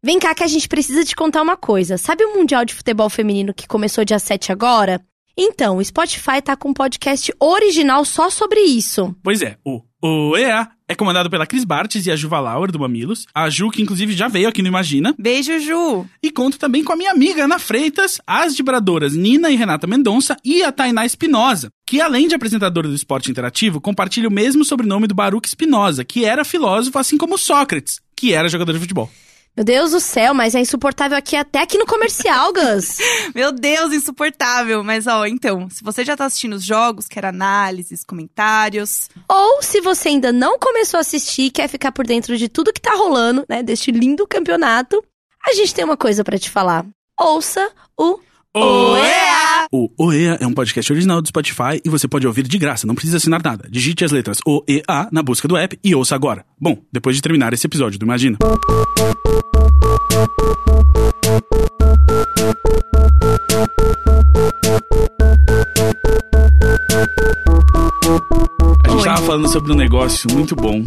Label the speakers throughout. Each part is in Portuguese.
Speaker 1: Vem cá que a gente precisa te contar uma coisa. Sabe o Mundial de Futebol Feminino que começou dia 7 agora? Então, o Spotify tá com um podcast original só sobre isso.
Speaker 2: Pois é, o OEA é comandado pela Cris Bartes e a Juva Lauer do Mamilos. A Ju, que inclusive já veio aqui no Imagina.
Speaker 3: Beijo, Ju!
Speaker 2: E conto também com a minha amiga Ana Freitas, as vibradoras Nina e Renata Mendonça e a Tainá Espinosa, que além de apresentadora do esporte interativo, compartilha o mesmo sobrenome do Baruch Espinosa, que era filósofo, assim como Sócrates, que era jogador de futebol.
Speaker 1: Meu Deus do céu, mas é insuportável aqui até aqui no comercial, Gus.
Speaker 3: Meu Deus, insuportável! Mas ó, então, se você já tá assistindo os jogos, quer análises, comentários,
Speaker 1: Ou se você ainda não começou a assistir e quer ficar por dentro de tudo que tá rolando, né, deste lindo campeonato, a gente tem uma coisa pra te falar. Ouça o
Speaker 2: É
Speaker 3: OEA!
Speaker 2: O OEA é um podcast original do Spotify e você pode ouvir de graça, não precisa assinar nada. Digite as letras OEA na busca do app e ouça agora. Bom, depois de terminar esse episódio do Imagina. A gente
Speaker 3: Oi. Ah.
Speaker 2: tava falando sobre um negócio muito bom,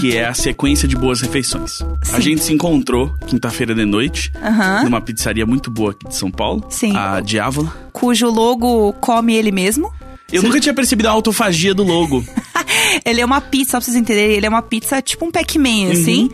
Speaker 2: que é a sequência de boas refeições. A
Speaker 3: Sim.
Speaker 2: gente se encontrou quinta-feira de noite,
Speaker 3: Aham.
Speaker 2: numa pizzaria muito boa aqui de São Paulo,
Speaker 3: Sim.
Speaker 2: a Diávola.
Speaker 3: cujo logo come ele mesmo.
Speaker 2: Eu nunca tinha percebido a autofagia do logo.
Speaker 3: Ele é uma pizza, só pra vocês entenderem, ele é uma pizza tipo um
Speaker 2: Uhum.
Speaker 3: Pac-Man, assim.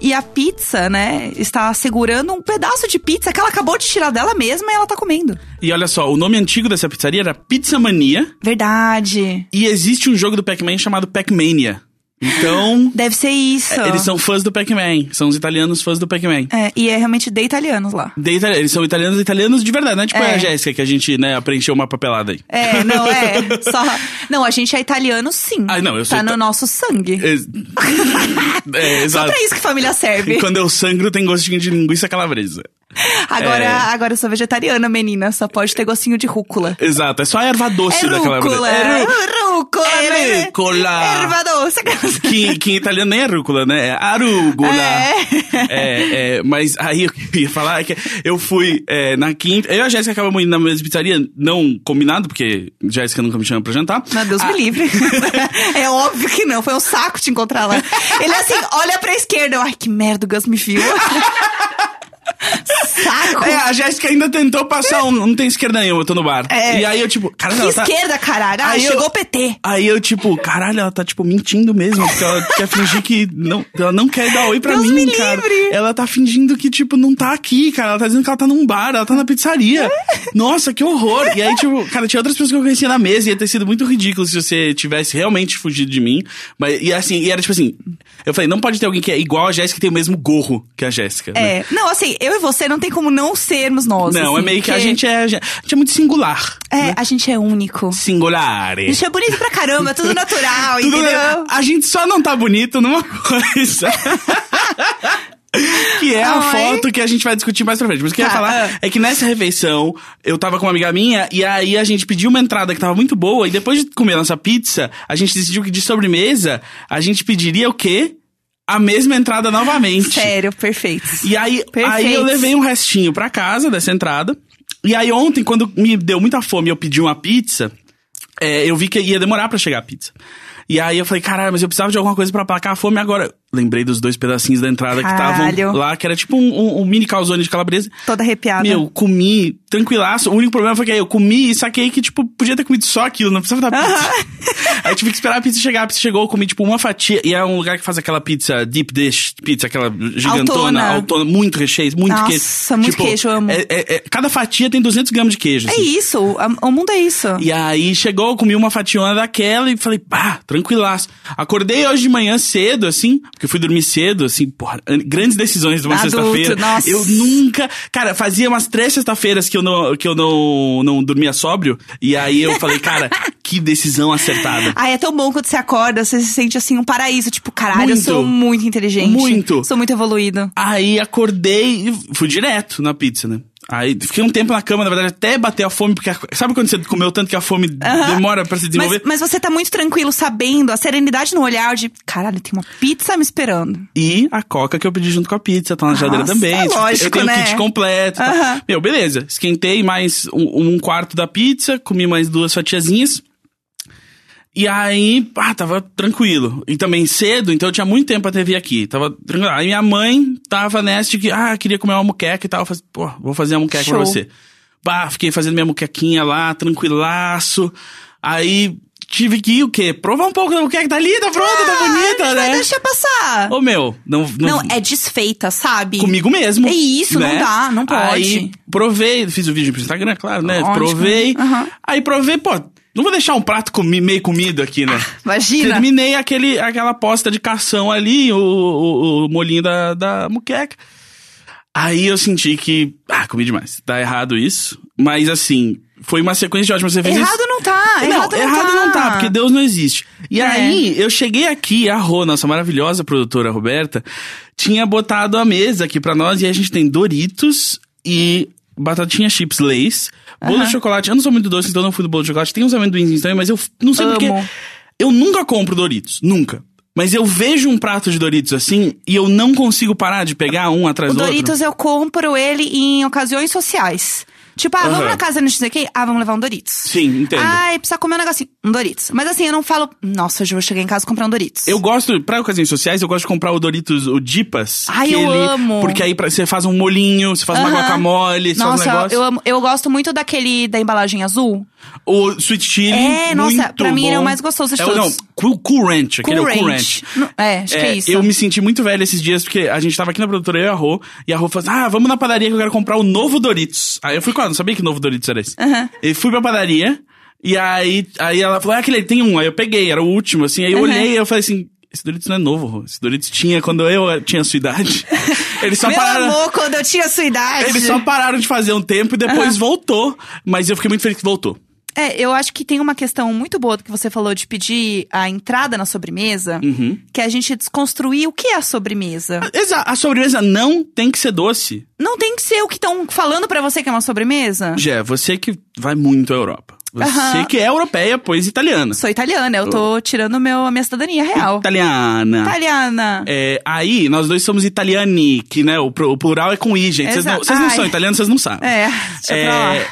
Speaker 3: E a pizza, né, está segurando um pedaço de pizza que ela acabou de tirar dela mesma e ela tá comendo.
Speaker 2: E olha só, o nome antigo dessa pizzaria era Pizza Mania
Speaker 3: Verdade.
Speaker 2: e existe um jogo do Pac-Man chamado Pac-Mania. Então,
Speaker 3: Deve ser isso.
Speaker 2: é, eles são fãs do Pac-Man, são os italianos fãs do Pac-Man.
Speaker 3: É, e é realmente de italianos lá.
Speaker 2: De Itali- Eles são italianos italianos de verdade, não é tipo
Speaker 3: É.
Speaker 2: a Jéssica que a gente, né, preencheu uma papelada aí.
Speaker 3: É, não, é. Só. Não, a gente é italiano sim.
Speaker 2: Ah, não, eu sou
Speaker 3: Tá no
Speaker 2: ita-
Speaker 3: nosso sangue.
Speaker 2: Ex- é,
Speaker 3: Só
Speaker 2: exato.
Speaker 3: pra isso que família serve.
Speaker 2: Quando eu sangro, tem gostinho de linguiça calabresa.
Speaker 3: Agora,
Speaker 2: É.
Speaker 3: agora eu sou vegetariana, menina. Só pode ter gocinho de rúcula.
Speaker 2: Exato, é só a erva doce
Speaker 3: é
Speaker 2: da
Speaker 3: rúcula.
Speaker 2: calabresa. É ru-
Speaker 3: rúcula.
Speaker 2: É
Speaker 3: né?
Speaker 2: rúcula.
Speaker 3: Erva doce.
Speaker 2: que, que em italiano nem é rúcula, né? É arúgula.
Speaker 3: É.
Speaker 2: É, é, mas aí eu ia falar é que eu fui é, na quinta. Eu e a Jéssica acabamos indo na mesma pizzaria, não combinado, porque Jéssica nunca me chama pra jantar.
Speaker 3: Meu Deus, me livre. é óbvio que não. Foi um saco te encontrar lá. Ele assim, olha pra esquerda. Eu, Ai, que merda, o Gus me viu. saco.
Speaker 2: É, a Jéssica ainda tentou passar um. Não tem esquerda nenhuma, eu tô no bar.
Speaker 3: É.
Speaker 2: E aí eu, tipo, cara,
Speaker 3: que
Speaker 2: ela tá-
Speaker 3: esquerda, caralho. Ai,
Speaker 2: Aí eu-
Speaker 3: chegou o PT.
Speaker 2: Aí eu, tipo, caralho, ela tá, tipo, mentindo mesmo, porque ela quer fingir que. Não, ela não quer dar oi pra
Speaker 3: Deus
Speaker 2: mim,
Speaker 3: me
Speaker 2: cara.
Speaker 3: livre.
Speaker 2: Ela tá fingindo que, tipo, não tá aqui, cara. Ela tá dizendo que ela tá num bar, ela tá na pizzaria.
Speaker 3: É.
Speaker 2: Nossa, que horror. E aí, tipo, cara, tinha outras pessoas que eu conhecia na mesa, ia ter sido muito ridículo se você tivesse realmente fugido de mim. Mas, e assim, e era tipo assim. Eu falei, não pode ter alguém que é igual a Jéssica e tem o mesmo gorro que a Jéssica. né?
Speaker 3: É. Não, assim, eu e você não tem como não sermos nós.
Speaker 2: Não, é
Speaker 3: assim,
Speaker 2: meio que a
Speaker 3: porque-
Speaker 2: gente né? é. A gente é muito singular.
Speaker 3: É, a gente é único.
Speaker 2: Singulare.
Speaker 3: A gente é bonito pra caramba, é tudo natural,
Speaker 2: Tudo
Speaker 3: entendeu?
Speaker 2: bem. A gente só não tá bonito numa coisa. Que é a
Speaker 3: Ai.
Speaker 2: foto que a gente vai discutir mais pra frente. Mas o que eu ia
Speaker 3: Tá,
Speaker 2: falar
Speaker 3: ah.
Speaker 2: é que nessa refeição, eu tava com uma amiga minha, e aí a gente pediu uma entrada que tava muito boa, e depois de comer a nossa pizza, a gente decidiu que de sobremesa, a gente pediria o quê? A mesma entrada novamente.
Speaker 3: Sério, perfeito.
Speaker 2: E aí,
Speaker 3: Perfeito.
Speaker 2: aí eu levei um restinho pra casa dessa entrada. E aí ontem, quando me deu muita fome e eu pedi uma pizza, é, eu vi que ia demorar pra chegar a pizza. E aí eu falei, caralho, mas eu precisava de alguma coisa pra aplacar a fome agora. Lembrei dos dois pedacinhos da entrada que
Speaker 3: Caralho.
Speaker 2: estavam lá, que era tipo um, um- um mini calzone de calabresa.
Speaker 3: Toda arrepiada.
Speaker 2: Meu, comi tranquilaço. O único problema foi que aí eu comi e saquei que, tipo, podia ter comido só aquilo, não precisava da pizza. aí eu tive que esperar a pizza chegar. A pizza chegou, eu comi, tipo, uma fatia. E é um lugar que faz aquela pizza deep dish, pizza, aquela gigantona,
Speaker 3: Autona.
Speaker 2: autona, muito recheio, muito
Speaker 3: Nossa,
Speaker 2: queijo.
Speaker 3: muito
Speaker 2: Tipo,
Speaker 3: queijo, eu amo.
Speaker 2: é- é- é- cada fatia tem 200 gramas de queijo.
Speaker 3: É
Speaker 2: assim.
Speaker 3: isso, o, a- o mundo é isso.
Speaker 2: E aí chegou, eu comi uma fationa daquela e falei, pá, tranquilaço. Acordei hoje de manhã cedo, assim, porque eu fui dormir cedo, assim, porra, an- grandes decisões de uma
Speaker 3: Adulto,
Speaker 2: sexta-feira.
Speaker 3: nossa.
Speaker 2: Eu nunca. Cara, fazia umas três sexta-feiras que eu, não, que eu não, não dormia sóbrio. E aí eu falei, cara, que decisão acertada.
Speaker 3: Ai, é tão bom quando você acorda, você se sente assim um paraíso. Tipo, caralho, eu
Speaker 2: Muito.
Speaker 3: sou muito inteligente.
Speaker 2: Muito.
Speaker 3: Sou muito evoluído.
Speaker 2: Aí acordei e fui direto na pizza, né? Aí fiquei um tempo na cama, na verdade, até bater a fome, porque a- sabe quando você comeu tanto que a fome demora pra se desenvolver?
Speaker 3: Mas, mas você tá muito tranquilo, sabendo, a serenidade no olhar de caralho, tem uma pizza me esperando.
Speaker 2: E a coca que eu pedi junto com a pizza, tá na geladeira
Speaker 3: Nossa,
Speaker 2: também.
Speaker 3: é
Speaker 2: Tipo,
Speaker 3: lógico,
Speaker 2: eu tenho
Speaker 3: né?
Speaker 2: o kit completo. tá?
Speaker 3: Aham.
Speaker 2: Meu, beleza. Esquentei mais um, um quarto da pizza, comi mais duas fatiazinhas. E aí, pá, tava tranquilo. E também cedo, então eu tinha muito tempo pra TV aqui. Tava tranquilo. Aí minha mãe tava nessa de que, ah, queria comer uma muqueca e tal. Eu falei, pô, vou fazer uma muqueca pra
Speaker 3: Show.
Speaker 2: você. Pá, fiquei fazendo minha muquequinha lá, tranquilaço. Aí tive que ir o quê? Provar um pouco da muqueca. Tá linda, pronta,
Speaker 3: Ah,
Speaker 2: tá bonita,
Speaker 3: Mas
Speaker 2: né?
Speaker 3: deixa passar.
Speaker 2: Ô meu, não, não,
Speaker 3: Não, é desfeita, sabe?
Speaker 2: comigo mesmo.
Speaker 3: É isso, não
Speaker 2: né?
Speaker 3: dá, não pode.
Speaker 2: Aí provei, fiz o vídeo pro Instagram, claro, né?
Speaker 3: Lógico.
Speaker 2: Provei.
Speaker 3: Aham.
Speaker 2: Aí provei, pô, não vou deixar um prato comi- meio comido aqui, né?
Speaker 3: Ah, Imagina.
Speaker 2: Terminei aquele, aquela posta de cação ali, o, o, o molinho da, da muqueca. Aí eu senti que, ah, comi demais. Tá errado isso. Mas assim, foi uma sequência de ótimas refeições.
Speaker 3: Errado não tá.
Speaker 2: Não,
Speaker 3: errado não tá.
Speaker 2: porque Deus não existe. E
Speaker 3: É.
Speaker 2: aí, eu cheguei aqui, a Rô, nossa maravilhosa produtora Roberta, tinha botado a mesa aqui pra nós e a gente tem Doritos e batatinha chips Lays, bolo
Speaker 3: Aham.
Speaker 2: de chocolate. Eu não sou muito doce, então eu não fui do bolo de chocolate. Tem uns amendoins também, mas eu f- não sei
Speaker 3: Amo.
Speaker 2: porque. Eu nunca compro Doritos, nunca. Mas eu vejo um prato de Doritos assim e eu não consigo parar de pegar um atrás
Speaker 3: O
Speaker 2: do outro.
Speaker 3: Doritos eu compro ele em ocasiões sociais. Tipo, ah,
Speaker 2: Aham.
Speaker 3: vamos na casa do NXQ? Ah, vamos levar um Doritos.
Speaker 2: Sim, entendo.
Speaker 3: Ai, precisa comer um negocinho. Um Doritos. Mas assim, eu não falo, nossa, hoje eu vou chegar em casa e comprar um Doritos.
Speaker 2: Eu gosto, pra ocasiões sociais, eu gosto de comprar o Doritos, o Dipas.
Speaker 3: Ai,
Speaker 2: que
Speaker 3: eu
Speaker 2: ele-
Speaker 3: amo.
Speaker 2: Porque aí pra- você faz um molinho, você faz uma
Speaker 3: Aham.
Speaker 2: guacamole, você
Speaker 3: Nossa,
Speaker 2: faz um negócio.
Speaker 3: eu amo. Eu gosto muito daquele da embalagem azul.
Speaker 2: O Sweet Chili.
Speaker 3: É, nossa,
Speaker 2: muito
Speaker 3: pra mim ele é o
Speaker 2: bom.
Speaker 3: mais gostoso de
Speaker 2: É o-
Speaker 3: todos.
Speaker 2: Não, Cool, cool Ranch, aquele é o Cool Ranch.
Speaker 3: Não- É, acho que é isso.
Speaker 2: Eu me senti muito velho esses dias, porque a gente tava aqui na produtora, eu e a Rô, e a Rô falou assim, ah, vamos na padaria que eu quero comprar o novo Doritos. Aí eu fui, claro, não sabia que novo Doritos era esse.
Speaker 3: Aham.
Speaker 2: E fui pra padaria, e aí, aí ela falou, ah, aquele tem um. Aí eu peguei, era o último, assim, aí eu
Speaker 3: Aham.
Speaker 2: olhei e eu falei assim, esse Doritos não é novo, Rô. Esse Doritos tinha quando eu tinha a sua idade. Eles só
Speaker 3: Meu
Speaker 2: pararam...
Speaker 3: amor, quando eu tinha a sua idade.
Speaker 2: Eles só pararam de fazer um tempo e depois voltou. Mas eu fiquei muito feliz que voltou.
Speaker 3: É, eu acho que tem uma questão muito boa do que você falou de pedir a entrada na sobremesa,
Speaker 2: Uhum.
Speaker 3: que é a gente desconstruir o que é a sobremesa.
Speaker 2: Exa a sobremesa não tem que ser doce.
Speaker 3: Não tem que ser o que estão falando pra você que é uma sobremesa.
Speaker 2: Jé, você que vai muito à Europa. Você
Speaker 3: Aham.
Speaker 2: que é europeia, pois italiana.
Speaker 3: Sou italiana, eu tô tirando meu, a minha cidadania real.
Speaker 2: Italiana.
Speaker 3: Italiana.
Speaker 2: É, aí, nós dois somos italiani, que né, o, pro- o plural é com i, gente. Vocês não,
Speaker 3: Exa-
Speaker 2: vocês não
Speaker 3: Ai.
Speaker 2: são italianos, vocês não sabem.
Speaker 3: É, deixa pra
Speaker 2: É,
Speaker 3: lá.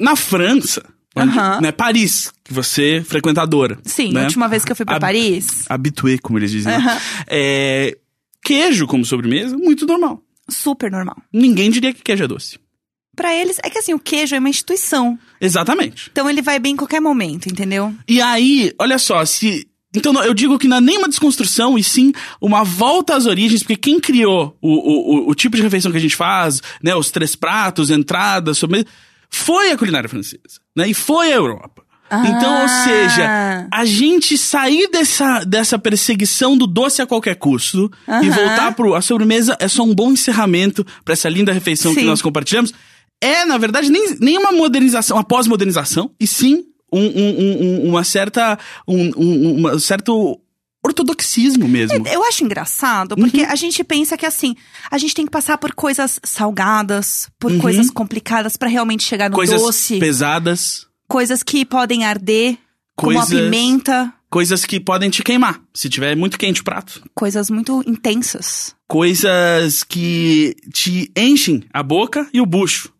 Speaker 2: na França, onde,
Speaker 3: Aham.
Speaker 2: né, Paris, que você é frequentadora.
Speaker 3: Sim,
Speaker 2: né?
Speaker 3: a última vez que eu fui pra
Speaker 2: A-
Speaker 3: Paris,
Speaker 2: Habitué, como eles dizem. lá.
Speaker 3: Aham.
Speaker 2: É, queijo como sobremesa, muito normal.
Speaker 3: super normal.
Speaker 2: Ninguém diria que queijo é doce.
Speaker 3: Pra eles, é que assim, o queijo é uma instituição.
Speaker 2: Exatamente.
Speaker 3: Então ele vai bem em qualquer momento, entendeu?
Speaker 2: E aí, olha só, se. Então não, eu digo que não é nem uma desconstrução, e sim uma volta às origens, porque quem criou o, o, o, o tipo de refeição que a gente faz, né? Os três pratos, entradas, sobremesa, foi a culinária francesa, né? E foi a Europa. Então, ou
Speaker 3: Ah.
Speaker 2: seja, a gente sair dessa, dessa perseguição do doce a qualquer custo e
Speaker 3: Aham.
Speaker 2: voltar pro. A sobremesa é só um bom encerramento pra essa linda refeição que
Speaker 3: Sim.
Speaker 2: nós compartilhamos. É, na verdade, nem, nem uma modernização, uma pós-modernização, e sim um, um- um- um- uma certa. Um, um- uma- um certo ortodoxismo mesmo.
Speaker 3: Eu acho engraçado, porque
Speaker 2: Uhum.
Speaker 3: a gente pensa que assim, a gente tem que passar por coisas salgadas, por coisas complicadas pra realmente chegar no
Speaker 2: Uhum. Coisas
Speaker 3: é, doce,
Speaker 2: pesadas,
Speaker 3: coisas que podem arder, como a
Speaker 2: Coisas-
Speaker 3: pimenta,
Speaker 2: coisas que podem te queimar, se tiver muito quente o prato.
Speaker 3: coisas muito intensas.
Speaker 2: Coisas que te enchem a boca e o bucho.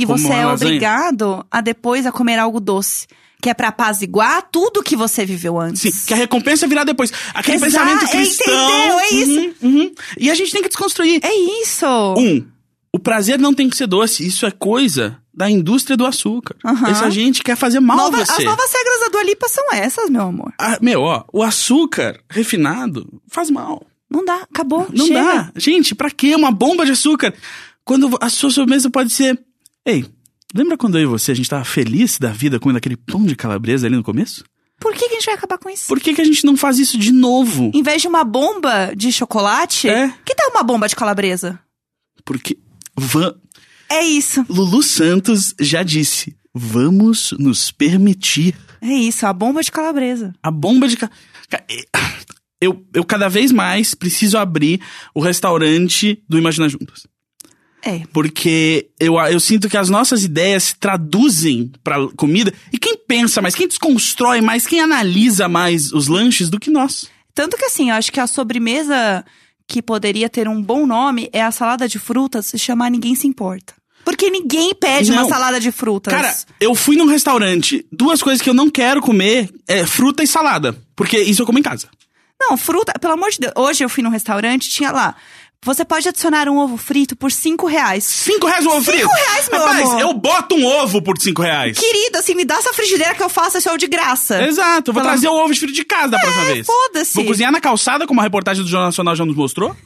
Speaker 3: E
Speaker 2: Como
Speaker 3: você
Speaker 2: a
Speaker 3: é
Speaker 2: lasanha.
Speaker 3: obrigado a depois a comer algo doce, que é pra apaziguar tudo que você viveu antes.
Speaker 2: Sim, que a recompensa virá depois. Aquele
Speaker 3: Exa- Ah,
Speaker 2: pensamento cristão.
Speaker 3: entendeu? É isso.
Speaker 2: Uhum, uhum. E a gente tem que desconstruir.
Speaker 3: É isso.
Speaker 2: Um, o prazer não tem que ser doce. Isso é coisa da indústria do açúcar.
Speaker 3: Aham.
Speaker 2: Essa gente quer fazer mal
Speaker 3: Nova-
Speaker 2: a você.
Speaker 3: As novas regras da Dua Lipa são essas, meu amor.
Speaker 2: Ah, meu, ó, o açúcar refinado faz mal.
Speaker 3: Não dá, acabou.
Speaker 2: Não
Speaker 3: chega.
Speaker 2: dá. Gente, pra que uma bomba de açúcar? Quando a sua sobremesa pode ser... Ei, lembra quando eu e você, a gente tava feliz da vida comendo aquele pão de calabresa ali no começo?
Speaker 3: Por que, que a gente vai acabar com isso?
Speaker 2: Por que, que a gente não faz isso de novo?
Speaker 3: Em vez de uma bomba de chocolate,
Speaker 2: É.
Speaker 3: que tal uma bomba de calabresa?
Speaker 2: Porque... Van...
Speaker 3: É isso.
Speaker 2: Lulu Santos já disse: vamos nos permitir
Speaker 3: É isso, a bomba de calabresa.
Speaker 2: a bomba de. ca- Ca- Eu, eu cada vez mais preciso abrir o restaurante do Imagina Juntos.
Speaker 3: É.
Speaker 2: Porque eu, eu sinto que as nossas ideias se traduzem pra comida. E quem pensa mais, quem desconstrói mais, quem analisa mais os lanches do que nós.
Speaker 3: Tanto que assim, eu acho que a sobremesa que poderia ter um bom nome é a salada de frutas se chamar Ninguém Se Importa. Porque ninguém pede uma
Speaker 2: Não.
Speaker 3: salada de frutas.
Speaker 2: Cara, eu fui num restaurante, duas coisas que eu não quero comer é fruta e salada. Porque isso eu como em casa.
Speaker 3: Não, fruta, pelo amor de Deus. Hoje eu fui num restaurante, tinha lá. Você pode adicionar um ovo frito por cinco reais.
Speaker 2: Cinco reais um ovo
Speaker 3: Cinco
Speaker 2: frito?
Speaker 3: reais, meu
Speaker 2: Rapaz,
Speaker 3: amor.
Speaker 2: eu boto um ovo por cinco reais.
Speaker 3: Querido, assim, me dá essa frigideira que eu faço esse ovo de graça.
Speaker 2: Exato, eu vou
Speaker 3: Pela-
Speaker 2: trazer o ovo frito de casa da próxima vez.
Speaker 3: É, foda-se.
Speaker 2: Vou cozinhar na calçada, como a reportagem do Jornal Nacional já nos mostrou.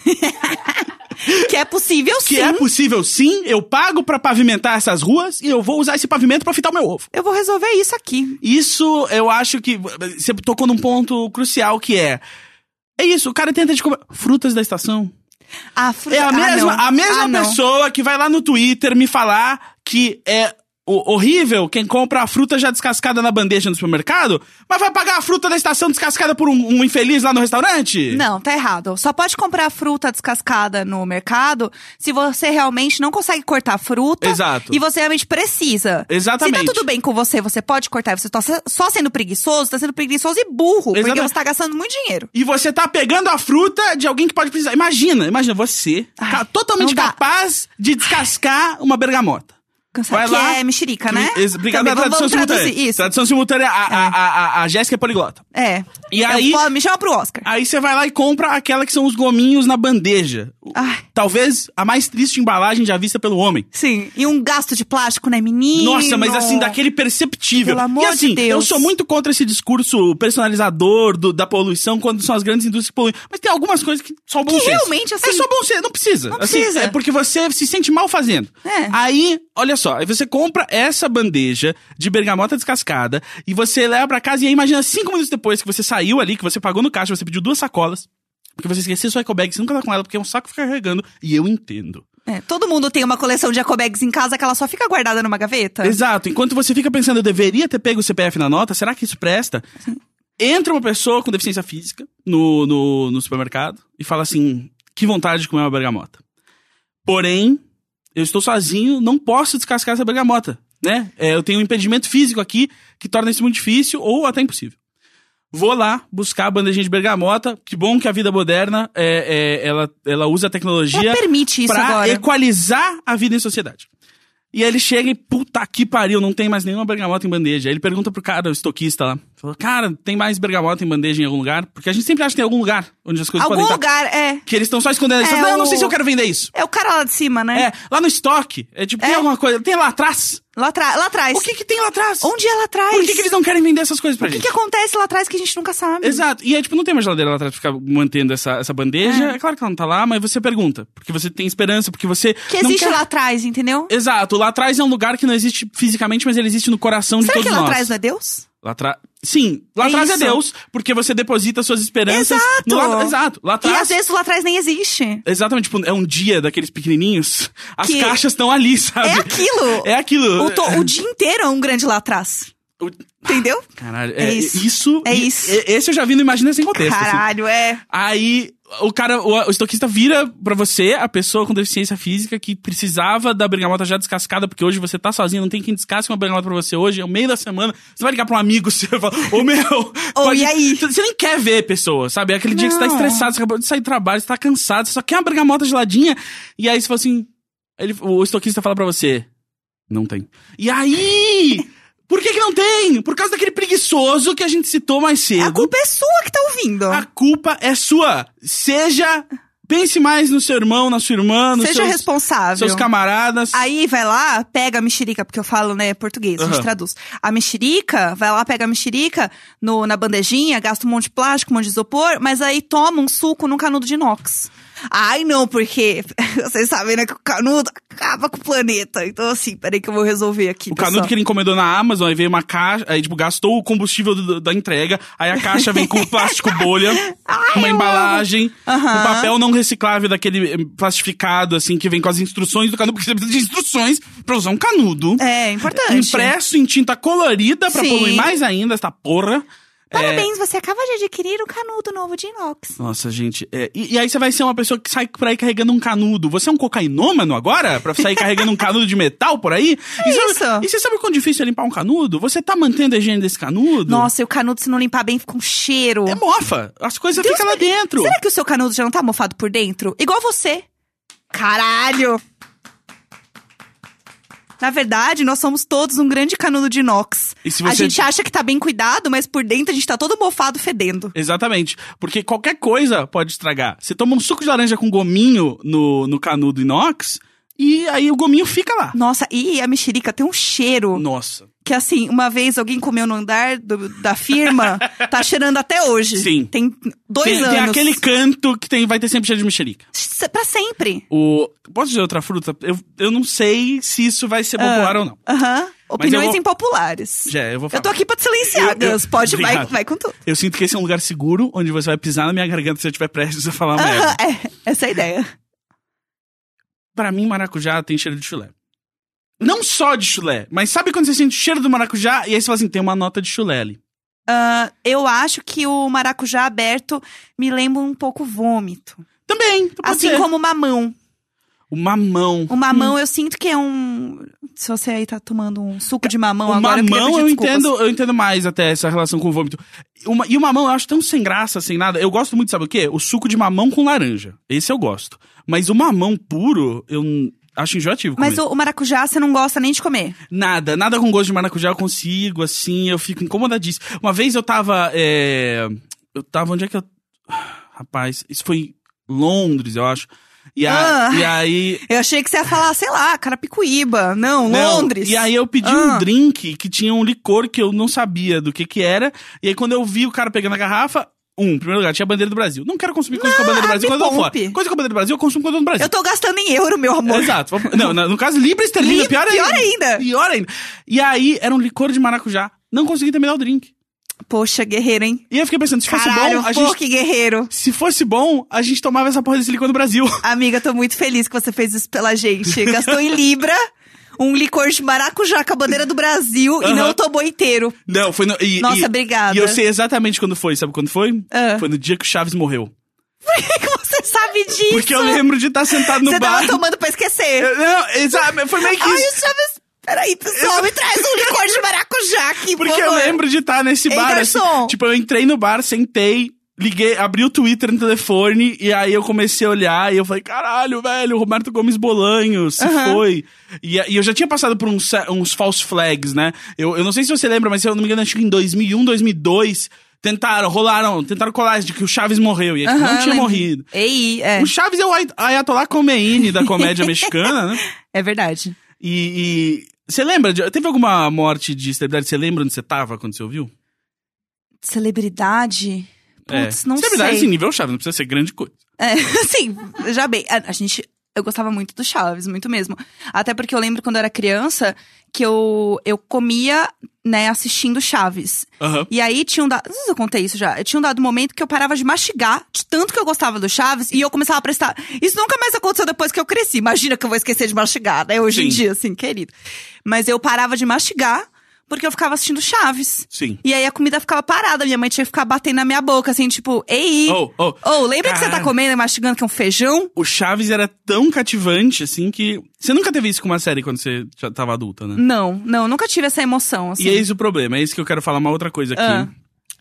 Speaker 3: Que é possível,
Speaker 2: Que
Speaker 3: sim.
Speaker 2: é possível sim, eu pago pra pavimentar essas ruas e eu vou usar esse pavimento pra fitar o meu ovo.
Speaker 3: Eu vou resolver isso aqui.
Speaker 2: Isso eu acho que. Você tocou num ponto crucial que é. É isso, o cara tenta de comer. Frutas da estação.
Speaker 3: Ah, fruta.
Speaker 2: É a
Speaker 3: ah,
Speaker 2: mesma,
Speaker 3: não.
Speaker 2: a mesma
Speaker 3: Ah, não.
Speaker 2: pessoa que vai lá no Twitter me falar que é o- horrível quem compra a fruta já descascada na bandeja no supermercado, mas vai pagar a fruta da estação descascada por um, um infeliz lá no restaurante?
Speaker 3: Não, tá errado. Só pode comprar fruta descascada no mercado se você realmente não consegue cortar a fruta.
Speaker 2: Exato.
Speaker 3: E você realmente precisa.
Speaker 2: Exatamente.
Speaker 3: Se tá tudo bem com você, você pode cortar. Você tá se- só sendo preguiçoso, tá sendo preguiçoso e burro. Porque
Speaker 2: Exatamente.
Speaker 3: você tá gastando muito dinheiro.
Speaker 2: E você tá pegando a fruta de alguém que pode precisar. Imagina, imagina você,
Speaker 3: Ai,
Speaker 2: ca- totalmente
Speaker 3: não dá.
Speaker 2: capaz de descascar uma bergamota.
Speaker 3: Cansado.
Speaker 2: Vai
Speaker 3: Que
Speaker 2: lá.
Speaker 3: é mexerica, né?
Speaker 2: Ex- Obrigado
Speaker 3: Também.
Speaker 2: pela Tá.
Speaker 3: Vamos-
Speaker 2: tradução
Speaker 3: vamos
Speaker 2: simultânea.
Speaker 3: traduzir Isso.
Speaker 2: Tradução simultânea, a, a, a, a- a Jéssica é poliglota.
Speaker 3: É.
Speaker 2: E
Speaker 3: Eu
Speaker 2: aí-
Speaker 3: falo, me chama pro Oscar.
Speaker 2: Aí você vai lá e compra aquela que são os gominhos na bandeja.
Speaker 3: Ai.
Speaker 2: Talvez a mais triste embalagem já vista pelo homem.
Speaker 3: Sim. E um gasto de plástico, né, menino?
Speaker 2: Nossa, mas assim, daquele perceptível.
Speaker 3: Pelo amor
Speaker 2: e assim,
Speaker 3: de Deus.
Speaker 2: eu sou muito contra esse discurso personalizador do- da poluição quando são as grandes indústrias que poluem. Mas tem algumas coisas que só o bom
Speaker 3: Que
Speaker 2: senso.
Speaker 3: realmente, assim,
Speaker 2: É só bom senso, não precisa.
Speaker 3: não
Speaker 2: Assim,
Speaker 3: precisa.
Speaker 2: é porque você se sente mal fazendo.
Speaker 3: É.
Speaker 2: Aí, olha só, aí você compra essa bandeja de bergamota descascada e você leva pra casa e aí imagina cinco minutos depois que você saiu ali, que você pagou no caixa, você pediu duas sacolas. Porque você esqueceu sua eco bag, você nunca tá com ela, porque é um saco ficar carregando. E eu entendo.
Speaker 3: É, todo mundo tem uma coleção de ecobags em casa que ela só fica guardada numa gaveta.
Speaker 2: Exato. Enquanto você fica pensando, eu deveria ter pego o CPF na nota, será que isso presta? Entra uma pessoa com deficiência física no, no, no supermercado e fala assim: que vontade de comer uma bergamota. Porém, eu estou sozinho, não posso descascar essa bergamota, né? É, eu tenho um impedimento físico aqui que torna isso muito difícil ou até impossível. Vou lá buscar a bandejinha de bergamota. Que bom que a vida moderna é, é, ela, ela usa a tecnologia
Speaker 3: Ela permite isso
Speaker 2: pra
Speaker 3: agora.
Speaker 2: equalizar a vida em sociedade. E aí ele chega e, puta que pariu, não tem mais nenhuma bergamota em bandeja. Aí ele pergunta pro cara, o estoquista lá. Falou, cara, tem mais bergamota em bandeja em algum lugar? Porque a gente sempre acha que tem algum lugar onde as coisas
Speaker 3: Algum
Speaker 2: podem estar.
Speaker 3: lugar, é.
Speaker 2: Que eles estão só escondendo. Eles
Speaker 3: É,
Speaker 2: falam, não, eu não
Speaker 3: o-
Speaker 2: sei se eu quero vender isso.
Speaker 3: É o cara lá de cima, né?
Speaker 2: É, lá no estoque. É tipo, tem
Speaker 3: É.
Speaker 2: alguma coisa. Tem lá atrás?
Speaker 3: Lá, atrás lá atrás.
Speaker 2: O que que tem lá atrás?
Speaker 3: Onde é lá atrás?
Speaker 2: Por que, que eles não querem vender essas coisas pra
Speaker 3: O que, é
Speaker 2: gente?
Speaker 3: que acontece lá atrás que a gente nunca sabe?
Speaker 2: Exato. E aí, tipo, não tem uma geladeira lá atrás pra ficar mantendo essa, essa bandeja. É. claro que ela não tá lá, mas você pergunta. Porque você tem esperança, porque você.
Speaker 3: Que
Speaker 2: não
Speaker 3: existe
Speaker 2: quer-
Speaker 3: lá atrás, entendeu?
Speaker 2: Exato, lá atrás é um lugar que não existe fisicamente, mas ele existe no coração de
Speaker 3: Será
Speaker 2: todos
Speaker 3: que lá
Speaker 2: nós.
Speaker 3: atrás não é Deus?
Speaker 2: Lá atrás. Sim, lá
Speaker 3: É
Speaker 2: atrás é
Speaker 3: isso.
Speaker 2: Deus, porque você deposita suas esperanças.
Speaker 3: Exato.
Speaker 2: No lá... Exato, lá
Speaker 3: E
Speaker 2: atrás.
Speaker 3: às vezes lá atrás nem existe.
Speaker 2: Exatamente, tipo, é um dia daqueles pequenininhos, as
Speaker 3: Que-
Speaker 2: caixas estão ali, sabe?
Speaker 3: É aquilo.
Speaker 2: É aquilo.
Speaker 3: O, to- o dia inteiro é um grande lá atrás.
Speaker 2: O-
Speaker 3: Entendeu?
Speaker 2: Caralho,
Speaker 3: É
Speaker 2: é,
Speaker 3: isso.
Speaker 2: isso.
Speaker 3: É
Speaker 2: e-
Speaker 3: isso.
Speaker 2: e- Esse eu já vi no Imagina Sem Contexto. assim.
Speaker 3: Caralho, é.
Speaker 2: Aí o cara, o, o estoquista vira pra você, a pessoa com deficiência física que precisava da bergamota já descascada, porque hoje você tá sozinho, não tem quem descasque uma bergamota pra você hoje, é o meio da semana. Você vai ligar pra um amigo seu e fala, ô meu. pode-
Speaker 3: e aí?
Speaker 2: Você nem quer ver a pessoa, sabe? É aquele dia que você tá
Speaker 3: Não.
Speaker 2: estressado, você acabou de sair do trabalho, você tá cansado, você só quer uma bergamota geladinha. E aí você fala assim. Ele, o estoquista fala pra você: Não tem. E aí? Por que, que não tem? Por causa daquele preguiçoso que a gente citou mais cedo.
Speaker 3: A culpa é sua que tá ouvindo.
Speaker 2: A culpa é sua. Seja. Pense mais no seu irmão, na sua irmã, nos
Speaker 3: Seja
Speaker 2: seus,
Speaker 3: responsável.
Speaker 2: seus camaradas.
Speaker 3: Aí vai lá, pega a mexerica, porque eu falo, né, português, a gente
Speaker 2: Aham.
Speaker 3: traduz. A mexerica, vai lá, pega a mexerica no, na bandejinha, gasta um monte de plástico, um monte de isopor, mas aí toma um suco num canudo de inox. Ai, não, porque vocês sabem, né, que o canudo acaba com o planeta. Então, assim, peraí que eu vou resolver aqui.
Speaker 2: o canudo que ele encomendou na Amazon, aí veio uma caixa, aí tipo, gastou o combustível do- da entrega, aí a caixa vem com o plástico bolha, uma embalagem,
Speaker 3: Aham.
Speaker 2: um papel não reciclável daquele eh, plastificado, assim, que vem com as instruções do canudo, porque você precisa de instruções pra usar um canudo.
Speaker 3: É, importante.
Speaker 2: Impresso em tinta colorida pra
Speaker 3: Sim.
Speaker 2: poluir mais ainda esta porra. É,
Speaker 3: Parabéns, você acaba de adquirir um canudo novo de inox.
Speaker 2: Nossa, gente. é, e, e aí você vai ser uma pessoa que sai por aí carregando um canudo. Você é um cocainômano agora? Pra sair carregando um canudo de metal por aí? e, sabe-
Speaker 3: É isso.
Speaker 2: e você sabe o quão difícil é limpar um canudo? Você tá mantendo a higiene desse canudo?
Speaker 3: Nossa, e o canudo, se não limpar bem, fica um cheiro.
Speaker 2: É mofa. As coisas ficam lá dentro.
Speaker 3: Será que o seu canudo já não tá mofado por dentro? Igual você. Caralho! Na verdade, nós somos todos um grande canudo de inox.
Speaker 2: E se
Speaker 3: A
Speaker 2: você-
Speaker 3: gente acha que tá bem cuidado, mas por dentro a gente tá todo mofado fedendo.
Speaker 2: Exatamente. Porque qualquer coisa pode estragar. Você toma um suco de laranja com gominho no, no canudo inox e aí o gominho fica lá.
Speaker 3: Nossa, e a mexerica tem um cheiro
Speaker 2: Nossa.
Speaker 3: que, assim, uma vez alguém comeu no andar do- da firma, tá cheirando até hoje.
Speaker 2: Sim.
Speaker 3: Tem dois
Speaker 2: Tem,
Speaker 3: anos.
Speaker 2: tem aquele canto que tem, vai ter sempre cheiro de mexerica.
Speaker 3: Se- Pra sempre.
Speaker 2: O, posso dizer outra fruta? Eu, eu não sei se isso vai ser
Speaker 3: Ah.
Speaker 2: popular ou não.
Speaker 3: Aham. Opiniões
Speaker 2: eu vou-
Speaker 3: impopulares.
Speaker 2: Já, eu vou falar.
Speaker 3: Eu tô aqui pra te silenciar,
Speaker 2: Eu- eu-
Speaker 3: Gus. Pode, vai,
Speaker 2: Obrigado.
Speaker 3: vai com tudo.
Speaker 2: Eu sinto que esse é um lugar seguro onde você vai pisar na minha garganta se eu estiver prestes a falar
Speaker 3: Aham,
Speaker 2: merda.
Speaker 3: é, essa é a ideia.
Speaker 2: Pra mim, maracujá tem cheiro de chulé. Não só de chulé, mas sabe quando você sente o cheiro do maracujá e aí você fala assim, tem uma nota de chulé ali.
Speaker 3: Ah, eu acho que o maracujá aberto me lembra um pouco vômito.
Speaker 2: Também, então pode
Speaker 3: Assim
Speaker 2: ser.
Speaker 3: como o mamão.
Speaker 2: O mamão.
Speaker 3: O mamão eu sinto que é um... Se você aí tá tomando um suco de mamão
Speaker 2: o
Speaker 3: agora, eu queria
Speaker 2: mamão
Speaker 3: pedir
Speaker 2: eu
Speaker 3: desculpas.
Speaker 2: entendo, eu entendo mais até essa relação com o vômito. Uma- e o mamão eu acho tão sem graça, sem nada. Eu gosto muito, sabe o quê? O suco de mamão com laranja. Esse eu gosto. Mas o mamão puro, eu n- acho enjoativo.
Speaker 3: Mas
Speaker 2: comer.
Speaker 3: o, o maracujá você não gosta nem de comer.
Speaker 2: Nada, nada com gosto de maracujá eu consigo, assim, eu fico incomodadíssimo. Uma vez eu tava. é, Eu tava. Onde é que eu. Rapaz, isso foi em Londres, eu acho. E, a-
Speaker 3: Ah.
Speaker 2: e aí.
Speaker 3: Eu achei que você ia falar, sei lá, Carapicuíba. Não,
Speaker 2: Não,
Speaker 3: Londres.
Speaker 2: E aí eu pedi
Speaker 3: Ah.
Speaker 2: um drink que tinha um licor que eu não sabia do que que era. E aí quando eu vi o cara pegando a garrafa, um, em primeiro lugar, tinha a bandeira do Brasil. Não quero consumir coisa com a bandeira do Brasil
Speaker 3: me
Speaker 2: quando eu tô
Speaker 3: poupe.
Speaker 2: fora. Coisa com a bandeira do Brasil, eu consumo quando eu tô no Brasil.
Speaker 3: Eu tô gastando em euro, meu amor.
Speaker 2: Exato. Não, na- no caso, Libra esterlina,
Speaker 3: Li-
Speaker 2: É, pior ainda.
Speaker 3: pior ainda.
Speaker 2: Pior ainda. E aí, era um licor de maracujá. Não consegui terminar o drink.
Speaker 3: Poxa, guerreiro, hein?
Speaker 2: E aí eu fiquei pensando, se fosse
Speaker 3: Caralho,
Speaker 2: bom, a
Speaker 3: pô,
Speaker 2: gente...
Speaker 3: que guerreiro.
Speaker 2: Se fosse bom, a gente tomava essa porra desse licor no Brasil.
Speaker 3: Amiga, tô muito feliz que você fez isso pela gente. Gastou em Libra, um licor de maracujá com a bandeira do Brasil e
Speaker 2: Aham.
Speaker 3: não tomou inteiro.
Speaker 2: Não, foi no... e-
Speaker 3: Nossa,
Speaker 2: e-
Speaker 3: obrigada.
Speaker 2: E eu sei exatamente quando foi, sabe quando foi?
Speaker 3: Ah.
Speaker 2: Foi no dia que o Chaves morreu.
Speaker 3: Por que que você sabe disso?
Speaker 2: Porque eu lembro de estar sentado no
Speaker 3: você
Speaker 2: bar...
Speaker 3: tava tomando pra esquecer.
Speaker 2: Eu- Não, exato, foi meio que
Speaker 3: Ai,
Speaker 2: isso.
Speaker 3: o Chaves... Peraí, pessoal, me traz um licor de maracujá aqui, por
Speaker 2: Porque eu
Speaker 3: favor.
Speaker 2: lembro de estar nesse
Speaker 3: Ei,
Speaker 2: bar.
Speaker 3: garçom!
Speaker 2: assim, tipo, eu entrei no bar, sentei, liguei, abri o Twitter no telefone e aí eu comecei a olhar e eu falei, caralho, velho, o Roberto Gomes Bolanho se
Speaker 3: Aham.
Speaker 2: foi. E, a- e eu já tinha passado por uns, se- uns false flags, né? Eu, eu não sei se você lembra, mas se eu não me engano, acho que em 2001, 2002, tentaram, rolaram, tentaram colar de que o Chaves morreu e ele
Speaker 3: Aham,
Speaker 2: não tinha
Speaker 3: lembro.
Speaker 2: morrido.
Speaker 3: Ei, é,
Speaker 2: O Chaves é o Ay- Ayatollah Khomeini da comédia mexicana, né?
Speaker 3: é verdade.
Speaker 2: E... e- você lembra? de- teve alguma morte de celebridade? Você lembra onde você tava quando você ouviu?
Speaker 3: Celebridade... Putz, não
Speaker 2: Celebridade
Speaker 3: sei.
Speaker 2: assim, nível chave, não precisa ser grande coisa.
Speaker 3: É, sim, já bem. A, a gente. Eu gostava muito do Chaves, muito mesmo. Até porque eu lembro quando eu era criança que eu, eu comia, né, assistindo Chaves.
Speaker 2: Aham.
Speaker 3: E aí tinha um dado. Não sei se eu contei isso já. Tinha um dado momento que eu parava de mastigar de tanto que eu gostava do Chaves e eu começava a prestar. Isso nunca mais aconteceu depois que eu cresci. Imagina que eu vou esquecer de mastigar, né? Hoje em
Speaker 2: Sim.
Speaker 3: dia, assim, querido. Mas eu parava de mastigar porque eu ficava assistindo Chaves.
Speaker 2: Sim.
Speaker 3: E aí a comida ficava parada, minha mãe tinha que ficar batendo na minha boca, assim, tipo, ei!
Speaker 2: Oh, oh.
Speaker 3: Ô, lembra que você tá
Speaker 2: Caralho.
Speaker 3: comendo e mastigando que é um feijão?
Speaker 2: O Chaves era tão cativante, assim, que. Você nunca teve isso com uma série quando você já tava adulta, né?
Speaker 3: Não, não, nunca tive essa emoção, assim.
Speaker 2: E é isso o problema, é isso que eu quero falar uma outra coisa aqui.
Speaker 3: Ah.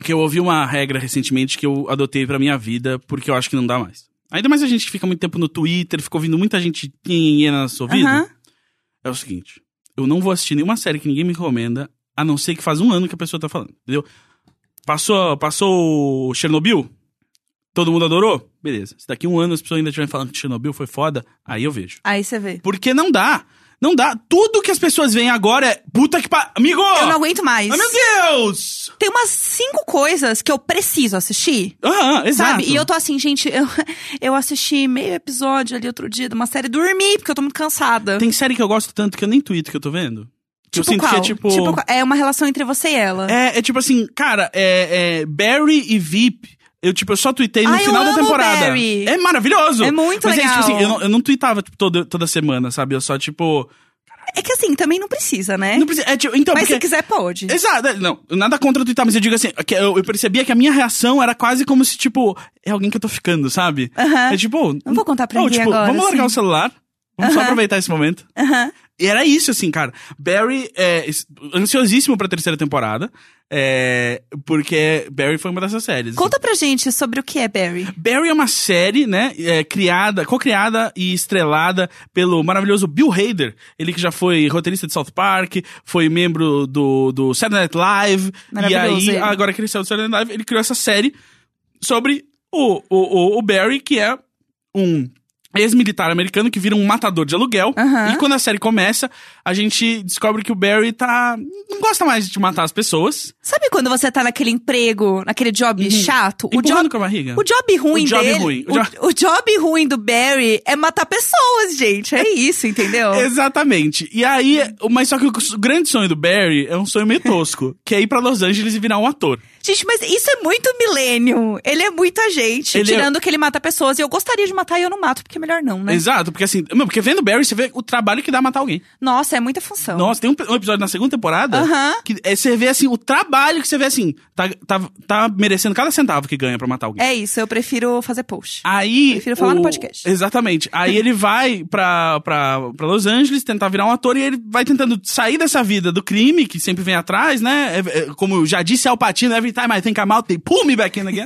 Speaker 2: Que eu ouvi uma regra recentemente que eu adotei pra minha vida, porque eu acho que não dá mais. Ainda mais a gente que fica muito tempo no Twitter, fica ouvindo muita gente nhenhenhê na sua vida.
Speaker 3: Aham.
Speaker 2: É o seguinte: eu não vou assistir nenhuma série que ninguém me recomenda, a não ser que faz um ano que a pessoa tá falando, entendeu? Passou, passou o Chernobyl? Todo mundo adorou? Beleza. Se daqui um ano as pessoas ainda estiverem falando que Chernobyl foi foda, aí eu vejo.
Speaker 3: Aí você vê.
Speaker 2: Porque não dá. Não dá. Tudo que as pessoas veem agora é puta que pa... Amigo!
Speaker 3: Eu não aguento mais.
Speaker 2: Ah, meu Deus!
Speaker 3: Tem umas cinco coisas que eu preciso assistir.
Speaker 2: Aham, exato.
Speaker 3: Sabe? E eu tô assim, gente, eu, eu assisti meio episódio ali outro dia de uma série, dormi, porque eu tô muito cansada.
Speaker 2: Tem série que eu gosto tanto que eu nem tweet que eu tô vendo. Que eu
Speaker 3: tipo
Speaker 2: sinto
Speaker 3: qual?
Speaker 2: que é tipo...
Speaker 3: qual? É uma relação entre você e ela.
Speaker 2: É, é tipo assim, cara, é, é Barry e VIP. Eu, tipo, eu só tuitei no
Speaker 3: Ai, Ah, eu
Speaker 2: final da
Speaker 3: amo
Speaker 2: temporada.
Speaker 3: Barry.
Speaker 2: É maravilhoso.
Speaker 3: É muito
Speaker 2: Mas
Speaker 3: legal.
Speaker 2: é tipo assim, eu não, eu não tuitava tipo, toda, toda semana, sabe? Eu só, tipo.
Speaker 3: É que assim, também não precisa, né?
Speaker 2: Não precisa. É, tipo, então,
Speaker 3: Mas se
Speaker 2: porque.
Speaker 3: quiser, pode.
Speaker 2: Exato, é, não, nada contra tuitar, mas eu digo assim, que eu, eu percebia que a minha reação era quase como se, tipo, é alguém que eu tô ficando, sabe?
Speaker 3: Aham.
Speaker 2: É tipo.
Speaker 3: Não vou contar pra
Speaker 2: ou,
Speaker 3: ninguém
Speaker 2: tipo,
Speaker 3: agora,
Speaker 2: vamos largar
Speaker 3: assim.
Speaker 2: o celular. Vamos só
Speaker 3: Aham.
Speaker 2: aproveitar esse momento.
Speaker 3: Aham.
Speaker 2: E era isso, assim, cara. Barry é es- ansiosíssimo pra terceira temporada. é, porque Barry foi uma dessas séries. assim.
Speaker 3: Conta pra gente sobre o que é Barry.
Speaker 2: Barry é uma série, né, é, criada, co-criada e estrelada pelo maravilhoso Bill Hader. Ele que já foi roteirista de South Park, foi membro do, do Saturday Night Live. E aí,
Speaker 3: Maravilhoso ele.
Speaker 2: agora que ele saiu do Saturday Night Live, ele criou essa série sobre o, o, o, o Barry, que é um ex-militar americano que vira um matador de aluguel.
Speaker 3: Aham.
Speaker 2: E quando a série começa, a gente descobre que o Barry tá... não gosta mais de matar as pessoas.
Speaker 3: Sabe quando você tá naquele emprego, naquele job chato? O
Speaker 2: empurrando
Speaker 3: job,
Speaker 2: com a barriga.
Speaker 3: o job ruim
Speaker 2: Uhum. O job
Speaker 3: dele.
Speaker 2: ruim, o
Speaker 3: O, o job ruim do Barry é matar pessoas, gente. É isso, entendeu?
Speaker 2: Exatamente. E aí, mas só que o grande sonho do Barry é um sonho meio tosco, que é ir pra Los Angeles e virar um ator.
Speaker 3: gente, mas isso é muito milênio. Ele é muita gente.
Speaker 2: Ele é-
Speaker 3: tirando que ele mata pessoas. E eu gostaria de matar e eu não mato, porque é melhor não, né?
Speaker 2: Exato, porque assim, meu, porque vendo Barry, você vê o trabalho que dá matar alguém.
Speaker 3: Nossa, é muita função.
Speaker 2: Nossa, tem um, um episódio na segunda temporada
Speaker 3: Aham.
Speaker 2: que é, você vê assim, o trabalho que você vê assim, tá, tá, tá merecendo cada centavo que ganha pra matar alguém.
Speaker 3: É isso, eu prefiro fazer
Speaker 2: Ah,
Speaker 3: post.
Speaker 2: Aí.
Speaker 3: Prefiro falar no podcast.
Speaker 2: Exatamente. Aí ele vai pra, pra, pra Los Angeles tentar virar um ator e ele vai tentando sair dessa vida do crime, que sempre vem atrás, né? É- é, como eu já disse Al Pacino, every time I think I'm out, they pull me back in again.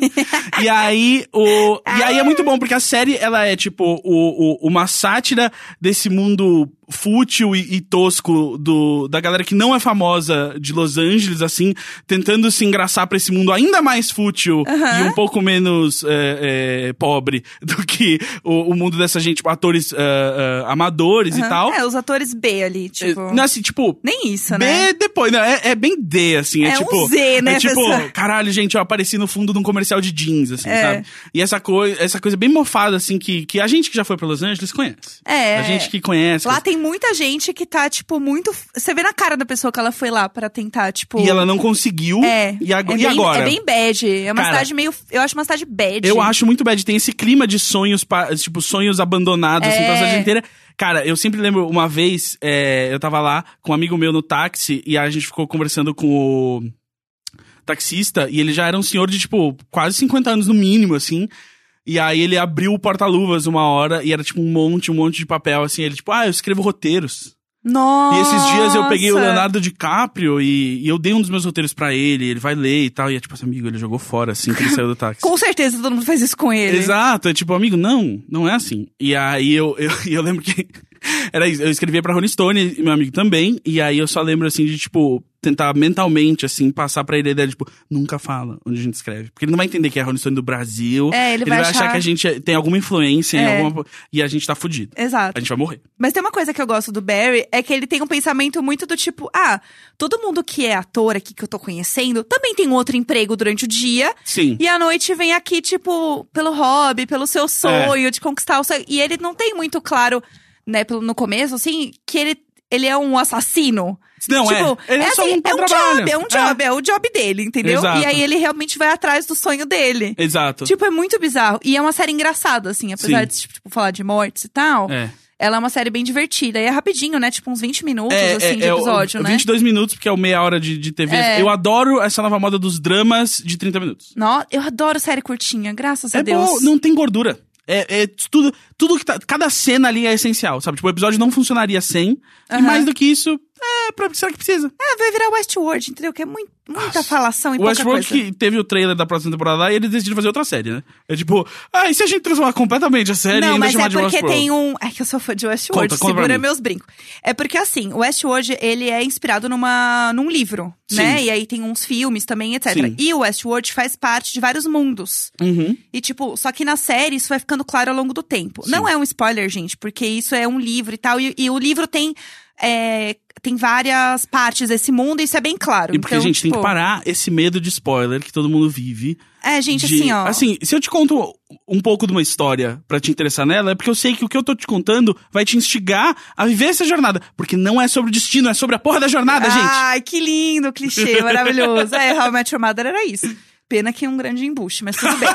Speaker 2: e aí o. E aí é muito bom, porque a série, ela é tipo o, o- uma sátira desse mundo fútil e, e tosco do, da galera que não é famosa de Los Angeles, assim, tentando se engraçar pra esse mundo ainda mais fútil e um pouco menos é, é, pobre do que o, o mundo dessa gente, tipo, atores é, é, amadores e
Speaker 3: Aham.
Speaker 2: tal.
Speaker 3: É, os atores B ali, tipo.
Speaker 2: É, não, assim, tipo,
Speaker 3: Nem isso,
Speaker 2: B
Speaker 3: né?
Speaker 2: depois, não, é, é bem D, assim, é,
Speaker 3: É um
Speaker 2: tipo...
Speaker 3: Z, né,
Speaker 2: É tipo,
Speaker 3: pessoal?
Speaker 2: caralho, gente, eu apareci no fundo de um comercial de jeans, assim,
Speaker 3: É.
Speaker 2: sabe? E essa, coi essa coisa bem mofada, assim, que, que a gente que já foi pra Los Angeles conhece.
Speaker 3: É.
Speaker 2: A gente que conhece.
Speaker 3: Lá tem muita gente que tá, tipo, muito. Você vê na cara da pessoa que ela foi lá pra tentar, tipo.
Speaker 2: E ela não conseguiu.
Speaker 3: É.
Speaker 2: E, ag-
Speaker 3: é
Speaker 2: e
Speaker 3: bem,
Speaker 2: agora?
Speaker 3: É bem bad. É uma
Speaker 2: Cara,
Speaker 3: cidade meio. Eu acho uma cidade bad.
Speaker 2: Eu acho muito bad. Tem esse clima de sonhos, pa- tipo, sonhos abandonados, assim,
Speaker 3: É.
Speaker 2: pra cidade inteira. Cara, eu sempre lembro uma vez, é, eu tava lá com um amigo meu no táxi e a gente ficou conversando com o taxista e ele já era um senhor de, tipo, quase 50 anos no mínimo, assim. E aí ele abriu o porta-luvas uma hora e era, tipo, um monte, um monte de papel, assim. Ele, tipo, ah, eu escrevo roteiros.
Speaker 3: Nossa.
Speaker 2: E esses dias eu peguei o Leonardo DiCaprio e, e eu dei um dos meus roteiros pra ele, ele vai ler e tal. E é tipo assim, amigo, ele jogou fora assim que ele saiu do táxi.
Speaker 3: Com certeza todo mundo faz isso com ele.
Speaker 2: Exato, é tipo, amigo, não, não é assim. E aí eu, eu, eu lembro que. Era isso, eu escrevia pra Rolling Stone, e meu amigo também, e aí eu só lembro assim de, tipo, tentar mentalmente, assim, passar pra ele a ideia, tipo, nunca fala onde a gente escreve. Porque ele não vai entender que é a Rolling Stone do Brasil.
Speaker 3: É, ele vai achar-
Speaker 2: que a gente tem alguma influência em
Speaker 3: É.
Speaker 2: alguma. E a gente tá fudido.
Speaker 3: Exato.
Speaker 2: A gente vai morrer.
Speaker 3: Mas tem uma coisa que eu gosto do Barry, é que ele tem um pensamento muito do tipo, ah, todo mundo que é ator aqui que eu tô conhecendo, também tem um outro emprego durante o dia,
Speaker 2: Sim.
Speaker 3: E à noite vem aqui, tipo, pelo hobby, pelo
Speaker 2: É.
Speaker 3: seu sonho de conquistar o seu. E ele não tem muito claro, né, pelo- no começo, assim, que ele, ele é um assassino.
Speaker 2: Não,
Speaker 3: tipo,
Speaker 2: é. Ele é, só
Speaker 3: assim,
Speaker 2: um
Speaker 3: é um
Speaker 2: trabalho.
Speaker 3: job, é um job, é. o job dele, entendeu?
Speaker 2: Exato.
Speaker 3: E aí ele realmente vai atrás do sonho dele.
Speaker 2: Exato.
Speaker 3: Tipo, é muito bizarro. E é uma série engraçada, assim, apesar
Speaker 2: Sim.
Speaker 3: de, tipo, falar de mortes e tal.
Speaker 2: é.
Speaker 3: Ela é uma série bem divertida. E é rapidinho, né? Tipo, uns 20 minutos, assim, de
Speaker 2: é o-
Speaker 3: episódio, né?
Speaker 2: 22 minutos, porque é o meia hora de, de TV.
Speaker 3: É.
Speaker 2: Eu adoro essa nova moda dos dramas de 30 minutos.
Speaker 3: Nossa, eu adoro série curtinha, graças a
Speaker 2: é
Speaker 3: Deus.
Speaker 2: bom, não tem gordura. É, é tudo, tudo que tá. Cada cena ali é essencial, sabe? Tipo, o episódio não funcionaria sem. E
Speaker 3: Aham.
Speaker 2: mais do que isso, é pra, será que precisa?
Speaker 3: Ah, vai virar Westworld, entendeu? Que é mui- muita falação e
Speaker 2: o Westworld
Speaker 3: é pouca coisa.
Speaker 2: que teve o trailer da próxima temporada lá e eles decidiram fazer outra série, né? É tipo, ah, e se a gente transformar completamente a série e
Speaker 3: Não,
Speaker 2: ainda
Speaker 3: mas
Speaker 2: chamar
Speaker 3: é
Speaker 2: de
Speaker 3: porque
Speaker 2: Westworld?
Speaker 3: tem um... É que eu sou fã de Westworld,
Speaker 2: Conta, conta pra
Speaker 3: segura
Speaker 2: mim.
Speaker 3: meus brincos. É porque, assim, o Westworld, ele é inspirado numa, num livro,
Speaker 2: Sim.
Speaker 3: né? E aí tem uns filmes também, etc.
Speaker 2: Sim.
Speaker 3: E o Westworld faz parte de vários mundos.
Speaker 2: Uhum.
Speaker 3: E, tipo, só que na série isso vai ficando claro ao longo do tempo. Não é um spoiler, gente, porque isso é um livro e tal. E, e o livro tem... é, tem várias partes desse mundo, e isso é bem claro.
Speaker 2: E porque,
Speaker 3: então,
Speaker 2: gente, tem
Speaker 3: tipo,
Speaker 2: que parar esse medo de spoiler que todo mundo vive.
Speaker 3: É, gente,
Speaker 2: de-
Speaker 3: assim, ó.
Speaker 2: se eu te conto um pouco de uma história pra te interessar nela, é porque eu sei que o que eu tô te contando vai te instigar a viver essa jornada. Porque não é sobre o destino, é sobre a porra da
Speaker 3: Ah.
Speaker 2: jornada, gente.
Speaker 3: Ai, que lindo, clichê, maravilhoso. É, How I Met Your Mother era isso. Pena que é um grande embuste, mas tudo bem.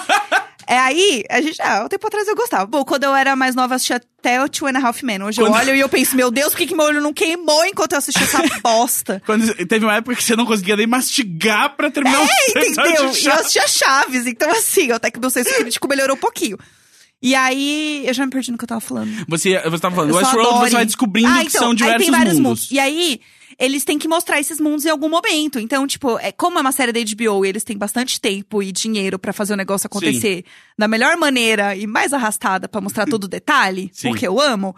Speaker 3: É aí, a gente. Ah, um tempo atrás eu gostava. Bom, quando eu era mais nova, eu assistia até o Two and a Half Men. Hoje
Speaker 2: Quando-
Speaker 3: eu olho e eu penso, meu Deus, por que, que meu olho não queimou enquanto eu assisti essa bosta?
Speaker 2: Quando, teve uma época que você não conseguia nem mastigar pra terminar o
Speaker 3: É, Entendeu?
Speaker 2: episódio
Speaker 3: E eu assistia Chaves, então assim, até que meu senso crítico melhorou um pouquinho. E aí, eu já me perdi no que eu tava falando.
Speaker 2: Você, você tava falando,
Speaker 3: Eu só
Speaker 2: Westworld
Speaker 3: adoro
Speaker 2: você vai
Speaker 3: ir.
Speaker 2: descobrindo
Speaker 3: Ah,
Speaker 2: que são
Speaker 3: aí
Speaker 2: diversos
Speaker 3: tem vários
Speaker 2: mundos.
Speaker 3: E aí, eles têm que mostrar esses mundos em algum momento. Então, tipo, é, como é uma série da HBO e eles têm bastante tempo e dinheiro pra fazer o negócio acontecer da melhor maneira e mais arrastada pra mostrar todo o detalhe,
Speaker 2: Sim.
Speaker 3: porque eu amo.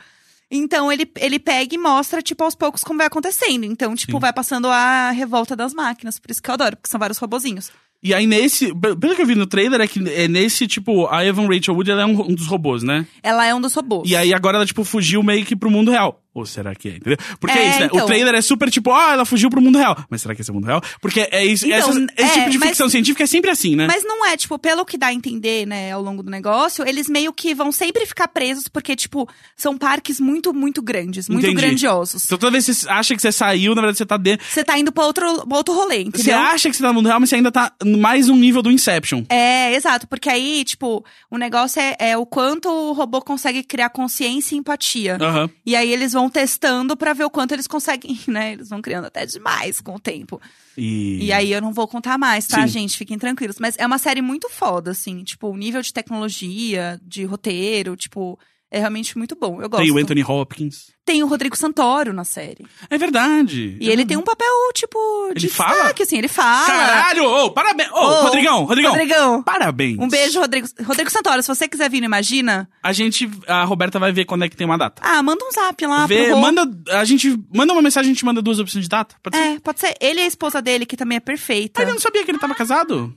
Speaker 3: Então, ele, ele pega e mostra, tipo, aos poucos como vai acontecendo. Então, tipo,
Speaker 2: Sim.
Speaker 3: vai passando a revolta das máquinas. Por isso que eu adoro, porque são vários robozinhos.
Speaker 2: E aí nesse, pe- pelo que eu vi no trailer, é que é nesse, tipo, a Evan Rachel Wood, ela é um, um dos robôs, né?
Speaker 3: Ela é um dos robôs.
Speaker 2: E aí agora ela, tipo, fugiu meio que pro mundo real. Ou será que é, entendeu? Porque é,
Speaker 3: É,
Speaker 2: isso, né? O
Speaker 3: então.
Speaker 2: trailer é super tipo, ah, ela fugiu pro mundo real. Mas será que esse é o mundo real? Porque é isso,
Speaker 3: Então,
Speaker 2: essas- esse
Speaker 3: é,
Speaker 2: tipo de
Speaker 3: mas-
Speaker 2: ficção científica é sempre assim, né?
Speaker 3: Mas não é, tipo, pelo que dá a entender, né, ao longo do negócio, eles meio que vão sempre ficar presos, porque, tipo, são parques muito, muito grandes, muito
Speaker 2: Entendi.
Speaker 3: grandiosos.
Speaker 2: Então toda vez que você acha que você saiu, na verdade você tá dentro.
Speaker 3: Você tá indo pra outro, pra outro rolê, entendeu?
Speaker 2: Você acha que você tá no mundo real, mas você ainda tá no mais um nível do Inception.
Speaker 3: É, exato, porque aí, tipo, o negócio é, é o quanto o robô consegue criar consciência e empatia.
Speaker 2: Aham.
Speaker 3: E aí eles vão testando pra ver o quanto eles conseguem, né? Eles vão criando até demais com o tempo.
Speaker 2: E...
Speaker 3: E aí eu não vou contar mais, tá,
Speaker 2: Sim.
Speaker 3: gente? Fiquem tranquilos. Mas é uma série muito foda, assim. Tipo, o nível de tecnologia, de roteiro, tipo, é realmente muito bom. Eu gosto.
Speaker 2: Tem o Anthony Hopkins.
Speaker 3: Tem o Rodrigo Santoro na série.
Speaker 2: É verdade.
Speaker 3: E ele tem um papel, tipo, de
Speaker 2: Ele fala?
Speaker 3: destaque, assim. Ele fala.
Speaker 2: Caralho! Ô, parabéns! Ô,
Speaker 3: Ô,
Speaker 2: Rodrigão, Rodrigão!
Speaker 3: Rodrigão.
Speaker 2: Parabéns!
Speaker 3: Um beijo, Rodrigo. Rodrigo Santoro, se você quiser vir no Imagina,
Speaker 2: A gente, a Roberta vai ver quando é que tem uma data.
Speaker 3: ah, manda um zap lá
Speaker 2: Vê,
Speaker 3: pro Rô.
Speaker 2: manda, um a gente manda uma mensagem, a gente manda duas opções de data. Pode ser?
Speaker 3: É, pode ser. Ele e a esposa dele, que também é perfeita.
Speaker 2: Ah, eu não sabia que ele tava casado.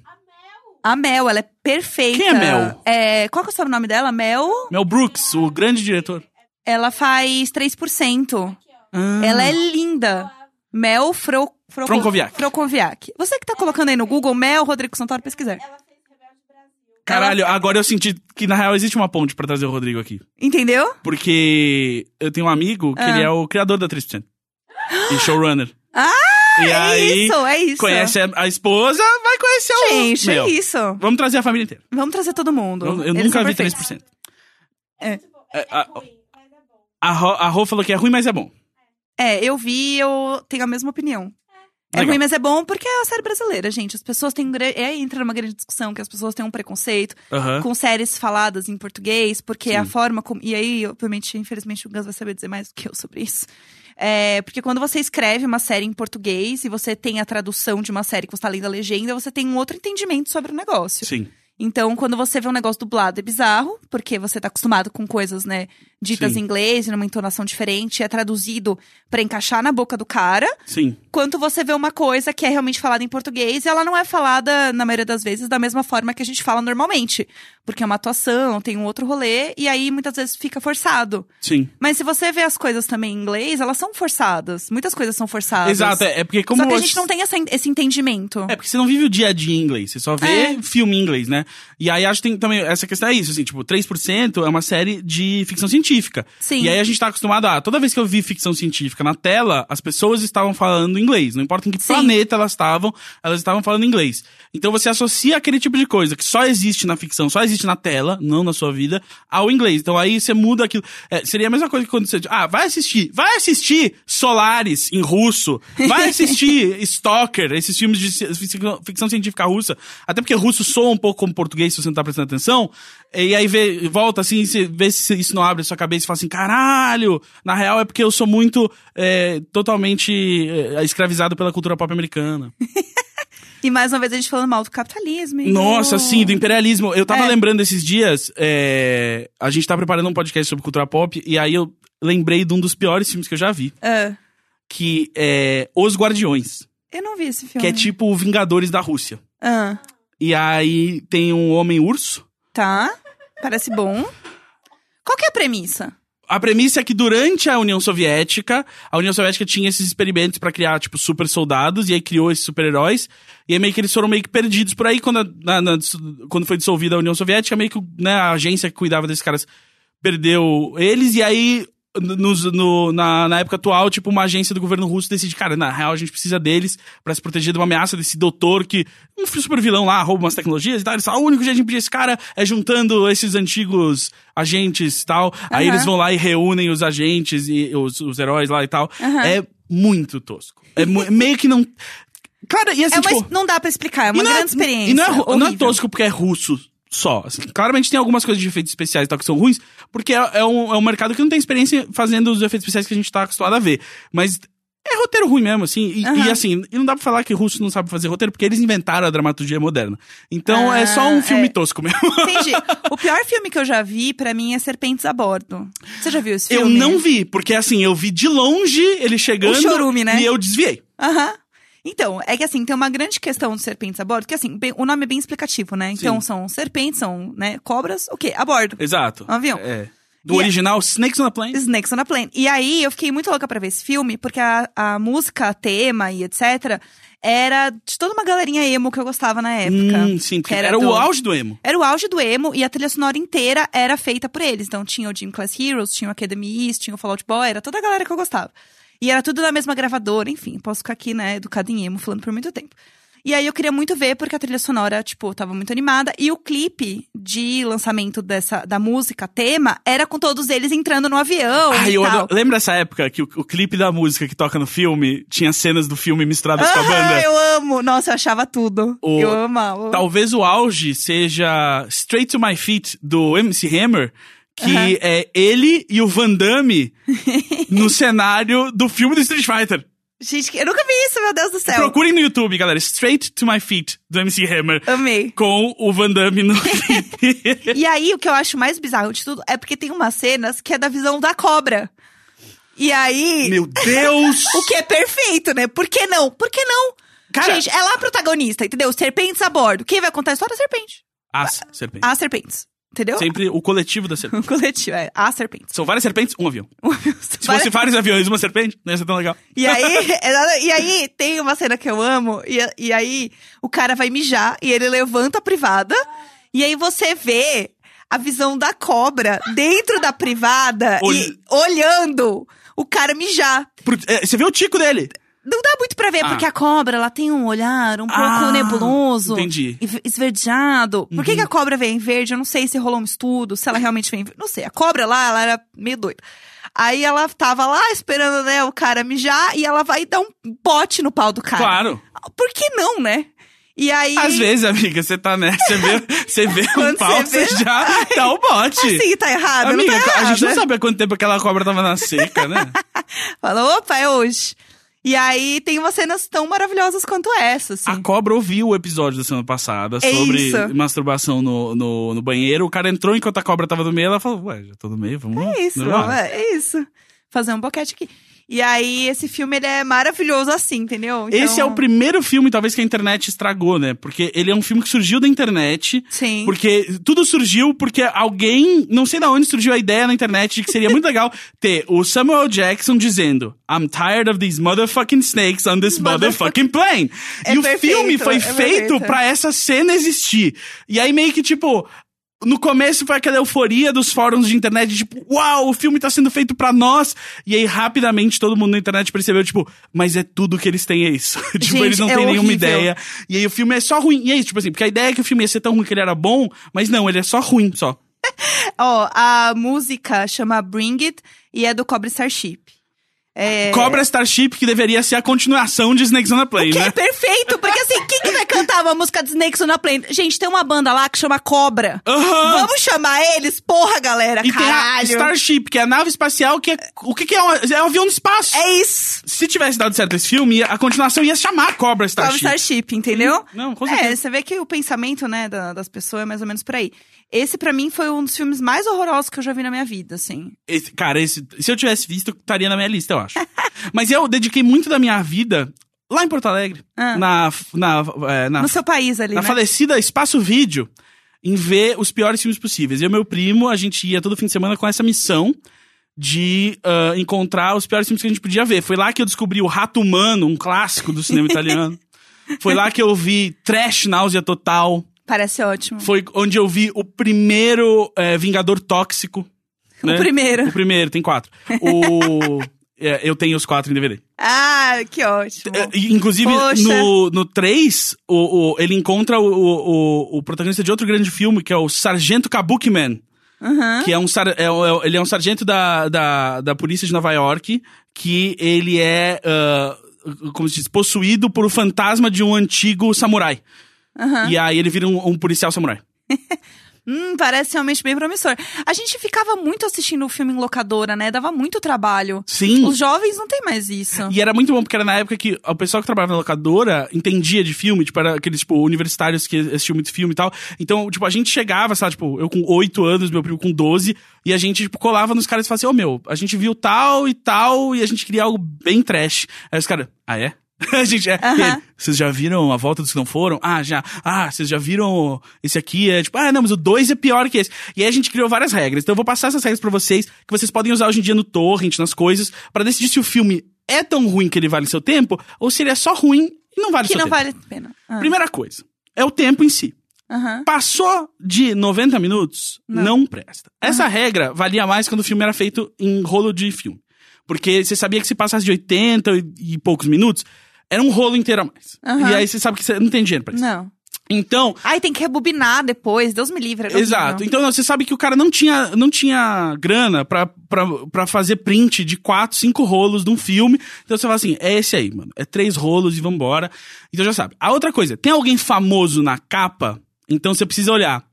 Speaker 3: A Mel, ela é perfeita.
Speaker 2: Quem é Mel?
Speaker 3: É, qual que é o sobrenome dela? Mel,
Speaker 2: Mel Brooks, o grande diretor.
Speaker 3: ela faz 3%.
Speaker 2: Ah,
Speaker 3: Ela é linda. Mel Fro... Fro...
Speaker 2: Frankoviak.
Speaker 3: Frankoviak. Você que tá colocando aí no Google, Mel Rodrigo Santoro, pesquisar.
Speaker 2: Caralho, agora eu senti que na real existe uma ponte pra trazer o Rodrigo aqui.
Speaker 3: Entendeu?
Speaker 2: Porque eu tenho um amigo que
Speaker 3: Ah.
Speaker 2: ele é o criador da 3%. E showrunner.
Speaker 3: Ah,
Speaker 2: e
Speaker 3: é
Speaker 2: aí,
Speaker 3: isso, é isso.
Speaker 2: conhece a, a esposa, vai conhecer o
Speaker 3: Gente,
Speaker 2: Mel.
Speaker 3: é isso.
Speaker 2: Vamos trazer a família inteira.
Speaker 3: Vamos trazer todo mundo.
Speaker 2: Eu, eu
Speaker 3: Eles
Speaker 2: nunca
Speaker 3: são
Speaker 2: vi
Speaker 3: perfeitos.
Speaker 2: 3%.
Speaker 3: É.
Speaker 2: É, a, a, Ro, a Ro falou que é ruim, mas é bom.
Speaker 3: É, eu vi, eu tenho a mesma opinião. É
Speaker 2: Legal.
Speaker 3: ruim, mas é bom porque é a série brasileira, gente. As pessoas têm. um gran- É, entra numa grande discussão que as pessoas têm um preconceito
Speaker 2: Aham.
Speaker 3: com séries faladas em português, porque
Speaker 2: Sim.
Speaker 3: a forma como. E aí, obviamente, infelizmente, o Gus vai saber dizer mais do que eu sobre isso. É, porque quando você escreve uma série em português e você tem a tradução de uma série que você tá lendo a legenda, você tem um outro entendimento sobre o negócio.
Speaker 2: Sim.
Speaker 3: Então, quando você vê um negócio dublado, é bizarro, porque você tá acostumado com coisas, né, ditas
Speaker 2: Sim.
Speaker 3: em inglês, numa entonação diferente, é traduzido pra encaixar na boca do cara,
Speaker 2: Sim.
Speaker 3: quanto você vê uma coisa que é realmente falada em português e ela não é falada, na maioria das vezes, da mesma forma que a gente fala normalmente. Porque é uma atuação, tem um outro rolê, e aí muitas vezes fica forçado.
Speaker 2: Sim.
Speaker 3: Mas se você vê as coisas também em inglês, elas são forçadas. Muitas coisas são forçadas.
Speaker 2: Exato, é, é porque como
Speaker 3: Só que a
Speaker 2: hoje-
Speaker 3: gente não tem essa- esse entendimento.
Speaker 2: É porque você não vive o dia a dia em inglês, você só vê
Speaker 3: É.
Speaker 2: filme em inglês, né? E aí acho que tem também essa questão é isso, assim, tipo, 3% é uma série de ficção científica.
Speaker 3: Sim.
Speaker 2: E aí a gente tá acostumado a, toda vez que eu vi ficção científica na tela, as pessoas estavam falando inglês, não importa em que
Speaker 3: Sim.
Speaker 2: planeta elas estavam, elas estavam falando inglês. Então você associa aquele tipo de coisa que só existe na ficção, só existe na tela, não na sua vida, ao inglês. Então aí você muda aquilo. É, seria a mesma coisa que quando você, ah, vai assistir, vai assistir Solaris em russo, vai assistir Stalker, esses filmes de ci- ficção, ficção científica russa, até porque russo soa um pouco como português se você não tá prestando atenção. E aí vê, volta assim, você vê se isso não abre a sua cabeça e fala assim, caralho, na real é porque eu sou muito é, totalmente é, escravizado pela cultura pop americana.
Speaker 3: E mais uma vez a gente falando mal do capitalismo. e
Speaker 2: Nossa,
Speaker 3: do-
Speaker 2: sim, do imperialismo. Eu tava
Speaker 3: É.
Speaker 2: lembrando esses dias, é, a gente tá preparando um podcast sobre cultura pop, e aí eu lembrei de um dos piores filmes que eu já vi,
Speaker 3: Ah,
Speaker 2: que é Os Guardiões,
Speaker 3: eu não vi esse filme.
Speaker 2: que é tipo o Vingadores da Rússia.
Speaker 3: Ah,
Speaker 2: E aí tem um homem-urso.
Speaker 3: tá. Parece bom. Qual que é a premissa?
Speaker 2: A premissa é que durante a União Soviética, a União Soviética tinha esses experimentos pra criar, tipo, super soldados, e aí criou esses super-heróis, e aí meio que eles foram meio que perdidos por aí, quando, a- na- na- quando foi dissolvida a União Soviética, meio que né, a agência que cuidava desses caras perdeu eles, e aí, nos- no- na, na época atual, tipo, uma agência do governo russo decide, cara, na real a gente precisa deles pra se proteger de uma ameaça desse doutor que, um super vilão lá, rouba umas tecnologias e tal, eles falam, "Ah, o único jeito de impedir esse cara é juntando esses antigos agentes e tal, aí
Speaker 3: Aham.
Speaker 2: eles vão lá e reúnem os agentes e os, os heróis lá e tal,
Speaker 3: Aham.
Speaker 2: é muito tosco, é mu- meio que não... Cara, e assim,
Speaker 3: É uma,
Speaker 2: tipo...
Speaker 3: es- não dá pra explicar, é uma
Speaker 2: E não é-
Speaker 3: grande experiência.
Speaker 2: E não é, ru- não é
Speaker 3: horrível.
Speaker 2: tosco porque é russo. só. Assim, claramente tem algumas coisas de efeitos especiais e tal que são ruins, porque é, é um, é um mercado que não tem experiência fazendo os efeitos especiais que a gente tá acostumado a ver. Mas é roteiro ruim mesmo, assim. E,
Speaker 3: Aham.
Speaker 2: e, assim, e não dá pra falar que russo não sabe fazer roteiro, porque eles inventaram a dramaturgia moderna. Então é só
Speaker 3: Ah,
Speaker 2: um filme
Speaker 3: é.
Speaker 2: tosco mesmo.
Speaker 3: Entendi. O pior filme que eu já vi, pra mim, é Serpentes a Bordo. Você já viu esse
Speaker 2: Eu
Speaker 3: filme?
Speaker 2: não vi, porque assim, eu vi de longe ele chegando
Speaker 3: O chorume, né?
Speaker 2: e eu desviei.
Speaker 3: Aham. Então, é que assim, tem uma grande questão de serpentes a bordo, que assim, bem- o nome é bem explicativo, né? Então, são serpentes, são, né, cobras, o quê? A bordo.
Speaker 2: Exato.
Speaker 3: Um avião.
Speaker 2: É. Do
Speaker 3: E-
Speaker 2: original, Snakes on a Plane.
Speaker 3: Snakes on a Plane. E aí, eu fiquei muito louca pra ver esse filme, porque a, a música, tema e etc, era de toda uma galerinha emo que eu gostava na época.
Speaker 2: Hum, sim, porque
Speaker 3: Que
Speaker 2: era,
Speaker 3: era
Speaker 2: o
Speaker 3: do-
Speaker 2: auge do emo.
Speaker 3: Era o auge do emo e a trilha sonora inteira era feita por eles. Então tinha o Gym Class Heroes, tinha o Academy East, tinha o Fallout Boy, era toda a galera que eu gostava. E era tudo na mesma gravadora, enfim, posso ficar aqui, né, educada em emo, falando por muito tempo. E aí eu queria muito ver, porque a trilha sonora, tipo, tava muito animada. E o clipe de lançamento dessa, da música, tema, era com todos eles entrando no avião
Speaker 2: Ai,
Speaker 3: e
Speaker 2: eu
Speaker 3: tal.
Speaker 2: adoro- Lembra essa época que o, o clipe da música que toca no filme tinha cenas do filme misturadas com a
Speaker 3: Aham,
Speaker 2: banda?
Speaker 3: eu amo! Nossa, eu achava tudo.
Speaker 2: O-
Speaker 3: Eu amava.
Speaker 2: Talvez o auge seja Straight to My Feet, do MC Hammer, que
Speaker 3: Aham.
Speaker 2: é ele e o Van Damme no cenário do filme do Street Fighter.
Speaker 3: Gente, eu nunca vi isso, meu Deus do céu.
Speaker 2: Procurem no YouTube, galera. Straight to My Feet, do MC Hammer,
Speaker 3: Amei.
Speaker 2: com o Van Damme no clipe.
Speaker 3: E aí, o que eu acho mais bizarro de tudo é porque tem umas cenas que é da visão da cobra. E aí.
Speaker 2: Meu Deus!
Speaker 3: O que é perfeito, né? Por que não? Por que não?
Speaker 2: Cara-
Speaker 3: Gente, ela é a protagonista, entendeu? Serpentes a bordo. Quem vai contar a história? A serpente.
Speaker 2: As serpentes.
Speaker 3: As serpentes. Entendeu?
Speaker 2: Sempre o coletivo da serpente.
Speaker 3: O coletivo, é. As serpentes.
Speaker 2: São várias serpentes, um avião. Se
Speaker 3: Várias-
Speaker 2: fosse vários aviões, uma serpente, não ia ser tão legal.
Speaker 3: E aí, ela- e aí tem uma cena que eu amo, e, e aí o cara vai mijar e ele levanta a privada, e aí você vê a visão da cobra dentro da privada
Speaker 2: Ol-
Speaker 3: e olhando o cara mijar.
Speaker 2: Pro- é, você vê o tico dele.
Speaker 3: Não dá muito pra ver,
Speaker 2: Ah.
Speaker 3: porque a cobra ela tem um olhar um pouco
Speaker 2: Ah,
Speaker 3: nebuloso.
Speaker 2: entendi. Uhum.
Speaker 3: e- Esverdeado. Por que, que a cobra vem verde? Eu não sei se rolou um estudo, se ela realmente vem verde. Não sei. A cobra lá, ela era meio doida. Aí ela tava lá esperando, né, o cara mijar e ela vai dar um bote no pau do cara.
Speaker 2: Claro.
Speaker 3: Por que não, né? E aí.
Speaker 2: Às vezes, amiga, você tá né? Você vê, você vê um
Speaker 3: Quando
Speaker 2: pau,
Speaker 3: você
Speaker 2: você
Speaker 3: vê-
Speaker 2: já dá o bote.
Speaker 3: Assim, tá errado.
Speaker 2: Amiga,
Speaker 3: não tá
Speaker 2: a
Speaker 3: errado.
Speaker 2: gente não sabe há quanto tempo aquela cobra tava na seca, né?
Speaker 3: Fala, opa, é hoje. E aí tem umas cenas tão maravilhosas quanto essa, assim.
Speaker 2: A cobra ouviu o episódio da semana passada sobre
Speaker 3: É isso.
Speaker 2: masturbação no, no, no banheiro. O cara entrou enquanto a cobra tava no meio. Ela falou, ué, já tô no meio, vamos
Speaker 3: É isso,
Speaker 2: vamos lá."
Speaker 3: é isso. Fazer um boquete aqui. E aí, esse filme, ele é maravilhoso assim, entendeu? Então-
Speaker 2: Esse é o primeiro filme, talvez, que a internet estragou, né? Porque ele é um filme que surgiu da internet.
Speaker 3: Sim.
Speaker 2: Porque tudo surgiu porque alguém, não sei da onde surgiu a ideia na internet de que seria muito legal ter o Samuel Jackson dizendo I'm tired of these motherfucking snakes on this motherfucking plane.
Speaker 3: É
Speaker 2: e o
Speaker 3: perfeito,
Speaker 2: filme foi
Speaker 3: é
Speaker 2: feito
Speaker 3: perfeito.
Speaker 2: pra essa cena existir. E aí meio que tipo no começo foi aquela euforia dos fóruns de internet, de, tipo, uau, o filme tá sendo feito pra nós. E aí, rapidamente, todo mundo na internet percebeu, tipo, mas é tudo que eles têm, é isso. tipo,
Speaker 3: Gente,
Speaker 2: eles não
Speaker 3: é
Speaker 2: têm nenhuma
Speaker 3: horrível.
Speaker 2: ideia. E aí o filme é só ruim. E é isso, tipo assim, porque a ideia é que o filme ia ser tão ruim que ele era bom, mas não, ele é só ruim, só.
Speaker 3: Ó, a música chama Bring It e é do Cobra Starship. É...
Speaker 2: Cobra Starship, que deveria ser a continuação de Snakes on a Plane,
Speaker 3: Que é
Speaker 2: né?
Speaker 3: perfeito, porque assim, quem que vai cantar uma música de Snakes on a Plane? Gente, tem uma banda lá que chama Cobra.
Speaker 2: Aham!
Speaker 3: Vamos chamar eles? Porra, galera,
Speaker 2: E tem a
Speaker 3: caralho.
Speaker 2: Starship, que é a nave espacial, que é. O que, que é? Um, é um avião no espaço.
Speaker 3: É isso.
Speaker 2: Se tivesse dado certo esse filme, a continuação ia chamar Cobra
Speaker 3: Cobra
Speaker 2: Starship.
Speaker 3: Starship, entendeu?
Speaker 2: Não, com certeza.
Speaker 3: É, você vê que o pensamento, né, da- das pessoas é mais ou menos por aí. Esse, pra mim, foi um dos filmes mais horrorosos que eu já vi na minha vida, assim.
Speaker 2: Esse- cara, esse- se eu tivesse visto, estaria na minha lista, eu acho. Mas eu dediquei muito da minha vida lá em Porto Alegre,
Speaker 3: Ah.
Speaker 2: na, na, é, na,
Speaker 3: No seu país ali,
Speaker 2: na
Speaker 3: né?
Speaker 2: falecida Espaço Vídeo, em ver os piores filmes possíveis. Eu e meu primo, a gente ia todo fim de semana com essa missão de ah, encontrar os piores filmes que a gente podia ver. Foi lá que eu descobri o Rato Humano, um clássico do cinema italiano. Foi lá que eu vi Trash Náusea Total.
Speaker 3: Parece ótimo.
Speaker 2: Foi onde eu vi o primeiro eh, Vingador Tóxico.
Speaker 3: O
Speaker 2: né?
Speaker 3: primeiro.
Speaker 2: O primeiro, tem quatro. O. é, eu tenho os quatro em DVD.
Speaker 3: Ah, que ótimo.
Speaker 2: É, e, inclusive,
Speaker 3: Poxa.
Speaker 2: no, no 3, o, o- ele encontra o, o, o- o protagonista de outro grande filme, que é o Sargento Kabuki Man.
Speaker 3: Aham.
Speaker 2: Que é um, sar- é um- é um- ele é um sargento da, da, da polícia de Nova York, que ele é, ah, como se diz, possuído por o fantasma de um antigo samurai.
Speaker 3: Aham.
Speaker 2: E aí ele vira um, um policial samurai.
Speaker 3: Hum, parece realmente bem promissor. A gente ficava muito assistindo o filme em locadora, né? Dava muito trabalho.
Speaker 2: Sim.
Speaker 3: Os jovens não têm mais isso.
Speaker 2: E era muito bom, porque era na época que o pessoal que trabalhava na locadora entendia de filme, tipo, era aqueles, tipo, universitários que assistiam muito filme e tal. Então, tipo, a gente chegava, sabe, tipo, eu com 8 anos, meu primo com 12, e a gente, tipo, colava nos caras e falava assim, ô meu, a gente viu tal e tal, e a gente queria algo bem trash. Aí os caras, ah é? A gente, é,
Speaker 3: Aham.
Speaker 2: e ele, vocês já viram a volta dos que não foram? Ah, já. Ah, vocês já viram esse aqui? É tipo, ah, não, mas o 2 é pior que esse. E aí a gente criou várias regras. Então eu vou passar essas regras pra vocês, que vocês podem usar hoje em dia no torrent, nas coisas, pra decidir se o filme é tão ruim que ele vale seu tempo, ou se ele é só ruim e não vale
Speaker 3: que
Speaker 2: seu
Speaker 3: não
Speaker 2: tempo.
Speaker 3: vale a pena. Ah,
Speaker 2: Primeira coisa, é o tempo em si.
Speaker 3: aham.
Speaker 2: Passou de 90 minutos, não, presta. Essa regra valia mais quando o filme era feito em rolo de filme. Porque você sabia que se passasse de 80 e, e poucos minutos, era um rolo inteiro a mais.
Speaker 3: Aham.
Speaker 2: E aí você sabe que você não tem dinheiro pra isso.
Speaker 3: Não.
Speaker 2: Então,
Speaker 3: Ai, tem que rebobinar depois. Deus me livre. era
Speaker 2: Exato.
Speaker 3: horrível.
Speaker 2: Então, não, você sabe que o cara não tinha, não tinha grana pra, pra, pra fazer print de quatro, cinco rolos de um filme. Então você fala assim, é esse aí, mano. É três rolos e vambora. Então já sabe. A outra coisa, tem alguém famoso na capa? Então você precisa olhar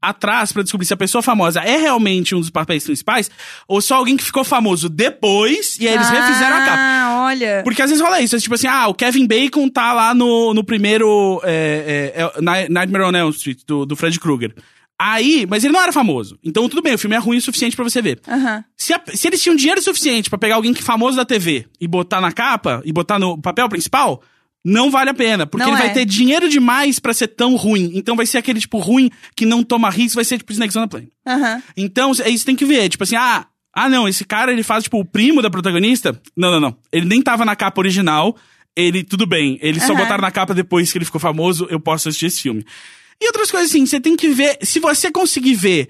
Speaker 2: atrás pra descobrir se a pessoa famosa é realmente um dos papéis principais ou só alguém que ficou famoso depois e aí eles refizeram a capa.
Speaker 3: Ah, olha.
Speaker 2: Porque às vezes rola isso, é tipo assim, ah, o Kevin Bacon tá lá no, no primeiro é, é, é, Ni- Nightmare on Elm Street, do, do Fred Krueger. Aí, mas ele não era famoso. Então tudo bem, o filme é ruim o suficiente pra você ver.
Speaker 3: Aham.
Speaker 2: Se, a- se eles tinham dinheiro suficiente pra pegar alguém que é famoso da TV e botar na capa, e botar no papel principal, não vale a pena. Porque
Speaker 3: Não
Speaker 2: ele
Speaker 3: é.
Speaker 2: vai ter dinheiro demais pra ser tão ruim. Então vai ser aquele tipo ruim que não toma risco, vai ser tipo Snakes on a Plane.
Speaker 3: Aham.
Speaker 2: Então, é isso que tem que ver. Tipo assim, ah, ah, não, esse cara ele faz, tipo, o primo da protagonista. Não, não, não. Ele nem tava na capa original. Ele, tudo bem. Eles só
Speaker 3: Aham.
Speaker 2: botaram na capa depois que ele ficou famoso. Eu posso assistir esse filme. E outras coisas assim, você tem que ver. Se você conseguir ver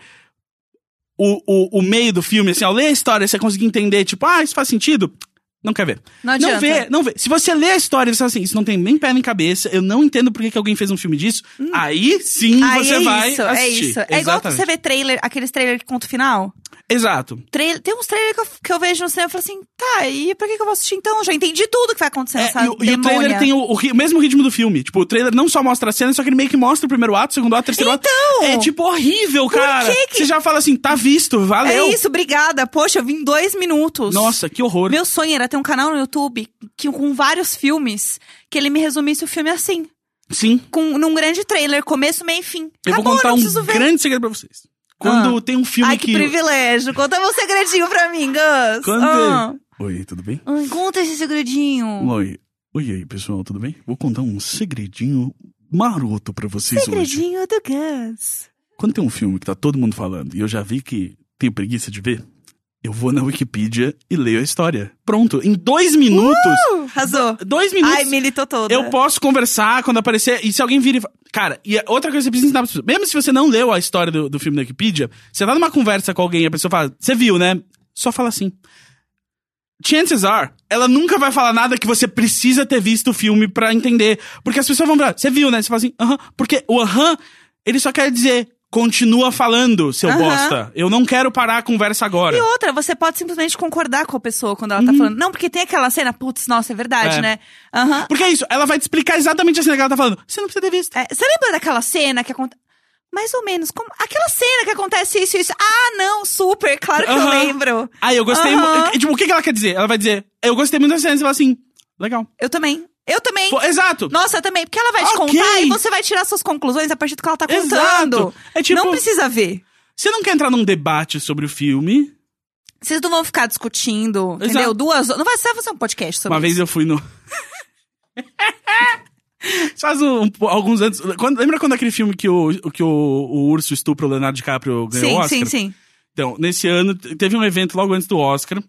Speaker 2: o, o, o meio do filme, assim, ao ler a história, você conseguir entender, tipo, ah, isso faz sentido. Não quer ver.
Speaker 3: Não adianta.
Speaker 2: não vê, não vê. Se você lê a história e você fala assim, isso não tem nem pé nem cabeça, eu não entendo por que, que alguém fez um filme disso, aí sim
Speaker 3: Hum. Aí
Speaker 2: você
Speaker 3: é
Speaker 2: vai
Speaker 3: isso, é
Speaker 2: assistir.
Speaker 3: isso. É igual
Speaker 2: Exatamente.
Speaker 3: você vê trailer, aqueles trailer que conta o final.
Speaker 2: Exato.
Speaker 3: Trailer- tem uns trailers que eu, que eu vejo no cinema e falo assim, tá, e pra que, que eu vou assistir então? Eu já entendi tudo que vai acontecer
Speaker 2: É,
Speaker 3: nessa
Speaker 2: e, o- e o
Speaker 3: demônia.
Speaker 2: trailer tem o, o ri- mesmo ritmo do filme. Tipo, o trailer não só mostra a cena, só que ele meio que mostra o primeiro ato, o segundo ato, o terceiro ato.
Speaker 3: Então!
Speaker 2: É tipo horrível,
Speaker 3: Por
Speaker 2: cara.
Speaker 3: que que-
Speaker 2: Você já fala assim, tá visto, valeu.
Speaker 3: É isso, obrigada. Poxa, eu vim em dois minutos.
Speaker 2: Nossa, que horror.
Speaker 3: Meu sonho era ter um canal no YouTube que, com vários filmes, que ele me resumisse o filme assim.
Speaker 2: Sim.
Speaker 3: Com, num grande trailer, começo, meio e fim.
Speaker 2: Eu
Speaker 3: Acabou,
Speaker 2: vou contar
Speaker 3: não
Speaker 2: um
Speaker 3: preciso ver. Ah.
Speaker 2: grande segredo pra vocês. Quando tem um filme
Speaker 3: Ai, que,
Speaker 2: que.
Speaker 3: privilégio. Conta um segredinho pra mim, Gus.
Speaker 2: Quando-
Speaker 3: Ah.
Speaker 2: Oi, tudo bem?
Speaker 3: Ai, conta esse segredinho.
Speaker 2: Oi. Oi aí, pessoal, tudo bem? Vou contar um segredinho maroto pra vocês
Speaker 3: Segredinho do Gus.
Speaker 2: Quando tem um filme que tá todo mundo falando e eu já vi que tenho preguiça de ver, eu vou na Wikipedia e leio a história. Pronto, em dois minutos.
Speaker 3: Uh, Arrasou.
Speaker 2: Dois minutos.
Speaker 3: Ai, militou toda.
Speaker 2: eu posso conversar quando aparecer. E se alguém vira e fala. Cara, e é outra coisa que você precisa ensinar pra pessoa. Mesmo se você não leu a história do, do filme da Wikipedia, você tá numa conversa com alguém e a pessoa fala, você viu, né? Só fala assim. Chances are, ela nunca vai falar nada que você precisa ter visto o filme pra entender. Porque as pessoas vão falar, você viu, né? Você fala assim, aham. Porque o aham, ele só quer dizer, continua falando, seu
Speaker 3: Aham.
Speaker 2: bosta. Eu não quero parar a conversa agora.
Speaker 3: E outra, você pode simplesmente concordar com a pessoa quando ela tá falando. Não, porque tem aquela cena, putz, nossa, é verdade,
Speaker 2: Uhum. É.
Speaker 3: né? Aham.
Speaker 2: Porque é isso, ela vai te explicar exatamente a cena que ela tá falando. Você não precisa ter visto.
Speaker 3: É, você lembra daquela cena que acontece. Mais ou menos. Como... Aquela cena que acontece isso e isso. Ah, não, super, claro que eu
Speaker 2: Aham.
Speaker 3: lembro.
Speaker 2: Ah, eu gostei.
Speaker 3: Aham.
Speaker 2: mu- Tipo, o que que ela quer dizer? Ela vai dizer, eu gostei muito da cena. Você fala assim, legal.
Speaker 3: Eu também. Eu também.
Speaker 2: Pô, exato.
Speaker 3: Nossa, eu também. Porque ela vai te
Speaker 2: Ok.
Speaker 3: contar e você vai tirar suas conclusões a partir do que ela tá contando.
Speaker 2: Exato. É tipo-
Speaker 3: Não precisa ver.
Speaker 2: Você não quer entrar num debate sobre o filme.
Speaker 3: Vocês não vão ficar discutindo,
Speaker 2: Exato.
Speaker 3: entendeu? Duas horas. Não vai ser fazer um podcast sobre
Speaker 2: Uma vez eu fui no... Faz um- um- alguns anos... quando- lembra quando aquele filme que o, que o, o urso estupra o Leonardo DiCaprio
Speaker 3: isso.
Speaker 2: ganhou o Oscar?
Speaker 3: sim, sim, sim.
Speaker 2: Então, nesse ano, t- teve um evento logo antes do Oscar,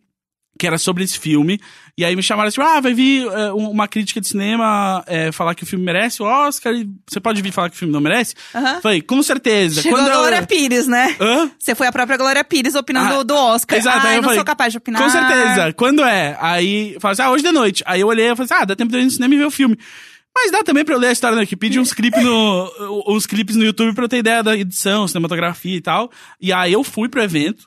Speaker 2: que era sobre esse filme. E aí me chamaram assim, ah, vai vir é, um- uma crítica de cinema é, falar que o filme merece o Oscar. E você pode vir falar que o filme não merece?
Speaker 3: Aham.
Speaker 2: Falei, com certeza.
Speaker 3: Chegou
Speaker 2: quando
Speaker 3: a
Speaker 2: eu-
Speaker 3: Glória Pires, né?
Speaker 2: Hã?
Speaker 3: Você foi a própria Glória Pires opinando
Speaker 2: Ah,
Speaker 3: do- do Oscar.
Speaker 2: Exato,
Speaker 3: Ai,
Speaker 2: aí eu
Speaker 3: não
Speaker 2: falei,
Speaker 3: sou capaz de opinar.
Speaker 2: Com certeza. Quando é? Aí fala assim, ah, hoje de noite. Aí eu olhei e falei assim, ah, dá tempo de eu ir no cinema e ver o filme. Mas dá também pra eu ler a história na Wikipedia e uns clipes no, uns clipes no YouTube pra eu ter ideia da edição, cinematografia e tal. E aí eu fui pro evento,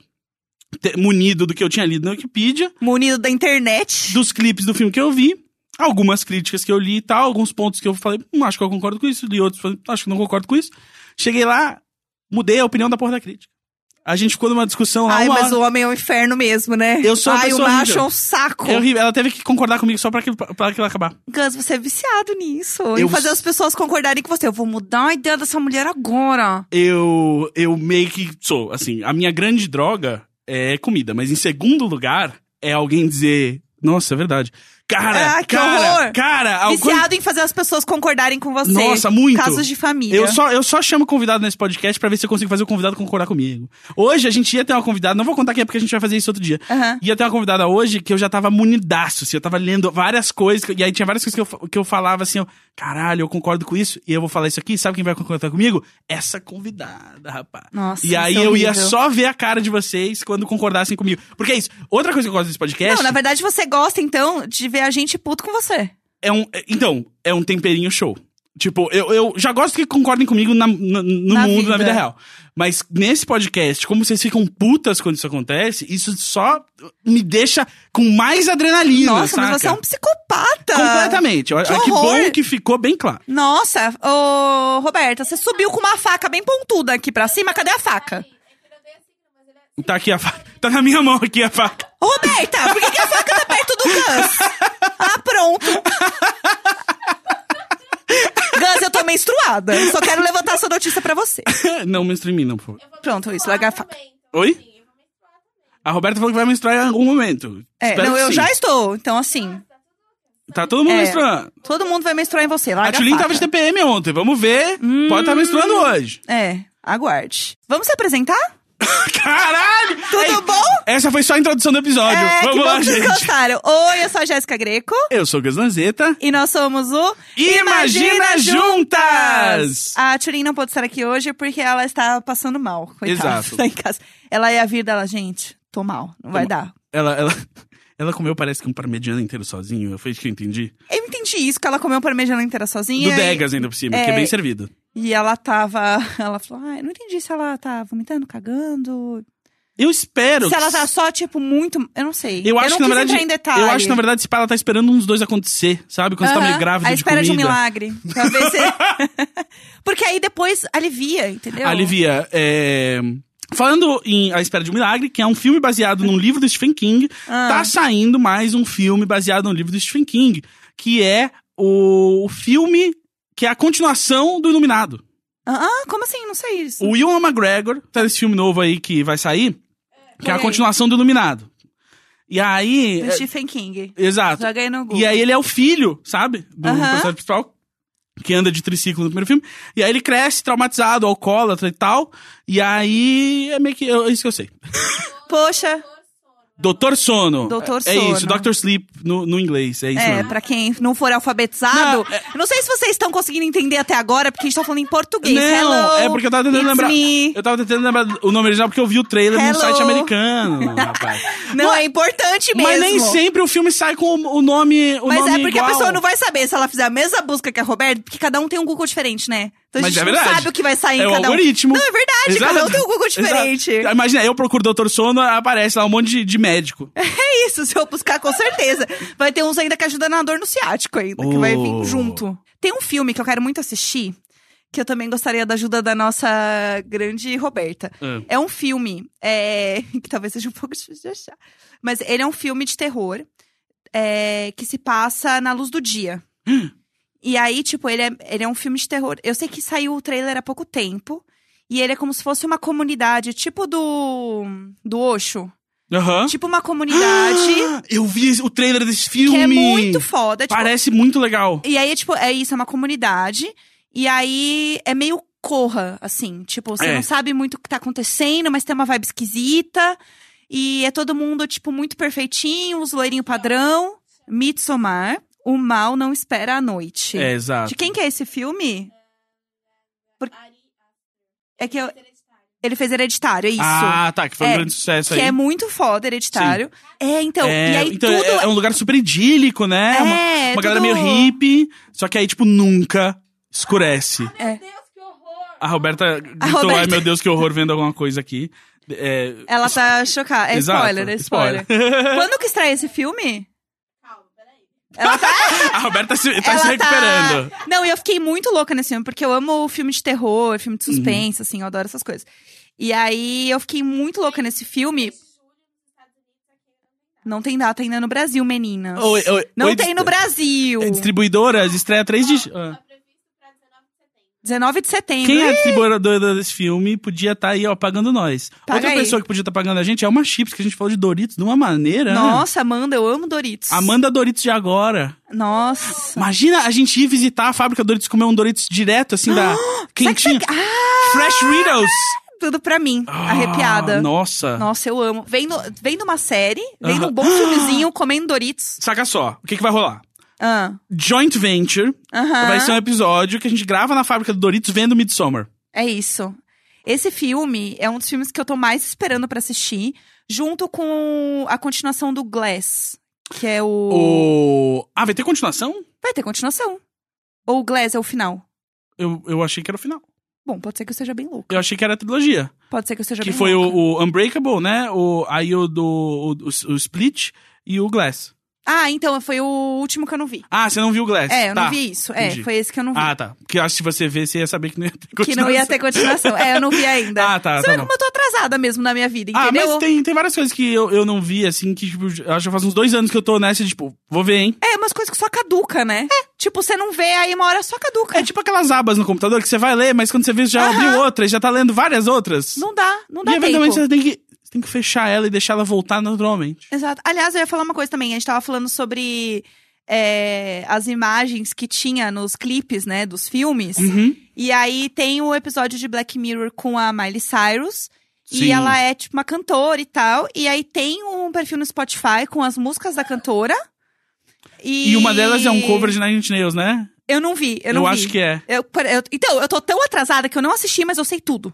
Speaker 2: te- munido do que eu tinha lido na Wikipedia,
Speaker 3: Munido da internet.
Speaker 2: dos clipes do filme que eu vi, algumas críticas que eu li e tal, alguns pontos que eu falei, hum, acho que eu concordo com isso, li outros, falei, acho que não concordo com isso. Cheguei lá, Mudei a opinião da porra da crítica. A gente ficou numa discussão lá
Speaker 3: Ai,
Speaker 2: uma
Speaker 3: mas
Speaker 2: hora.
Speaker 3: o homem é um inferno mesmo, né?
Speaker 2: Eu sou uma
Speaker 3: Ai, o
Speaker 2: pessoa
Speaker 3: macho
Speaker 2: horrível.
Speaker 3: é um saco.
Speaker 2: É horrível. Ela teve que concordar comigo só pra aquilo, pra aquilo acabar.
Speaker 3: Gus, você é viciado nisso.
Speaker 2: Eu-
Speaker 3: Em fazer as pessoas concordarem com você. Eu vou mudar a ideia dessa mulher agora.
Speaker 2: Eu, eu meio que sou, assim, a minha grande droga é comida, mas em segundo lugar é alguém dizer, nossa, é verdade. Cara,
Speaker 3: Ah, que
Speaker 2: cara,
Speaker 3: horror!
Speaker 2: cara, alguma-
Speaker 3: Viciado em fazer as pessoas concordarem com você.
Speaker 2: Nossa, muito.
Speaker 3: Casos de família.
Speaker 2: Eu só, eu só chamo convidado nesse podcast pra ver se eu consigo fazer o convidado concordar comigo. Hoje a gente ia ter uma convidada, não vou contar quem é porque a gente vai fazer isso outro dia.
Speaker 3: Aham.
Speaker 2: Ia ter uma convidada hoje que eu já tava munidaço, assim, eu tava lendo várias coisas, e aí tinha várias coisas que eu, fa- que eu falava assim, eu, caralho, eu concordo com isso, e eu vou falar isso aqui, sabe quem vai concordar comigo? Essa convidada, rapaz.
Speaker 3: Nossa,
Speaker 2: e aí
Speaker 3: isso é
Speaker 2: eu ia
Speaker 3: horrível.
Speaker 2: só ver a cara de vocês quando concordassem comigo. Porque é isso, outra coisa que eu gosto desse podcast
Speaker 3: Não, na verdade você gosta, então, de ver a gente puto com você.
Speaker 2: é um... é- Então, é um temperinho show. Tipo, eu, eu já gosto que concordem comigo na- na- no
Speaker 3: Na
Speaker 2: mundo, na
Speaker 3: vida.
Speaker 2: vida real. Mas nesse podcast, como vocês ficam putas quando isso acontece, isso só me deixa com mais adrenalina,
Speaker 3: Nossa, mas você é
Speaker 2: saca?
Speaker 3: um psicopata.
Speaker 2: Completamente. Olha,
Speaker 3: Que
Speaker 2: Que,
Speaker 3: horror!
Speaker 2: bom que ficou bem claro.
Speaker 3: Nossa, ô Roberta, você subiu com uma faca bem pontuda aqui pra cima. Cadê a faca?
Speaker 2: Tá aqui a faca. Tá na minha mão aqui a faca.
Speaker 3: Ô, Roberta, por que, que a faca tá perto do Gus? Ah, pronto. Gus, eu tô menstruada. Só quero levantar essa notícia pra você.
Speaker 2: Não menstrua em mim, não, por favor.
Speaker 3: Pronto, isso, larga a faca.
Speaker 2: Oi? A Roberta falou que vai menstruar em algum momento.
Speaker 3: É,
Speaker 2: Espero
Speaker 3: não,
Speaker 2: que
Speaker 3: eu
Speaker 2: sim.
Speaker 3: já estou. Então, assim,
Speaker 2: Tá todo mundo
Speaker 3: É.
Speaker 2: menstruando.
Speaker 3: todo mundo vai menstruar em você.
Speaker 2: A
Speaker 3: Larga a
Speaker 2: Tulin
Speaker 3: faca.
Speaker 2: tava de TPM ontem, vamos ver. Pode estar menstruando hoje.
Speaker 3: É, aguarde. Vamos se apresentar?
Speaker 2: Caralho!
Speaker 3: Tudo
Speaker 2: Ei,
Speaker 3: bom?
Speaker 2: Essa foi só a introdução do episódio.
Speaker 3: É, que
Speaker 2: vamos
Speaker 3: bom
Speaker 2: lá,
Speaker 3: que vocês
Speaker 2: gente.
Speaker 3: gostaram. Oi, eu sou a Jéssica Greco.
Speaker 2: Eu sou o Gaslanzeta.
Speaker 3: E nós somos o...
Speaker 2: Imagina Juntas!
Speaker 3: A Turin não pode estar aqui hoje porque ela está passando mal. Coitada,
Speaker 2: Exato.
Speaker 3: Tá em casa. Ela é a vida dela, gente. Tô mal, não vai
Speaker 2: mal.
Speaker 3: dar.
Speaker 2: Ela, ela, ela comeu, parece que um parmegiana inteiro sozinho. Foi isso que eu entendi.
Speaker 3: Eu entendi isso, que ela comeu parmegiana inteira sozinha.
Speaker 2: do
Speaker 3: e-
Speaker 2: Degas ainda por cima, que é
Speaker 3: é,
Speaker 2: bem servido.
Speaker 3: E ela tava. Ela falou: ai, não entendi se ela tá vomitando, cagando.
Speaker 2: Eu espero.
Speaker 3: se ela
Speaker 2: que-
Speaker 3: tá só, tipo, muito. Eu não sei.
Speaker 2: Eu acho
Speaker 3: não
Speaker 2: que, na
Speaker 3: quis
Speaker 2: verdade.
Speaker 3: entrar em detalhe.
Speaker 2: Eu acho que, na verdade, esse pai ela tá esperando uns dois acontecer, sabe? Quando você tá
Speaker 3: Aham,
Speaker 2: meio grávida
Speaker 3: A
Speaker 2: de
Speaker 3: espera
Speaker 2: comida.
Speaker 3: de, um milagre. Pra ver se. Porque aí depois alivia, entendeu?
Speaker 2: Alivia, é, Falando em A Espera de um Milagre, que é um filme baseado num livro do Stephen King,
Speaker 3: Ah.
Speaker 2: tá saindo mais um filme baseado num livro do Stephen King, que é o filme que é a continuação do Iluminado.
Speaker 3: Ah, como assim? Não sei isso.
Speaker 2: O Ewan McGregor tá nesse filme novo aí que vai sair, que é a
Speaker 3: Sei.
Speaker 2: continuação do Iluminado. E aí...
Speaker 3: Do Stephen King.
Speaker 2: é, Exato.
Speaker 3: Joga aí no Google.
Speaker 2: E aí ele é o filho, sabe? Do
Speaker 3: Aham.
Speaker 2: personagem principal. Que anda de triciclo no primeiro filme. E aí ele cresce traumatizado, alcoólatra e tal. E aí é meio que. É isso que eu sei.
Speaker 3: Poxa,
Speaker 2: Doutor Sono.
Speaker 3: Doutor
Speaker 2: é, É isso,
Speaker 3: Sono.
Speaker 2: Dr. Sleep no, no inglês. É isso
Speaker 3: é,
Speaker 2: mesmo.
Speaker 3: pra quem não for alfabetizado,
Speaker 2: Não, é-
Speaker 3: não, sei se vocês estão conseguindo entender até agora, porque a gente tá falando em português.
Speaker 2: Não,
Speaker 3: Hello,
Speaker 2: é porque eu tava tentando
Speaker 3: it's
Speaker 2: lembrar.
Speaker 3: me.
Speaker 2: Eu tava tentando lembrar o nome original porque eu vi o trailer num
Speaker 3: Hello.
Speaker 2: site americano, rapaz.
Speaker 3: Não, é importante mesmo.
Speaker 2: Mas nem sempre o filme sai com o, o nome. O
Speaker 3: Mas
Speaker 2: nome
Speaker 3: é porque
Speaker 2: igual.
Speaker 3: a pessoa não vai saber se ela fizer a mesma busca que a Roberta, porque cada um tem um Google diferente, né? Então a
Speaker 2: Mas
Speaker 3: gente
Speaker 2: é
Speaker 3: não
Speaker 2: verdade.
Speaker 3: sabe o que vai sair
Speaker 2: É
Speaker 3: em
Speaker 2: o
Speaker 3: cada
Speaker 2: algoritmo.
Speaker 3: um. Não, é verdade, cada um tem um Google diferente.
Speaker 2: Exato. Imagina, eu procuro Doutor Sono, aparece lá um monte de, de médico.
Speaker 3: É isso, se eu buscar, com certeza. Vai ter uns ainda que ajuda na dor no ciático ainda, que vai
Speaker 2: Oh.
Speaker 3: vir junto. Tem um filme que eu quero muito assistir, que eu também gostaria da ajuda da nossa grande Roberta.
Speaker 2: Ah.
Speaker 3: É um filme, é, que talvez seja um pouco difícil de achar, mas ele é um filme de terror é, que se passa na luz do dia.
Speaker 2: Hum.
Speaker 3: E aí, tipo, ele é, ele é um filme de terror. Eu sei que saiu o trailer há pouco tempo. E ele é como se fosse uma comunidade, tipo do. do Osho.
Speaker 2: Aham.
Speaker 3: Tipo uma comunidade.
Speaker 2: Eu vi o trailer desse
Speaker 3: Que
Speaker 2: Ah, filme.
Speaker 3: é muito foda. tipo,
Speaker 2: Parece muito legal.
Speaker 3: E aí, é tipo, é isso, é uma comunidade. E aí é meio corra, assim. Tipo, você
Speaker 2: É.
Speaker 3: não sabe muito o que tá acontecendo, mas tem uma vibe esquisita. E é todo mundo, tipo, muito perfeitinho, os loirinho padrão. Midsommar, o mal não espera a noite.
Speaker 2: É, exato.
Speaker 3: De quem que é esse filme? Por- É que eu... Ele fez Hereditário, é isso.
Speaker 2: Ah, tá, que foi um
Speaker 3: É,
Speaker 2: grande sucesso
Speaker 3: que
Speaker 2: aí.
Speaker 3: é muito foda, Hereditário. É, então,
Speaker 2: É,
Speaker 3: e aí
Speaker 2: então,
Speaker 3: tudo...
Speaker 2: é, é um lugar super idílico, né? uma
Speaker 3: É,
Speaker 2: uma galera meio
Speaker 3: tudo-
Speaker 2: hippie, só que aí, tipo, nunca escurece.
Speaker 3: É.
Speaker 2: A Roberta gritou,
Speaker 3: Roberta-
Speaker 2: ai meu Deus, que horror, vendo alguma coisa aqui. É,
Speaker 3: Ela tá chocada. É
Speaker 2: exato,
Speaker 3: spoiler, é spoiler. Quando que estreia esse filme? Ela tá,
Speaker 2: A Roberta se, tá
Speaker 3: ela
Speaker 2: se
Speaker 3: tá-
Speaker 2: recuperando.
Speaker 3: Não, e eu fiquei muito louca nesse filme, porque eu amo filme de terror, filme
Speaker 2: Uhum.
Speaker 3: de suspense, assim, eu adoro essas coisas. E aí eu fiquei muito louca nesse filme. Não tem data ainda no Brasil, meninas.
Speaker 2: Oi, oi,
Speaker 3: Não
Speaker 2: oi, É,
Speaker 3: tem no Brasil.
Speaker 2: Distribuidoras, estreia 3 de. Ah.
Speaker 3: 19 de setembro.
Speaker 2: Quem é a distribuidora desse filme podia estar aí, ó, pagando nós.
Speaker 3: Paga
Speaker 2: Outra
Speaker 3: aí.
Speaker 2: pessoa que podia estar pagando a gente é uma Chips, que a gente falou de Doritos de uma maneira. né?
Speaker 3: Nossa, Amanda, eu amo Doritos.
Speaker 2: Amanda Doritos de agora.
Speaker 3: Nossa.
Speaker 2: Imagina a gente ir visitar a fábrica Doritos e comer um Doritos direto, assim, da quentinha.
Speaker 3: Ah,
Speaker 2: Fresh Riddles!
Speaker 3: tudo pra mim.
Speaker 2: Ah,
Speaker 3: Arrepiada.
Speaker 2: Nossa.
Speaker 3: Nossa, eu amo. Vem, no, vem numa série, vem
Speaker 2: Aham.
Speaker 3: num bom filmezinho, comendo Doritos.
Speaker 2: Saca só, o que, que vai rolar?
Speaker 3: Ah,
Speaker 2: Joint Venture
Speaker 3: aham.
Speaker 2: vai ser um episódio que a gente grava na fábrica do Doritos vendo Midsommar.
Speaker 3: É isso. Esse filme é um dos filmes que eu tô mais esperando pra assistir, junto com a continuação do Glass, que é o.
Speaker 2: O... Ah, vai ter continuação?
Speaker 3: Vai ter continuação. Ou o Glass é o final.
Speaker 2: Eu, eu achei que era o final.
Speaker 3: Bom, pode ser que eu seja bem louco.
Speaker 2: Eu achei que era a trilogia.
Speaker 3: Pode ser que eu seja
Speaker 2: que
Speaker 3: bem
Speaker 2: foi o,
Speaker 3: louca.
Speaker 2: o Unbreakable, né? O, aí o do o, o- o Split e o Glass.
Speaker 3: Ah, então foi o último que eu não vi.
Speaker 2: Ah, você não viu o Glass?
Speaker 3: É, eu
Speaker 2: tá.
Speaker 3: não vi isso. É,
Speaker 2: Entendi.
Speaker 3: foi esse que eu não vi.
Speaker 2: Ah, tá. Porque eu acho que se você ver, você ia saber que não ia ter
Speaker 3: que não ia ter continuação. É, eu não vi ainda.
Speaker 2: Ah, tá,
Speaker 3: Você
Speaker 2: tá
Speaker 3: vê
Speaker 2: bom.
Speaker 3: como eu tô atrasada mesmo na minha vida,
Speaker 2: Ah,
Speaker 3: entendeu?
Speaker 2: mas tem, tem várias coisas que eu, eu não vi, assim, que, tipo, eu acho que faz uns dois anos que eu tô nessa, tipo, vou ver, hein?
Speaker 3: É, umas coisas que só caduca, né? Tipo, você não vê, aí uma hora só caduca.
Speaker 2: É tipo aquelas abas no computador que você vai ler, mas quando você vê, você já abriu outras, já tá lendo várias outras.
Speaker 3: Não dá,
Speaker 2: e
Speaker 3: não
Speaker 2: é
Speaker 3: dá tempo.
Speaker 2: eventualmente você tem, que, você tem que fechar ela e deixar ela voltar naturalmente.
Speaker 3: Exato. Aliás, eu ia falar uma coisa também. A gente tava falando sobre é, as imagens que tinha nos clipes, né, dos filmes.
Speaker 2: Uhum.
Speaker 3: E aí tem o episódio de Black Mirror com a Miley Cyrus.
Speaker 2: Sim.
Speaker 3: E ela é, tipo, uma cantora e tal. E aí tem um perfil no Spotify com as músicas da cantora. E,
Speaker 2: E uma delas é um cover de Nine Inch Nails, né?
Speaker 3: Eu não vi, eu não vi.
Speaker 2: acho que é.
Speaker 3: Eu- por- eu- então, eu tô tão atrasada que eu não assisti, mas eu sei tudo.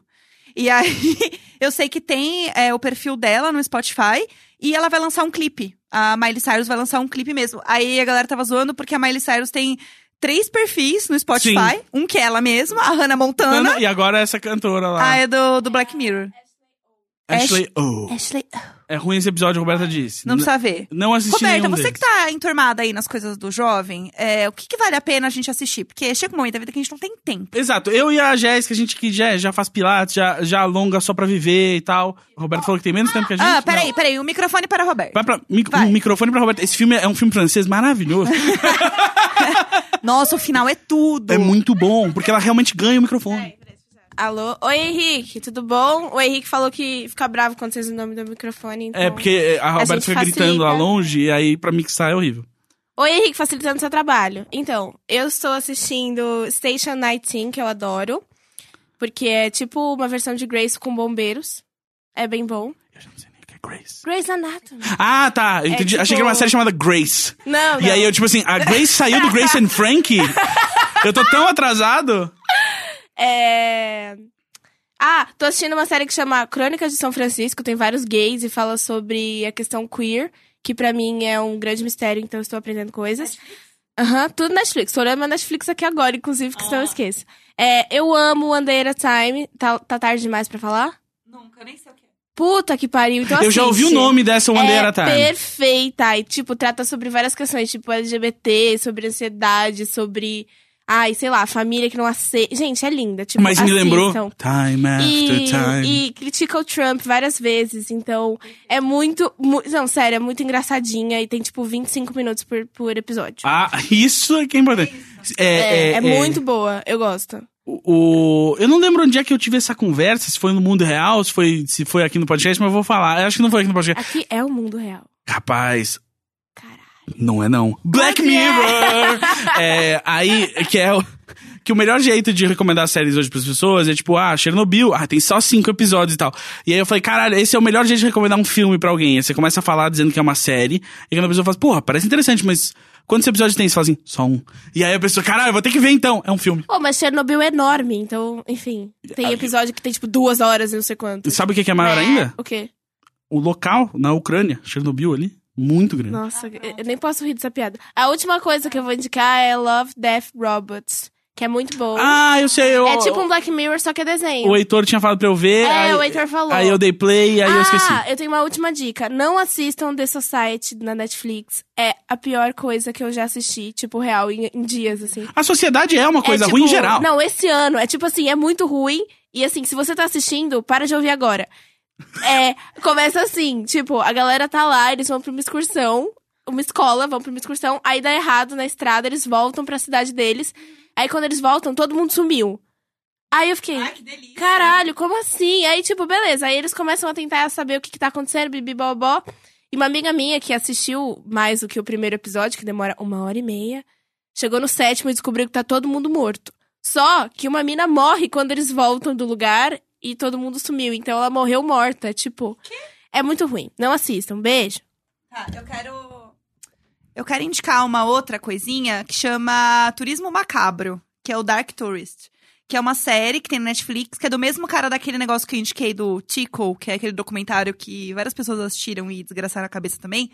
Speaker 3: E aí, eu sei que tem é, o perfil dela no Spotify e ela vai lançar um clipe. A Miley Cyrus vai lançar um clipe mesmo. Aí a galera tava zoando porque a Miley Cyrus tem três perfis no Spotify. Um que é ela mesma, a Hannah Montana.
Speaker 2: E agora essa cantora lá.
Speaker 3: Ah, é do, do Black Mirror.
Speaker 2: Ashley O.
Speaker 3: Ashley,
Speaker 2: É ruim esse episódio, a Roberta disse.
Speaker 3: não
Speaker 2: N-
Speaker 3: precisa ver.
Speaker 2: Não assisti
Speaker 3: Roberta,
Speaker 2: nenhum
Speaker 3: você que
Speaker 2: deles.
Speaker 3: tá enturmada aí nas coisas do jovem, é, o que, que vale a pena a gente assistir? Porque chega um momento da vida que a gente não tem tempo.
Speaker 2: Exato, eu e a Jéssica, a gente que já, já faz pilates, já, já alonga só pra viver e tal. O Roberto falou que tem menos tempo que a gente.
Speaker 3: Ah,
Speaker 2: Não.
Speaker 3: peraí, peraí, o microfone para a Roberta.
Speaker 2: Vai pra, mic-
Speaker 3: Vai.
Speaker 2: um microfone pra Roberta. Esse filme é um filme francês maravilhoso.
Speaker 3: Nossa, o final é tudo.
Speaker 2: é muito bom, porque ela realmente ganha o
Speaker 3: É,
Speaker 2: microfone.
Speaker 4: Alô? Oi, Henrique, tudo bom? O Henrique falou que fica bravo quando vocês não do microfone. Então...
Speaker 2: É, porque a Roberta
Speaker 4: gente
Speaker 2: fica gritando lá
Speaker 4: facilita.
Speaker 2: longe, e aí pra mixar é horrível.
Speaker 4: Oi, Henrique, facilitando seu trabalho. Então, eu estou assistindo Station 19, que eu adoro. Porque é tipo uma versão de Grace com bombeiros. É bem bom.
Speaker 2: Eu já não sei nem o que é Grace.
Speaker 4: Grace Anatomy.
Speaker 2: Ah, tá. eu entendi.
Speaker 4: tipo-
Speaker 2: Achei que era uma série chamada Grace.
Speaker 4: Não,
Speaker 2: E
Speaker 4: não.
Speaker 2: aí eu, tipo assim, a Grace saiu do Grace and Frankie? Eu tô tão atrasado.
Speaker 4: É... Ah, tô assistindo uma série que chama Crônicas de São Francisco, tem vários gays e fala sobre a questão queer, que pra mim é um grande mistério, então eu estou aprendendo coisas. Aham, tudo Netflix. Tô olhando meu Netflix aqui agora, inclusive, que senão eu esqueço. É, eu amo One Day at a Time. Tá, tá tarde demais pra falar?
Speaker 3: Nunca, nem sei o que é.
Speaker 4: Puta que pariu, então
Speaker 2: Eu já ouvi o
Speaker 4: assiste.
Speaker 2: nome dessa One Day
Speaker 4: é
Speaker 2: at a Time.
Speaker 4: perfeita. E, tipo, trata sobre várias questões, tipo LGBT, sobre ansiedade, sobre. Ai, sei lá, família que não aceita. Gente, é linda. Tipo,
Speaker 2: Mas me lembrou.
Speaker 4: assistam.
Speaker 2: Time after
Speaker 4: E,
Speaker 2: time.
Speaker 4: e critica o Trump várias vezes, então é muito, mu- Não, sério, é muito engraçadinha e tem tipo 25 minutos por, por episódio.
Speaker 2: Ah, isso é que é importante. É, é,
Speaker 4: é,
Speaker 2: é.
Speaker 4: muito boa, eu gosto.
Speaker 2: O, o- eu não lembro onde é que eu tive essa conversa, se foi no mundo real, se foi, se foi aqui no podcast, mas eu vou falar. Eu acho que não foi aqui no podcast.
Speaker 4: Aqui é o mundo real.
Speaker 2: Rapaz,
Speaker 4: Caralho.
Speaker 2: não é não. Black
Speaker 4: Mas é.
Speaker 2: Mirror! É, aí, que é o. Que o melhor jeito de recomendar séries hoje pras pessoas é tipo, ah, Chernobyl, ah, tem só cinco episódios e tal. E aí eu falei, caralho, esse é o melhor jeito de recomendar um filme pra alguém. Aí você começa a falar dizendo que é uma série, e quando a pessoa fala, porra, parece interessante, mas quantos episódios tem? Você fala assim, só um. E aí a pessoa, caralho, eu vou ter que ver então. É um filme.
Speaker 4: Pô, mas Chernobyl é enorme, então, enfim. Tem episódio que tem tipo duas horas e não sei quanto.
Speaker 2: E Sabe o que que Ah, é maior
Speaker 4: Né?
Speaker 2: ainda?
Speaker 4: O quê?
Speaker 2: O local, na Ucrânia, Chernobyl ali, muito grande.
Speaker 4: Nossa, eu eu nem posso rir dessa piada. A última coisa que eu vou indicar é Love, Death, Robots. que é muito boa.
Speaker 2: Ah, eu sei. Eu,
Speaker 4: é tipo um Black Mirror, só que é desenho.
Speaker 2: O Heitor tinha falado pra eu ver.
Speaker 4: É,
Speaker 2: aí,
Speaker 4: o Heitor falou.
Speaker 2: Aí eu dei play, aí
Speaker 4: ah,
Speaker 2: eu esqueci.
Speaker 4: tenho uma última dica. Não assistam The Society na Netflix. É a pior coisa que eu já assisti, tipo, real, em, em dias, assim.
Speaker 2: A sociedade é uma coisa
Speaker 4: é, tipo,
Speaker 2: ruim em geral.
Speaker 4: Não, esse ano. É tipo assim, é muito ruim. E assim, se você tá assistindo, para de ouvir agora. É, começa assim, tipo, a galera tá lá, eles vão pra uma excursão, uma escola, vão pra uma excursão, aí dá errado na estrada, eles voltam pra cidade deles. Aí quando eles voltam, todo mundo sumiu. Aí eu fiquei,
Speaker 3: que delícia.
Speaker 4: caralho, como assim? Aí, tipo, beleza. Aí eles começam a tentar saber o que, que tá acontecendo, bibi bobó. E uma amiga minha que assistiu mais do que o primeiro episódio, que demora uma hora e meia, chegou no sétimo e descobriu que tá todo mundo morto. Só que uma mina morre quando eles voltam do lugar e todo mundo sumiu. Então ela morreu morta. Tipo, é muito ruim. Não assistam. Beijo.
Speaker 3: Tá, eu quero. Eu quero indicar uma outra coisinha que chama Turismo Macabro, que é o Dark Tourist. Que é uma série que tem na Netflix, que é do mesmo cara daquele negócio que eu indiquei do Tico, que é aquele documentário que várias pessoas assistiram e desgraçaram a cabeça também.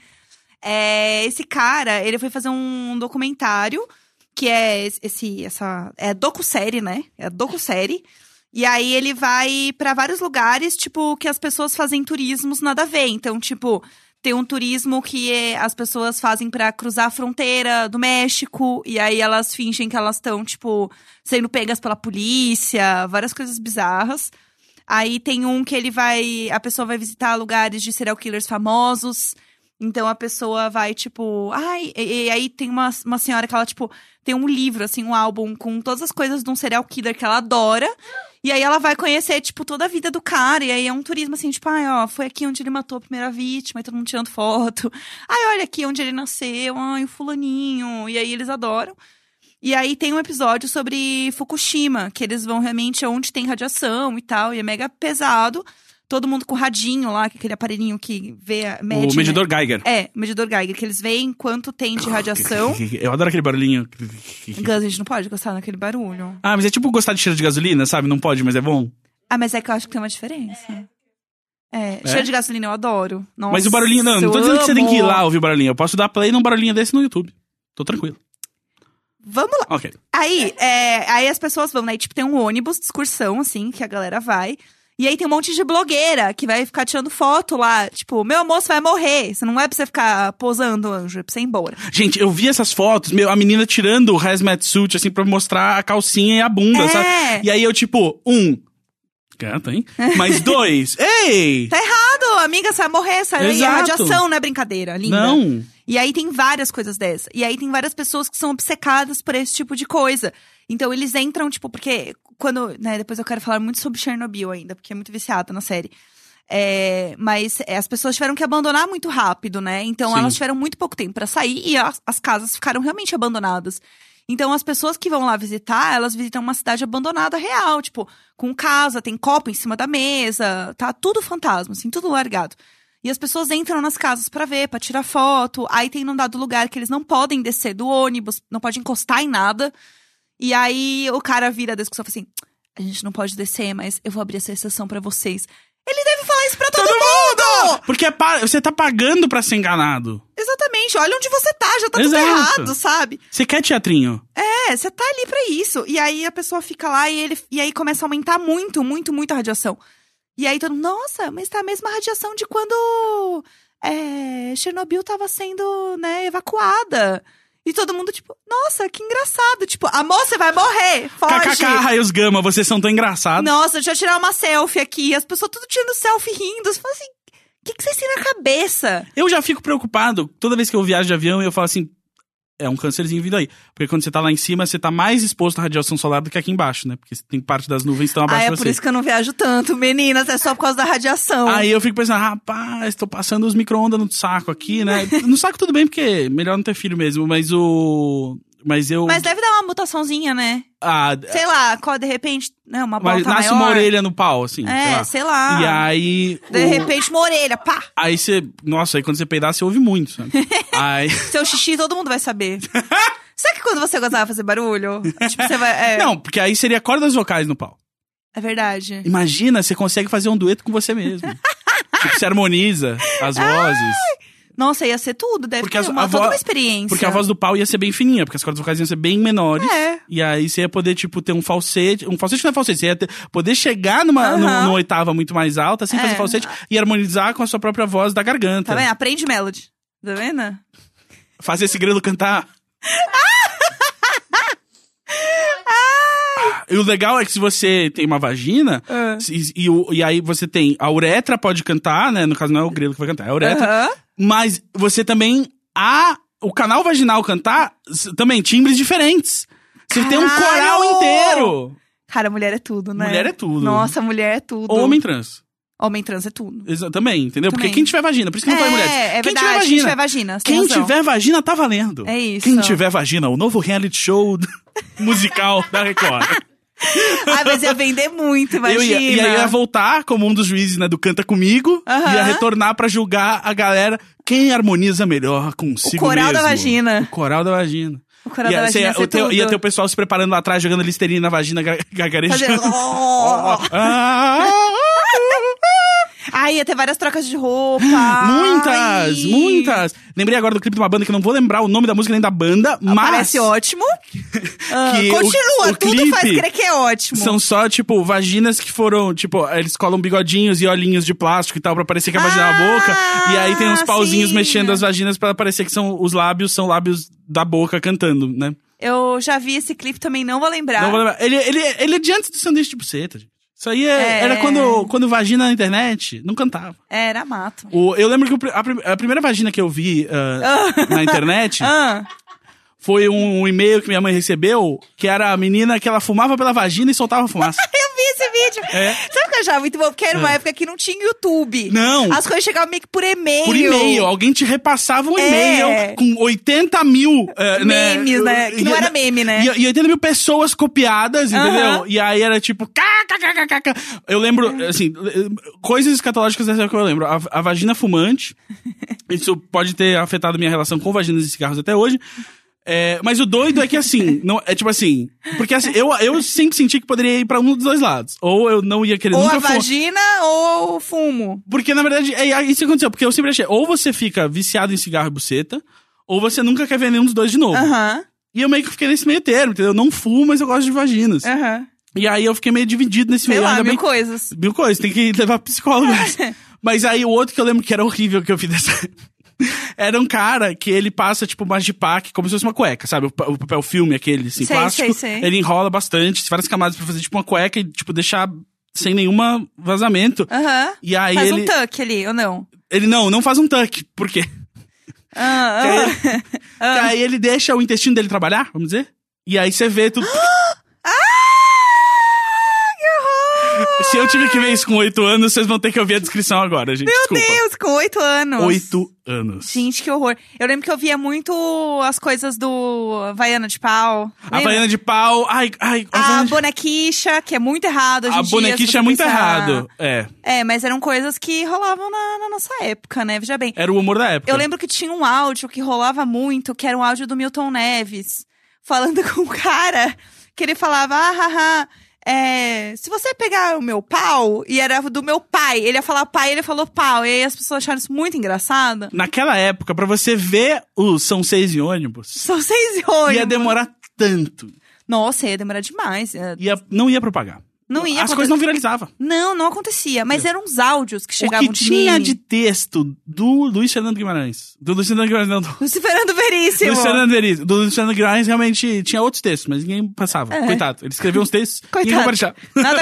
Speaker 3: É, esse cara, ele foi fazer um documentário, que é es- esse, essa. É docu-série, né? É docu-série. E aí ele vai pra vários lugares, tipo, que as pessoas fazem turismos nada a ver. Então, tipo, tem um turismo que é, as pessoas fazem pra cruzar a fronteira do México e aí elas fingem que elas estão tipo sendo pegas pela polícia, várias coisas bizarras. Aí tem um que ele vai, a pessoa vai visitar lugares de serial killers famosos. Então a pessoa vai tipo, ai, e, e aí tem uma, uma senhora que ela tipo tem um livro assim, um álbum com todas as coisas de um serial killer que ela adora. E aí ela vai conhecer, tipo, toda a vida do cara. E aí é um turismo assim, tipo, ai, ó, foi aqui onde ele matou a primeira vítima, e todo mundo tirando foto. Ai, olha aqui onde ele nasceu, ai, o fulaninho. E aí eles adoram. E aí tem um episódio sobre Fukushima, que eles vão realmente onde tem radiação e tal, e é mega pesado. Todo mundo com o radinho lá, que é aquele aparelhinho que vê, a- mede,
Speaker 2: o
Speaker 3: né?
Speaker 2: medidor Geiger.
Speaker 3: É, o medidor Geiger, que eles veem quanto tem
Speaker 2: Ah,
Speaker 3: de radiação.
Speaker 2: Eu adoro aquele barulhinho.
Speaker 3: Gus, a gente não pode gostar daquele barulho.
Speaker 2: Ah, mas é tipo gostar de cheiro de gasolina, sabe? Não pode, mas é bom.
Speaker 3: Ah, mas é que eu acho que tem uma diferença. É,
Speaker 2: É?
Speaker 3: cheiro de gasolina eu adoro. Nossa,
Speaker 2: mas o barulhinho, não, não tô
Speaker 3: eu
Speaker 2: dizendo que você tem que ir
Speaker 3: amo.
Speaker 2: lá ouvir o barulhinho. Eu posso dar play num barulhinho desse no YouTube. Tô tranquilo.
Speaker 3: Vamos lá.
Speaker 2: Ok.
Speaker 3: Aí, é, aí as pessoas vão, né? E, Tipo, tem um ônibus de excursão, assim, que a galera vai. E aí tem um monte de blogueira que vai ficar tirando foto lá. Tipo, meu moço vai morrer. Você não é pra você ficar posando, anjo. É pra você ir embora.
Speaker 2: Gente, eu vi essas fotos, meu, a menina tirando o hazmat suit, assim, pra mostrar a calcinha e a bunda,
Speaker 3: É.
Speaker 2: sabe? E aí eu, tipo, um. Canta, hein? Mas dois. Ei!
Speaker 3: Tá errado, amiga. Você vai morrer. Sai daí. É
Speaker 2: Exato.
Speaker 3: radiação, não é brincadeira. Linda.
Speaker 2: Não.
Speaker 3: E aí tem várias coisas dessa. E aí tem várias pessoas que são obcecadas por esse tipo de coisa. Então eles entram, tipo, porque quando, né, depois eu quero falar muito sobre Chernobyl ainda, porque é muito viciada na série. É, mas é, as pessoas tiveram que abandonar muito rápido, né? Então
Speaker 2: Sim.
Speaker 3: elas tiveram muito pouco tempo pra sair e as, as casas ficaram realmente abandonadas. Então as pessoas que vão lá visitar, elas visitam uma cidade abandonada real, tipo, com casa, tem copo em cima da mesa, tá tudo fantasma, assim, tudo largado. E as pessoas entram nas casas pra ver, pra tirar foto. Aí tem num dado lugar que eles não podem descer do ônibus, não pode encostar em nada. E aí o cara vira da discussão e fala assim: a gente não pode descer, mas eu vou abrir essa exceção pra vocês. Ele deve falar isso pra todo, mundo!
Speaker 2: Porque é pa- você tá pagando pra ser enganado.
Speaker 3: Exatamente, olha onde você tá, já tá
Speaker 2: Exato.
Speaker 3: tudo errado, sabe?
Speaker 2: Você quer teatrinho?
Speaker 3: É, você tá ali pra isso. E aí a pessoa fica lá e, ele, e aí começa a aumentar muito, muito, muito a radiação. E aí todo mundo, nossa, mas tá a mesma radiação de quando é, Chernobyl tava sendo, né, evacuada. E todo mundo, tipo, nossa, que engraçado. Tipo, a moça vai morrer, foge.
Speaker 2: KKK, raios gama, vocês são tão engraçados.
Speaker 3: Nossa, deixa eu tirar uma selfie aqui. As pessoas tudo tirando selfie rindo. Você fala assim, o que, que vocês têm na cabeça?
Speaker 2: Eu já fico preocupado toda vez que eu viajo de avião eu falo assim. É um câncerzinho vindo aí. Porque quando você tá lá em cima, você tá mais exposto à radiação solar do que aqui embaixo, né? Porque tem parte das nuvens que estão
Speaker 3: Ah,
Speaker 2: abaixo
Speaker 3: é
Speaker 2: de
Speaker 3: por
Speaker 2: Um você.
Speaker 3: isso que eu não viajo tanto, meninas. É só por causa da radiação.
Speaker 2: Aí eu fico pensando, rapaz, tô passando os micro-ondas no saco aqui, né? No saco tudo bem, porque melhor não ter filho mesmo, mas o. Mas eu.
Speaker 3: Mas deve dar uma mutaçãozinha, né?
Speaker 2: ah,
Speaker 3: Sei lá, qual, de repente, né, uma
Speaker 2: mas
Speaker 3: bota
Speaker 2: nasce
Speaker 3: maior.
Speaker 2: uma orelha no pau, assim.
Speaker 3: É, sei lá.
Speaker 2: E aí.
Speaker 3: De
Speaker 2: o-
Speaker 3: repente, uma orelha, pá!
Speaker 2: Aí você. Nossa, aí quando você peidar, você ouve muito, sabe? aí.
Speaker 3: Seu xixi, todo mundo vai saber. Sabe que quando você gostava de fazer barulho? Tipo, você vai... É,
Speaker 2: Não, porque aí seria cordas vocais no pau.
Speaker 3: é verdade.
Speaker 2: Imagina, você consegue fazer um dueto com você mesmo. tipo, você harmoniza as vozes.
Speaker 3: Nossa, ia ser tudo. Deve
Speaker 2: Porque
Speaker 3: ter
Speaker 2: as-
Speaker 3: uma,
Speaker 2: a
Speaker 3: toda
Speaker 2: vo-
Speaker 3: uma experiência.
Speaker 2: Porque a voz do pau ia ser bem fininha, porque as cordas vocais iam ser bem menores.
Speaker 3: É.
Speaker 2: E aí você ia poder, tipo, ter um falsete. Um falsete não é falsete, você ia ter- poder chegar numa,
Speaker 3: Aham.
Speaker 2: num- numa oitava muito mais alta, sem
Speaker 3: É.
Speaker 2: fazer falsete, e harmonizar com a sua própria voz da garganta.
Speaker 3: Tá vendo? Aprende melody. Tá
Speaker 2: É.
Speaker 3: vendo?
Speaker 2: Fazer esse grilo cantar. E o legal é que se você tem uma vagina,
Speaker 3: Ah.
Speaker 2: se- e, o- e aí você tem. A uretra pode cantar, né? No caso, não é o grilo que vai cantar, é a uretra.
Speaker 3: Aham.
Speaker 2: Mas você também. A, o canal vaginal cantar s- também timbres diferentes. Você tem um coral
Speaker 3: Caralho!
Speaker 2: inteiro.
Speaker 3: Cara, mulher é tudo, né?
Speaker 2: Mulher é tudo.
Speaker 3: Nossa, mulher é tudo.
Speaker 2: Homem trans.
Speaker 3: Homem trans é tudo.
Speaker 2: Exa- também, entendeu? Porque
Speaker 3: Também.
Speaker 2: quem tiver vagina, por isso que não
Speaker 3: é,
Speaker 2: põe mulheres.
Speaker 3: é
Speaker 2: quem
Speaker 3: verdade. Quem
Speaker 2: tiver
Speaker 3: tiver
Speaker 2: vagina.
Speaker 3: vagina. você tem
Speaker 2: Quem
Speaker 3: razão.
Speaker 2: tiver vagina tá valendo.
Speaker 3: É isso.
Speaker 2: Quem tiver vagina, o novo reality show musical da Record.
Speaker 3: Ah, mas ia vender muito,
Speaker 2: Eu
Speaker 3: imagina.
Speaker 2: ia, e aí eu ia voltar como um dos juízes né, do Canta Comigo.
Speaker 3: Aham.
Speaker 2: Ia retornar pra julgar a galera quem harmoniza melhor consigo
Speaker 3: O coral da
Speaker 2: mesmo.
Speaker 3: vagina.
Speaker 2: O coral da vagina.
Speaker 3: O coral
Speaker 2: ia,
Speaker 3: da
Speaker 2: cê
Speaker 3: vagina
Speaker 2: ia-
Speaker 3: ia ser
Speaker 2: o teu- ia
Speaker 3: tudo.
Speaker 2: ter o pessoal se preparando lá atrás, jogando listerina na vagina, gar-
Speaker 3: Fazendo-
Speaker 2: gargarejando. Ah,
Speaker 3: Ah, ia ter várias trocas de roupa.
Speaker 2: Ah, muitas,
Speaker 3: Ai.
Speaker 2: muitas. Lembrei agora do clipe de uma banda que eu não vou lembrar o nome da música nem da banda, mas
Speaker 3: Parece ótimo. Ah,
Speaker 2: Que o-
Speaker 3: continua,
Speaker 2: o
Speaker 3: tudo faz
Speaker 2: clipe
Speaker 3: crer que é ótimo.
Speaker 2: são só, tipo, vaginas que foram, tipo, eles colam bigodinhos e olhinhos de plástico e tal pra parecer que é a vagina na
Speaker 3: Ah,
Speaker 2: boca. E aí tem uns pauzinhos
Speaker 3: sim.
Speaker 2: mexendo as vaginas pra parecer que são os lábios, são lábios da boca cantando, né?
Speaker 3: Eu já vi esse clipe também, não vou lembrar.
Speaker 2: Não vou lembrar. Ele, ele, ele é de antes do sanduíche de buceta, gente. Isso aí é-
Speaker 3: É.
Speaker 2: era quando, quando vagina na internet não cantava.
Speaker 3: É, era mato.
Speaker 2: O- eu lembro que o pri- a, prim- a primeira vagina que eu vi ah, na internet
Speaker 3: Ah,
Speaker 2: foi um, um e-mail que minha mãe recebeu, que era a menina que ela fumava pela vagina e soltava fumaça.
Speaker 3: eu vi esse vídeo.
Speaker 2: É.
Speaker 3: Sabe o que eu achava muito bom? Porque era uma época que não tinha YouTube.
Speaker 2: Não.
Speaker 3: As coisas chegavam meio que por e-mail.
Speaker 2: Por e-mail. Alguém te repassava um
Speaker 3: É.
Speaker 2: e-mail com 80 mil... é,
Speaker 3: Memes, né? Que não era meme, né?
Speaker 2: E, e 80 mil pessoas copiadas, entendeu?
Speaker 3: Aham.
Speaker 2: E aí era tipo... cá, cá, cá, cá, cá, cá. Eu lembro, assim, eh, coisas escatológicas dessa época eu lembro. A, a vagina fumante. Isso pode ter afetado minha relação com vaginas e cigarros até hoje. É, mas o doido é que assim, não, é tipo assim, porque assim, eu, eu sempre senti que poderia ir pra um dos dois lados. Ou eu não ia querer
Speaker 3: Ou
Speaker 2: nunca
Speaker 3: a
Speaker 2: fumar.
Speaker 3: vagina ou o fumo.
Speaker 2: Porque, na verdade, é é isso que aconteceu. Porque eu sempre achei, ou você fica viciado em cigarro e buceta, ou você nunca quer ver nenhum dos dois de novo.
Speaker 3: Aham,
Speaker 2: E eu meio que fiquei nesse meio termo, entendeu? Eu não fumo, mas eu gosto de vaginas.
Speaker 3: aham.
Speaker 2: E aí eu fiquei meio dividido nesse
Speaker 3: É. Sei
Speaker 2: meio.
Speaker 3: lá, É.
Speaker 2: ainda
Speaker 3: mil
Speaker 2: bem-
Speaker 3: coisas.
Speaker 2: mil coisas, tem que levar psicólogo. Mas aí o outro que eu lembro que era horrível que eu fiz dessa. Era um cara que ele passa, tipo, uma jipac, como se fosse uma cueca, sabe? O pa- o papel filme, aquele, assim,
Speaker 3: Sei,
Speaker 2: plástico.
Speaker 3: sei, sei.
Speaker 2: Ele enrola bastante, várias camadas pra fazer, tipo, uma cueca e, tipo, deixar sem nenhum vazamento.
Speaker 3: Aham.
Speaker 2: E aí
Speaker 3: Faz
Speaker 2: ele.
Speaker 3: um tuck ali, ou não?
Speaker 2: Ele não, não faz um tuck. Por quê?
Speaker 3: Ah,
Speaker 2: Que aí
Speaker 3: ah.
Speaker 2: ele- que aí ele deixa o intestino dele trabalhar, vamos dizer? E aí você vê tudo.
Speaker 3: Ah!
Speaker 2: Se eu tive que ver isso com oito anos, vocês vão ter que ouvir a descrição agora, gente.
Speaker 3: Meu
Speaker 2: Desculpa.
Speaker 3: Deus, com oito anos.
Speaker 2: Oito anos.
Speaker 3: Gente, que horror. Eu lembro que eu via muito as coisas do Havaiana de Pau.
Speaker 2: A
Speaker 3: Lembra?
Speaker 2: baiana de pau. Ai, ai, a
Speaker 3: A
Speaker 2: baiana de-
Speaker 3: bonequicha, que é muito errado hoje
Speaker 2: A
Speaker 3: em dia, se
Speaker 2: bonequicha
Speaker 3: você
Speaker 2: é muito
Speaker 3: pensar.
Speaker 2: errado. É.
Speaker 3: É, mas eram coisas que rolavam na, na nossa época, né? Veja bem.
Speaker 2: Era o humor da época.
Speaker 3: Eu lembro que tinha um áudio que rolava muito, que era um áudio do Milton Neves, falando com um cara, que ele falava, ah, haha, é, se você pegar o meu pau, e era do meu pai, ele ia falar pai, ele falou pau, e aí as pessoas acharam isso muito engraçado.
Speaker 2: Naquela época, pra você ver o São Seis em ônibus,
Speaker 3: São seis e oito.
Speaker 2: ia demorar tanto.
Speaker 3: Nossa, ia demorar demais. é,
Speaker 2: Ia... Não ia propagar.
Speaker 3: Não ia
Speaker 2: As
Speaker 3: aconte-
Speaker 2: coisas não viralizavam.
Speaker 3: Não, não acontecia. Mas eram os áudios que chegavam
Speaker 2: o que tinha
Speaker 3: nele.
Speaker 2: de texto do Luiz Fernando Guimarães. Do Luiz Fernando Guimarães, não. Do,
Speaker 3: Luciferando Veríssimo.
Speaker 2: Luiz Fernando, Guimarães. do Luiz Fernando Guimarães realmente tinha outros textos, mas ninguém passava. Coitado. Ele escreveu uns textos e ninguém
Speaker 3: Coitado.
Speaker 2: compartilhava.
Speaker 3: Nada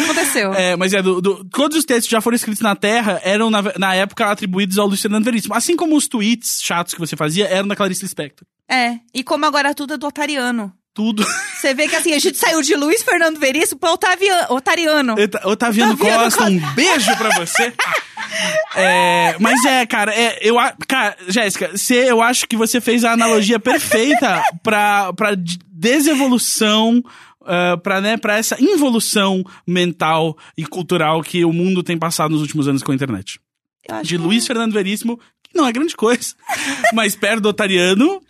Speaker 3: aconteceu.
Speaker 2: É, mas é, do, do- todos os textos que já foram escritos na Terra eram, na, na época, atribuídos ao Luiz Fernando Veríssimo. Assim como os tweets chatos que você fazia eram da Clarice Lispector.
Speaker 3: É. E como agora tudo é do Otariano.
Speaker 2: Tudo.
Speaker 3: Você vê que assim, a gente saiu de Luiz Fernando Veríssimo pra Otavia- Otariano.
Speaker 2: Ota- Otaviano
Speaker 3: Otaviano
Speaker 2: Costa,
Speaker 3: Costa.
Speaker 2: um beijo pra você. É, mas é, cara, é, eu, a- cara, Jéssica, você- eu acho que você fez a analogia perfeita pra, pra de- desevolução, ah, pra, né, pra essa involução mental e cultural que o mundo tem passado nos últimos anos com a internet.
Speaker 3: Eu acho
Speaker 2: De
Speaker 3: que- é.
Speaker 2: Luiz Fernando Veríssimo, que não é grande coisa, mas perto do Otariano,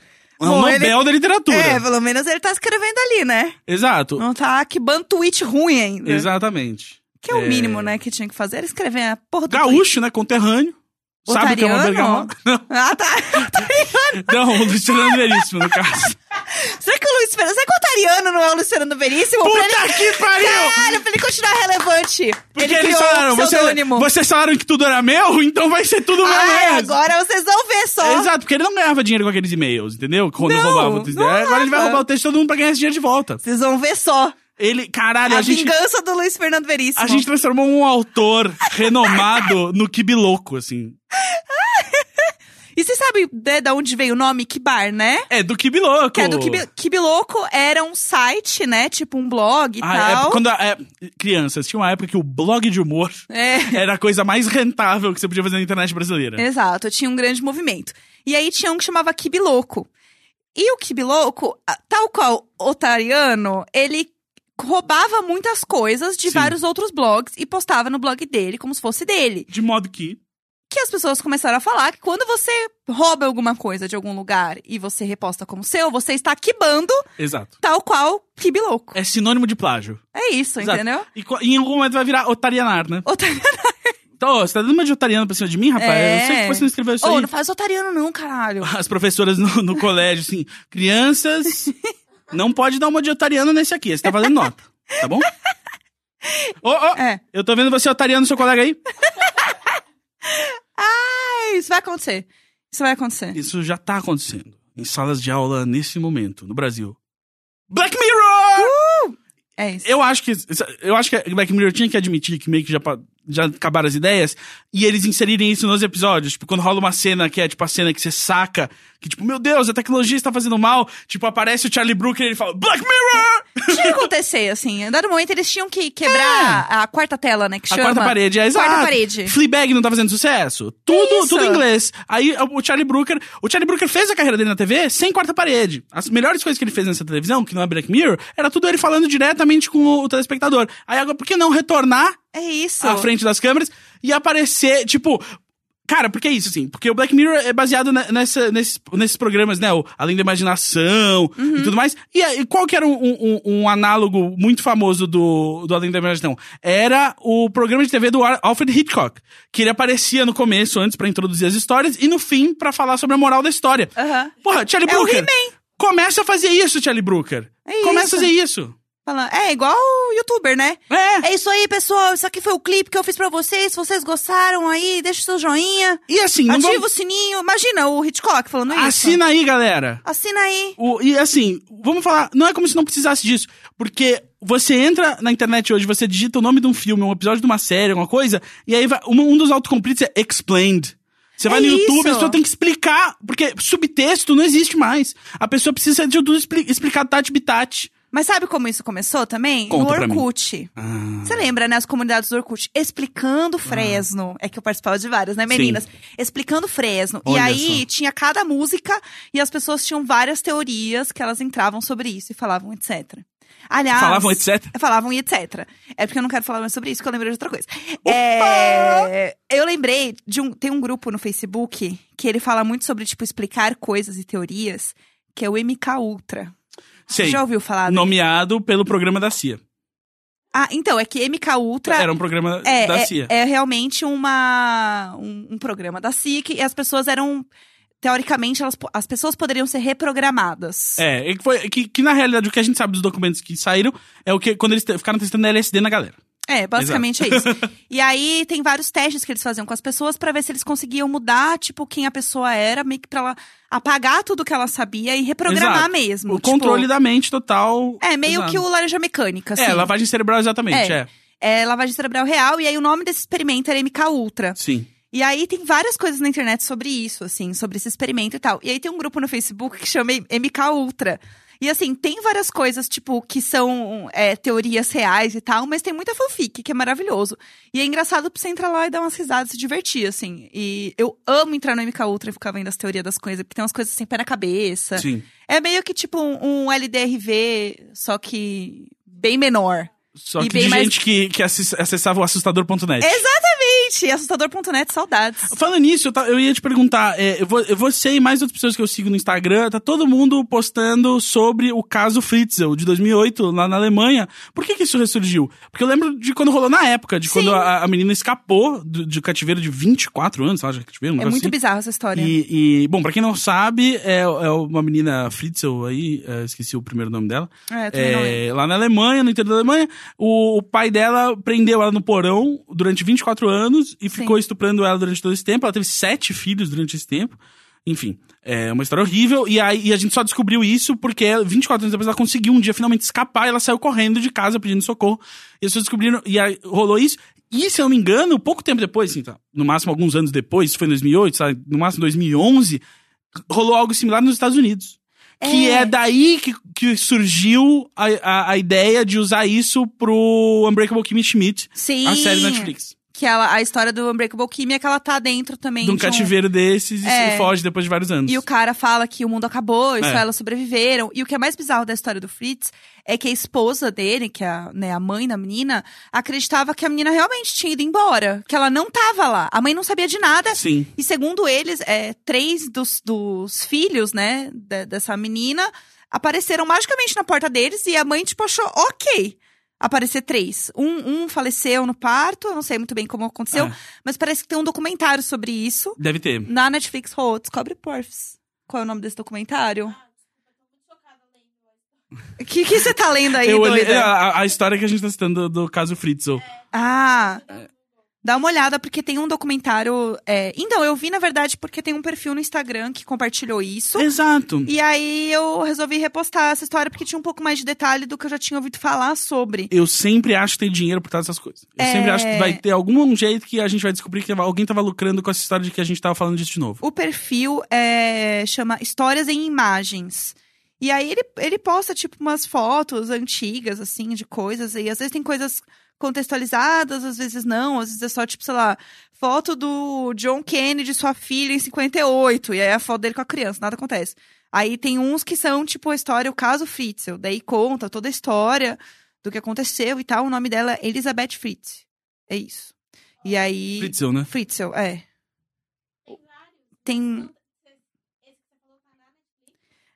Speaker 2: é um
Speaker 3: Bom, ele-
Speaker 2: Nobel da literatura.
Speaker 3: É, pelo menos ele tá escrevendo ali, né?
Speaker 2: Exato,
Speaker 3: Não tá arquibando tweet ruim ainda.
Speaker 2: exatamente.
Speaker 3: Que é o
Speaker 2: É.
Speaker 3: mínimo, né, que tinha que fazer. Era escrever a porra do tweet.
Speaker 2: Gaúcho, né, conterrâneo. Sabe o que é uma
Speaker 3: Otariano?
Speaker 2: bergamota? Não,
Speaker 3: Ah, tá.
Speaker 2: não, o Luciano Veríssimo, no caso.
Speaker 3: Será que o Luiz Fernando... Será que o Otariano não é o Luiz Fernando Veríssimo? Pra ele-
Speaker 2: Puta que pariu!
Speaker 3: Caralho, pra ele continuar relevante.
Speaker 2: Porque
Speaker 3: ele
Speaker 2: eles
Speaker 3: criou
Speaker 2: falaram,
Speaker 3: um
Speaker 2: você,
Speaker 3: pseudônimo.
Speaker 2: vocês falaram que tudo era meu, então vai ser tudo meu
Speaker 3: Ah, é,
Speaker 2: mesmo. É,
Speaker 3: agora vocês vão ver só.
Speaker 2: Exato, porque ele não ganhava dinheiro com aqueles e-mails, entendeu? Quando
Speaker 3: Não,
Speaker 2: roubava o texto.
Speaker 3: não
Speaker 2: Agora ele vai
Speaker 3: ganhava.
Speaker 2: roubar o texto de todo mundo pra ganhar esse dinheiro de volta.
Speaker 3: Vocês vão ver só.
Speaker 2: Ele, caralho,
Speaker 3: a
Speaker 2: a, gente.
Speaker 3: vingança do Luiz Fernando Veríssimo.
Speaker 2: A gente transformou um autor renomado no Kibiloco, assim.
Speaker 3: E vocês sabem de, de onde veio o nome Kibar, né?
Speaker 2: É do Kibiloco.
Speaker 3: Que é do Kibi, Kibiloco, era um site, né? Tipo um blog e
Speaker 2: Ah, é,
Speaker 3: tal.
Speaker 2: quando a- é, crianças, tinha uma época que o blog de humor
Speaker 3: É,
Speaker 2: era a coisa mais rentável que você podia fazer na internet brasileira.
Speaker 3: exato. Tinha um grande movimento. E aí tinha um que chamava Kibiloco. E o Kibiloco, a- tal qual Otariano, ele roubava muitas coisas de
Speaker 2: Sim.
Speaker 3: vários outros blogs e postava no blog dele como se fosse dele.
Speaker 2: De modo que.
Speaker 3: que as pessoas começaram a falar que quando você rouba alguma coisa de algum lugar e você reposta como seu, você está quibando
Speaker 2: Exato.
Speaker 3: tal qual quibe louco.
Speaker 2: É sinônimo de plágio.
Speaker 3: É isso,
Speaker 2: Exato.
Speaker 3: entendeu?
Speaker 2: E co- em algum momento vai virar otarianar, né?
Speaker 3: Otari...
Speaker 2: Então, ó, você tá dando uma de otariano pra cima de mim, rapaz?
Speaker 3: É.
Speaker 2: Eu sei que você não escreveu isso
Speaker 3: Ô,
Speaker 2: aí.
Speaker 3: não faz otariano não, caralho.
Speaker 2: As professoras no, no colégio, assim, crianças, não pode dar uma de otariano nesse aqui. Você tá fazendo nota, tá bom? Ô, ô,
Speaker 3: É.
Speaker 2: eu tô vendo você otariano, seu colega aí.
Speaker 3: É, isso vai acontecer. Isso vai acontecer.
Speaker 2: Isso já tá acontecendo em salas de aula nesse momento, no Brasil. Black Mirror!
Speaker 3: É isso.
Speaker 2: Eu acho que eu acho que Black Mirror tinha que admitir que meio que já, pa- já acabaram as ideias e eles inserirem isso nos episódios. Tipo, quando rola uma cena que é tipo a cena que você saca, que tipo, meu Deus, a tecnologia está fazendo mal. Tipo, aparece o Charlie Brooker e ele fala, Black Mirror!
Speaker 3: Tinha que acontecer, assim. Em dado momento, eles tinham que quebrar a quarta tela, né? Que
Speaker 2: É. A
Speaker 3: chama.
Speaker 2: quarta parede, é exato.
Speaker 3: Quarta parede.
Speaker 2: Fleabag não tá fazendo sucesso. Tudo,
Speaker 3: isso?
Speaker 2: tudo em inglês. Aí o Charlie Brooker, o Charlie Brooker fez a carreira dele na TV sem quarta parede. As melhores coisas que ele fez nessa televisão, que não é Black Mirror, era tudo ele falando diretamente com o, o telespectador. Aí agora, por que não retornar
Speaker 3: É isso.
Speaker 2: à frente das câmeras e aparecer, tipo. Cara, porque é isso, assim. Porque o Black Mirror é baseado ne- nessa, nesses, nesses programas, né? O Além da Imaginação
Speaker 3: Uhum.
Speaker 2: e tudo mais. E, aí, qual que era um, um- um análogo muito famoso do, do Além da Imaginação? Era o programa de TV do Ar- Alfred Hitchcock. Que ele aparecia no começo, antes, pra introduzir as histórias. E no fim, pra falar sobre a moral da história.
Speaker 3: Aham.
Speaker 2: Porra, Charlie
Speaker 3: É o
Speaker 2: Brooker.
Speaker 3: He-Man.
Speaker 2: começa a fazer isso, Charlie Brooker.
Speaker 3: É
Speaker 2: começa
Speaker 3: isso.
Speaker 2: a fazer isso.
Speaker 3: Falando- É igual o youtuber, né?
Speaker 2: É.
Speaker 3: É isso aí, pessoal. Isso aqui foi o clipe que eu fiz pra vocês. Se vocês gostaram aí, deixa o seu joinha.
Speaker 2: E assim, não
Speaker 3: Ativa
Speaker 2: vamos...
Speaker 3: o sininho. Imagina o Hitchcock falando isso.
Speaker 2: Assina aí, galera.
Speaker 3: Assina aí.
Speaker 2: O- e assim, vamos falar, não é como se não precisasse disso, porque você entra na internet hoje, você digita o nome de um filme, um episódio de uma série, alguma coisa, e aí vai, um, um dos autocomplites é explained. Você vai
Speaker 3: É
Speaker 2: no YouTube,
Speaker 3: isso.
Speaker 2: a pessoa tem que explicar, porque subtexto não existe mais. A pessoa precisa de tudo expli explicar tati bitati.
Speaker 3: Mas sabe como isso começou também?
Speaker 2: Conta pra
Speaker 3: no
Speaker 2: mim.
Speaker 3: Orkut. Você lembra, né? As comunidades do Orkut. Explicando Fresno. É que eu participava de várias, né, meninas?
Speaker 2: Ah. Sim.
Speaker 3: Explicando Fresno. e
Speaker 2: Olha
Speaker 3: aí
Speaker 2: só.
Speaker 3: tinha cada música e as pessoas tinham várias teorias que elas entravam sobre isso e falavam, etc. Aliás.
Speaker 2: Falavam, etc.
Speaker 3: Falavam e etc. É porque eu não quero falar mais sobre isso, que eu lembrei de outra coisa. É, eu lembrei de um. Tem um grupo no Facebook que ele fala muito sobre, tipo, explicar coisas e teorias, que é o MK Ultra. Você
Speaker 2: Sei.
Speaker 3: já ouviu falar? dele?
Speaker 2: Nomeado pelo programa da CIA.
Speaker 3: Ah, então, é que MK Ultra.
Speaker 2: Era um programa
Speaker 3: é,
Speaker 2: da
Speaker 3: é-
Speaker 2: CIA.
Speaker 3: é realmente uma, um, um programa da SIC e as pessoas eram. Teoricamente, elas, po- as pessoas poderiam ser reprogramadas.
Speaker 2: É, e que, foi- que- que na realidade o que a gente sabe dos documentos que saíram é o que quando eles te- ficaram testando LSD na galera.
Speaker 3: É, basicamente é isso. E aí tem vários testes que eles faziam com as pessoas pra ver se eles conseguiam mudar, tipo, quem a pessoa era, meio que pra ela apagar tudo que ela sabia e reprogramar
Speaker 2: Exato.
Speaker 3: mesmo.
Speaker 2: O
Speaker 3: tipo,
Speaker 2: controle da mente total.
Speaker 3: É, meio
Speaker 2: Exato.
Speaker 3: que o laranja mecânica, assim.
Speaker 2: É, lavagem cerebral, exatamente,
Speaker 3: É.
Speaker 2: é.
Speaker 3: É lavagem cerebral real, e aí o nome desse experimento era MK Ultra.
Speaker 2: Sim.
Speaker 3: E aí tem várias coisas na internet sobre isso, assim, sobre esse experimento e tal. E aí tem um grupo no Facebook que chama MK Ultra. E assim, tem várias coisas, tipo, que são é, teorias reais e tal, mas tem muita fanfic, que é maravilhoso. E é engraçado pra você entrar lá e dar umas risadas, se divertir, assim. E eu amo entrar no MK Ultra e ficar vendo as teorias das coisas, porque tem umas coisas sem pé na cabeça.
Speaker 2: Sim.
Speaker 3: É meio que tipo um, um LDRV, só que bem menor.
Speaker 2: Só
Speaker 3: E
Speaker 2: que
Speaker 3: bem
Speaker 2: de
Speaker 3: mais-
Speaker 2: gente que, que assis- acessava o assustador.net.
Speaker 3: Exatamente! Gente, assustador.net, saudades.
Speaker 2: Falando nisso, eu, ta- eu ia te perguntar, é, eu vou- eu- você e mais outras pessoas que eu sigo no Instagram, tá todo mundo postando sobre o caso Fritzel de 2008, lá na Alemanha. Por que, que isso ressurgiu? Porque eu lembro de quando rolou na época, de quando a, a menina escapou do, de cativeiro de 24 anos, acho que cativeiro, um
Speaker 3: É
Speaker 2: negócio
Speaker 3: muito
Speaker 2: assim.
Speaker 3: bizarro essa história.
Speaker 2: E, e, bom, pra quem não sabe, é, é uma menina Fritzel aí, é, esqueci o primeiro nome dela.
Speaker 3: É, eu também não lembro.
Speaker 2: É, lá na Alemanha, no interior da Alemanha, o, o pai dela prendeu ela no porão durante 24 anos e ficou estuprando ela durante todo esse tempo. Ela teve sete filhos durante esse tempo. Enfim, é uma história horrível. E, aí, e a gente só descobriu isso porque ela- 24 anos depois ela conseguiu um dia finalmente escapar e ela saiu correndo de casa pedindo socorro. E as pessoas descobriram, e aí rolou isso. E se eu não me engano, pouco tempo depois, assim, tá, no máximo alguns anos depois, isso foi em 2008, sabe, no máximo 2011, rolou algo similar nos Estados Unidos. Que
Speaker 3: É.
Speaker 2: é daí que, que surgiu a, a, a ideia de usar isso pro Unbreakable Kimmy Schmidt,
Speaker 3: Sim.
Speaker 2: a série Netflix.
Speaker 3: Que ela, a história do Unbreakable Kimmy é que ela tá dentro também.
Speaker 2: De um
Speaker 3: de um-
Speaker 2: cativeiro desses e
Speaker 3: É.
Speaker 2: se foge depois de vários anos.
Speaker 3: E o cara fala que o mundo acabou e só
Speaker 2: É.
Speaker 3: elas sobreviveram. E o que é mais bizarro da história do Fritz é que a esposa dele, que é a, né, a mãe da menina, acreditava que a menina realmente tinha ido embora. Que ela não tava lá. A mãe não sabia de nada.
Speaker 2: Sim.
Speaker 3: E segundo eles, é, três dos, dos filhos, né, de- dessa menina, apareceram magicamente na porta deles e a mãe, tipo, achou ok aparecer três. Um, um faleceu no parto, eu não sei muito bem como aconteceu,
Speaker 2: É.
Speaker 3: mas parece que tem um documentário sobre isso.
Speaker 2: Deve ter.
Speaker 3: Na Netflix rolou Descobre Porfs. Qual é o nome desse documentário? O que que você tá lendo aí,
Speaker 2: Eu olhei Ah,
Speaker 3: doida?
Speaker 2: a, a história que a gente tá citando do, do caso Fritzel.
Speaker 3: Ah. Dá uma olhada, porque tem um documentário. é, Então, eu vi, na verdade, porque tem um perfil no Instagram que compartilhou isso.
Speaker 2: Exato.
Speaker 3: E aí eu resolvi repostar essa história porque tinha um pouco mais de detalhe do que eu já tinha ouvido falar sobre.
Speaker 2: Eu sempre acho que tem dinheiro por trás dessas coisas. Eu
Speaker 3: É.
Speaker 2: sempre acho que vai ter algum jeito que a gente vai descobrir que alguém tava lucrando com essa história de que a gente tava falando disso de novo.
Speaker 3: O perfil é, chama Histórias em Imagens. E aí ele, ele posta, tipo, umas fotos antigas, assim, de coisas. E às vezes tem coisas contextualizadas, às vezes não. Às vezes é só, tipo, sei lá, foto do John Kennedy, sua filha, em 58. E aí é a foto dele com a criança, nada acontece. Aí tem uns que são, tipo, a história, o caso Fritzel. Daí conta toda a história do que aconteceu e tal. O nome dela é Elizabeth Fritz. É isso. E aí...
Speaker 2: Fritzel, né?
Speaker 3: Fritzel, é. Tem.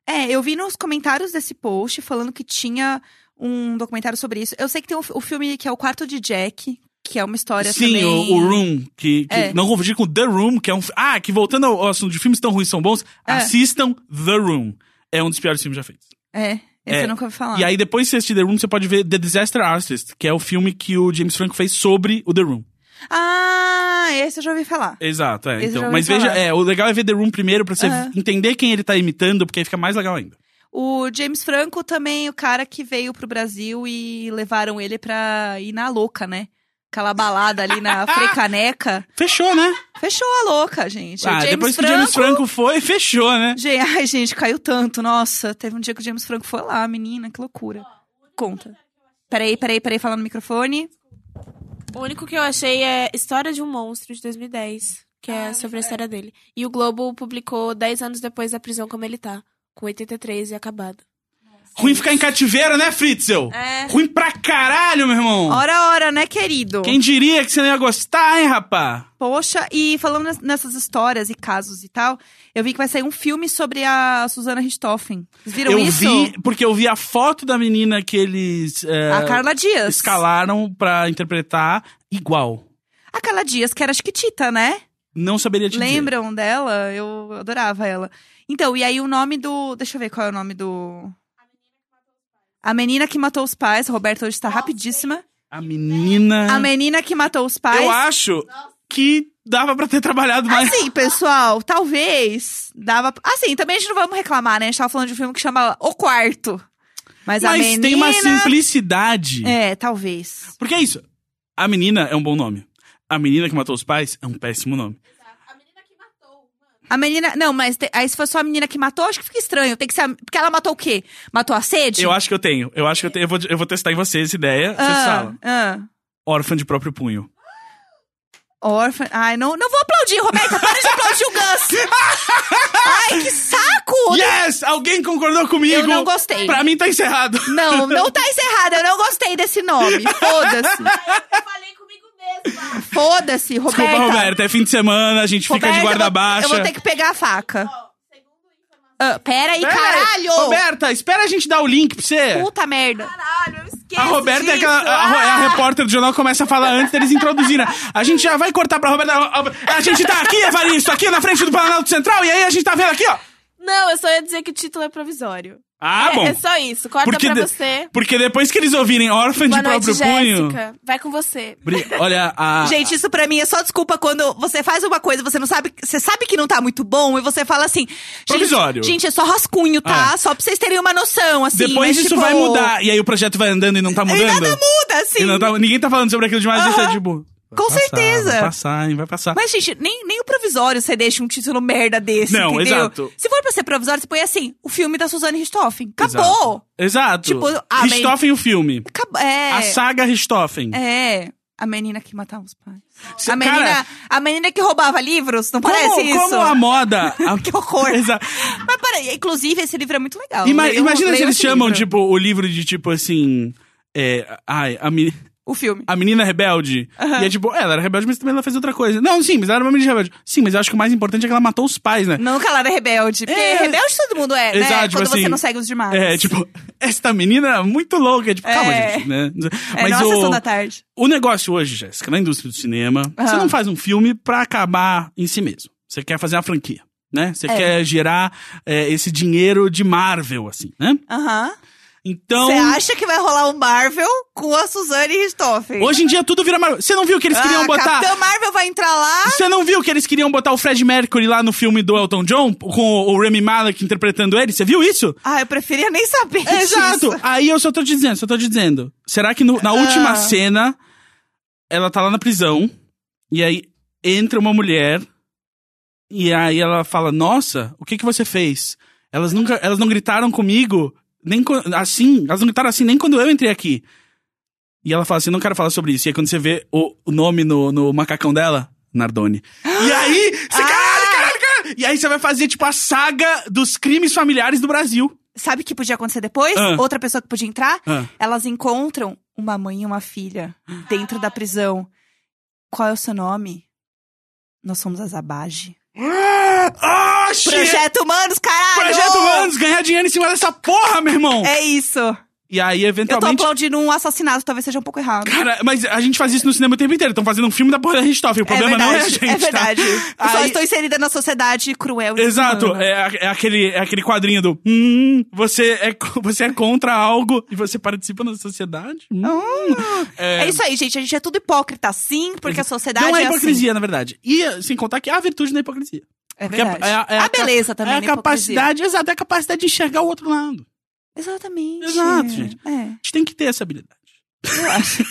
Speaker 3: É, eu vi nos comentários desse post falando que tinha um documentário sobre isso. Eu sei que tem o, fi- o filme que é O Quarto de Jack, que é uma história
Speaker 2: Sim,
Speaker 3: também.
Speaker 2: o, o Room, que, que-
Speaker 3: É.
Speaker 2: não confundir com The Room, que é um. fi- Ah, que voltando ao ao assunto de filmes tão ruins são bons,
Speaker 3: É.
Speaker 2: assistam The Room. É um dos piores filmes já feitos.
Speaker 3: É, esse
Speaker 2: É.
Speaker 3: eu nunca ouvi falar.
Speaker 2: E aí, depois que você assistir The Room, você pode ver The Disaster Artist, que é o filme que o James Franco fez sobre o The Room.
Speaker 3: Ah, esse eu já ouvi falar.
Speaker 2: Exato, é.
Speaker 3: Esse eu já
Speaker 2: Então,
Speaker 3: ouvi
Speaker 2: mas veja,
Speaker 3: falar.
Speaker 2: é, o legal é ver The Room primeiro pra você
Speaker 3: Aham.
Speaker 2: entender quem ele tá imitando, porque aí fica mais legal ainda.
Speaker 3: O James Franco também, o cara que veio pro Brasil e levaram ele pra ir na louca, né? Aquela balada ali na Frecaneca.
Speaker 2: Fechou, né?
Speaker 3: Fechou a louca, gente. o
Speaker 2: ah,
Speaker 3: James
Speaker 2: depois que
Speaker 3: Franco...
Speaker 2: o James Franco foi, fechou, né?
Speaker 3: Gente, ai, gente, caiu tanto. Nossa, teve um dia que o James Franco foi lá, menina, que loucura. Conta. Peraí, peraí, peraí, fala no microfone.
Speaker 4: O único que eu achei é História de um Monstro, de 2010, que é sobre a história dele. E o Globo publicou 10 anos depois da prisão como ele tá, com 83 e acabado.
Speaker 2: Ruim ficar em cativeiro, né, Fritzel?
Speaker 4: É.
Speaker 2: Ruim pra caralho, meu irmão.
Speaker 3: Ora, ora, né, querido?
Speaker 2: Quem diria que você não ia gostar, hein, rapá?
Speaker 3: Poxa, e falando nes- nessas histórias e casos e tal, eu vi que vai sair um filme sobre a Susana Richthofen. Vocês viram
Speaker 2: eu
Speaker 3: isso?
Speaker 2: vi, porque eu vi a foto da menina que eles é,
Speaker 3: A Carla Dias.
Speaker 2: escalaram pra interpretar igual.
Speaker 3: A Carla Dias, que era chiquitita, né?
Speaker 2: Não saberia te dizer.
Speaker 3: Lembram dela? Eu adorava ela. Então, e aí o nome do. Deixa eu ver qual é o nome do. A menina que matou os pais. Roberto hoje está rapidíssima.
Speaker 2: A menina.
Speaker 3: A menina que matou os pais.
Speaker 2: Ah. eu acho que dava pra ter trabalhado mais.
Speaker 3: Assim, pessoal, talvez dava. Assim, também a gente não vamos reclamar, né? A gente tava falando de um filme que chama O Quarto. Mas, a
Speaker 2: mas
Speaker 3: menina.
Speaker 2: tem uma simplicidade.
Speaker 3: É, talvez.
Speaker 2: Porque é isso. A menina é um bom nome. A menina que matou os pais é um péssimo nome.
Speaker 3: A menina. Não, mas te- aí se for só a menina que matou, acho que fica estranho. Tem que ser. a- Porque ela matou o quê? Matou a sede?
Speaker 2: Eu acho que eu tenho. Eu acho que eu tenho. Eu vou, eu vou testar em você essa ideia. Você
Speaker 3: ah,
Speaker 2: fala.
Speaker 3: ah.
Speaker 2: Órfã de próprio punho.
Speaker 3: Orphan. Ai, não, não vou aplaudir, Roberta. Para de aplaudir o Gus. Ai, que saco!
Speaker 2: Yes! Alguém concordou comigo?
Speaker 3: Eu não gostei. tá
Speaker 2: Pra mim tá encerrado.
Speaker 3: Não, não tá encerrada. Eu não gostei desse nome. Foda-se.
Speaker 4: Eu falei comigo mesmo.
Speaker 3: Foda-se, Roberta.
Speaker 2: Desculpa, Roberta, é fim de semana, a gente
Speaker 3: Roberta,
Speaker 2: fica de guarda
Speaker 3: eu vou-
Speaker 2: baixa.
Speaker 3: Eu vou ter que pegar a faca. Ah, pera aí, caralho!
Speaker 2: É, Roberta, espera a gente dar o link pra você.
Speaker 3: Puta merda.
Speaker 4: Caralho, eu esqueço
Speaker 2: A Roberta é,
Speaker 4: disso.
Speaker 2: aquela, a, ro- é
Speaker 3: Ah!
Speaker 2: a repórter do jornal que começa a falar antes deles introduzirem. A gente já vai cortar pra Roberta. A, a- a gente tá aqui, Evaristo, aqui na frente do Planalto Central, e aí a gente tá vendo aqui, ó.
Speaker 4: Não, eu só ia dizer que o título é provisório.
Speaker 2: Ah,
Speaker 4: é,
Speaker 2: bom.
Speaker 4: é só isso. Corta
Speaker 2: Porque
Speaker 4: pra
Speaker 2: de-
Speaker 4: você.
Speaker 2: Porque depois que eles ouvirem órfã de
Speaker 4: Boa noite,
Speaker 2: próprio punho.
Speaker 4: Jéssica. Vai com você.
Speaker 2: Bri- Olha, a.
Speaker 3: Gente, isso pra mim é só desculpa quando você faz uma coisa, você não sabe, você sabe que não tá muito bom e você fala assim, gente,
Speaker 2: Provisório. Ah.
Speaker 3: Gente, é só rascunho, tá? Só pra vocês terem uma noção, assim.
Speaker 2: depois
Speaker 3: mas,
Speaker 2: isso
Speaker 3: tipo,
Speaker 2: vai mudar. E aí o projeto vai andando e não tá
Speaker 3: E
Speaker 2: mudando.
Speaker 3: nada muda,
Speaker 2: E
Speaker 3: assim.
Speaker 2: não tá- ninguém tá falando sobre aquilo demais, uh tá tipo. vai
Speaker 3: Com
Speaker 2: passar,
Speaker 3: certeza.
Speaker 2: Vai passar, hein? Vai passar.
Speaker 3: Mas, gente, nem, nem o provisório você deixa um título merda desse,
Speaker 2: Não,
Speaker 3: entendeu?
Speaker 2: exato.
Speaker 3: Se for pra ser provisório, você põe assim, o filme da Suzane Richthofen. Acabou!
Speaker 2: Exato.
Speaker 3: Tipo, ah,
Speaker 2: Richthofen o filme.
Speaker 3: Acabou. É.
Speaker 2: A saga Richthofen.
Speaker 3: É. A menina que matava os pais.
Speaker 2: Cê-
Speaker 3: a, menina,
Speaker 2: cara-
Speaker 3: a menina que roubava livros, não
Speaker 2: Como,
Speaker 3: parece isso?
Speaker 2: como a moda. a-
Speaker 3: Que horror.
Speaker 2: Exato.
Speaker 3: Mas peraí, inclusive esse livro é muito legal.
Speaker 2: Ima-
Speaker 3: Leiam-
Speaker 2: imagina se
Speaker 3: leiam
Speaker 2: eles
Speaker 3: esse
Speaker 2: chamam,
Speaker 3: livro.
Speaker 2: tipo, o livro de tipo assim. É, ai, a, me-
Speaker 3: O filme.
Speaker 2: a menina rebelde. E é tipo, é, ela era rebelde, mas também ela fez outra coisa. Não, sim, mas ela era uma menina rebelde. Sim, mas eu acho que o mais importante é que ela matou os pais, né?
Speaker 3: Não que ela era rebelde. Porque
Speaker 2: É.
Speaker 3: rebelde todo mundo é,
Speaker 2: Exato,
Speaker 3: né?
Speaker 2: tipo
Speaker 3: Quando você
Speaker 2: assim,
Speaker 3: não segue os demais.
Speaker 2: É, tipo, esta menina era muito louca. É, Tipo, calma,
Speaker 3: É.
Speaker 2: gente, né?
Speaker 3: É, não a sessão da tarde.
Speaker 2: O negócio hoje, Jéssica, na indústria do cinema,
Speaker 3: Aham.
Speaker 2: você não faz um filme pra acabar em si mesmo. Você quer fazer uma franquia, né? Você
Speaker 3: É.
Speaker 2: quer gerar é, esse dinheiro de Marvel, assim, né?
Speaker 3: Aham.
Speaker 2: Então.
Speaker 3: Você acha que vai rolar um Marvel com a Suzane Richthofen?
Speaker 2: Hoje em dia tudo vira Marvel. Você não viu que eles queriam
Speaker 3: ah,
Speaker 2: botar.
Speaker 3: Capitão Marvel vai entrar lá.
Speaker 2: Você não viu que eles queriam botar o Fred Mercury lá no filme do Elton John, com o Remy Malek interpretando ele? Você viu isso?
Speaker 3: Ah, eu preferia nem saber disso.
Speaker 2: Exato! Aí eu só tô te dizendo, só tô te dizendo. Será que no- na última
Speaker 3: Ah.
Speaker 2: cena ela tá lá na prisão e aí entra uma mulher e aí ela fala: "Nossa, o que que você fez? Elas nunca, elas não gritaram comigo, nem co- assim, elas não gritaram assim nem quando eu entrei aqui." E ela fala assim: "Não quero falar sobre isso." E aí quando você vê o, o nome no, no macacão dela, Nardone. E aí, você, caralho, caralho, caralho. E aí você vai fazer tipo a saga dos crimes familiares do Brasil.
Speaker 3: Sabe o que podia acontecer depois?
Speaker 2: Ah.
Speaker 3: Outra pessoa que podia entrar?
Speaker 2: Ah.
Speaker 3: Elas encontram uma mãe e uma filha dentro da prisão. Qual é o seu nome? Nós somos as Abage.
Speaker 2: Ah, shit!
Speaker 3: Projeto Humanos, caralho!
Speaker 2: Projeto Humanos, ganhar dinheiro em cima dessa porra, meu irmão!
Speaker 3: É isso.
Speaker 2: E aí,
Speaker 3: Eu tô
Speaker 2: eventualmente.
Speaker 3: aplaudindo um assassinato, talvez seja um pouco errado.
Speaker 2: Cara, mas a gente faz isso no cinema o tempo inteiro. Estão fazendo um filme da porra da Richthofen. O problema não é a
Speaker 3: verdade,
Speaker 2: gente.
Speaker 3: é verdade.
Speaker 2: Tá?
Speaker 3: Eu só
Speaker 2: Aí-
Speaker 3: estou inserida na sociedade cruel. e
Speaker 2: Exato,
Speaker 3: desumana.
Speaker 2: é, a- é aquele, é aquele quadrinho do hum, você é, co- você é contra algo e você participa da sociedade? Hum.
Speaker 3: É. isso aí, gente. A gente é tudo hipócrita, sim, porque a sociedade
Speaker 2: Não é
Speaker 3: assim.
Speaker 2: hipocrisia, na verdade. E sem contar que há a virtude na hipocrisia.
Speaker 3: É
Speaker 2: Porque é-
Speaker 3: verdade.
Speaker 2: é a- é
Speaker 3: a,
Speaker 2: a ca-
Speaker 3: beleza também
Speaker 2: é a
Speaker 3: na hipocrisia.
Speaker 2: capacidade, exato, é a capacidade de enxergar o outro lado.
Speaker 3: Exatamente.
Speaker 2: Exato, gente.
Speaker 3: É.
Speaker 2: A gente tem que ter essa habilidade.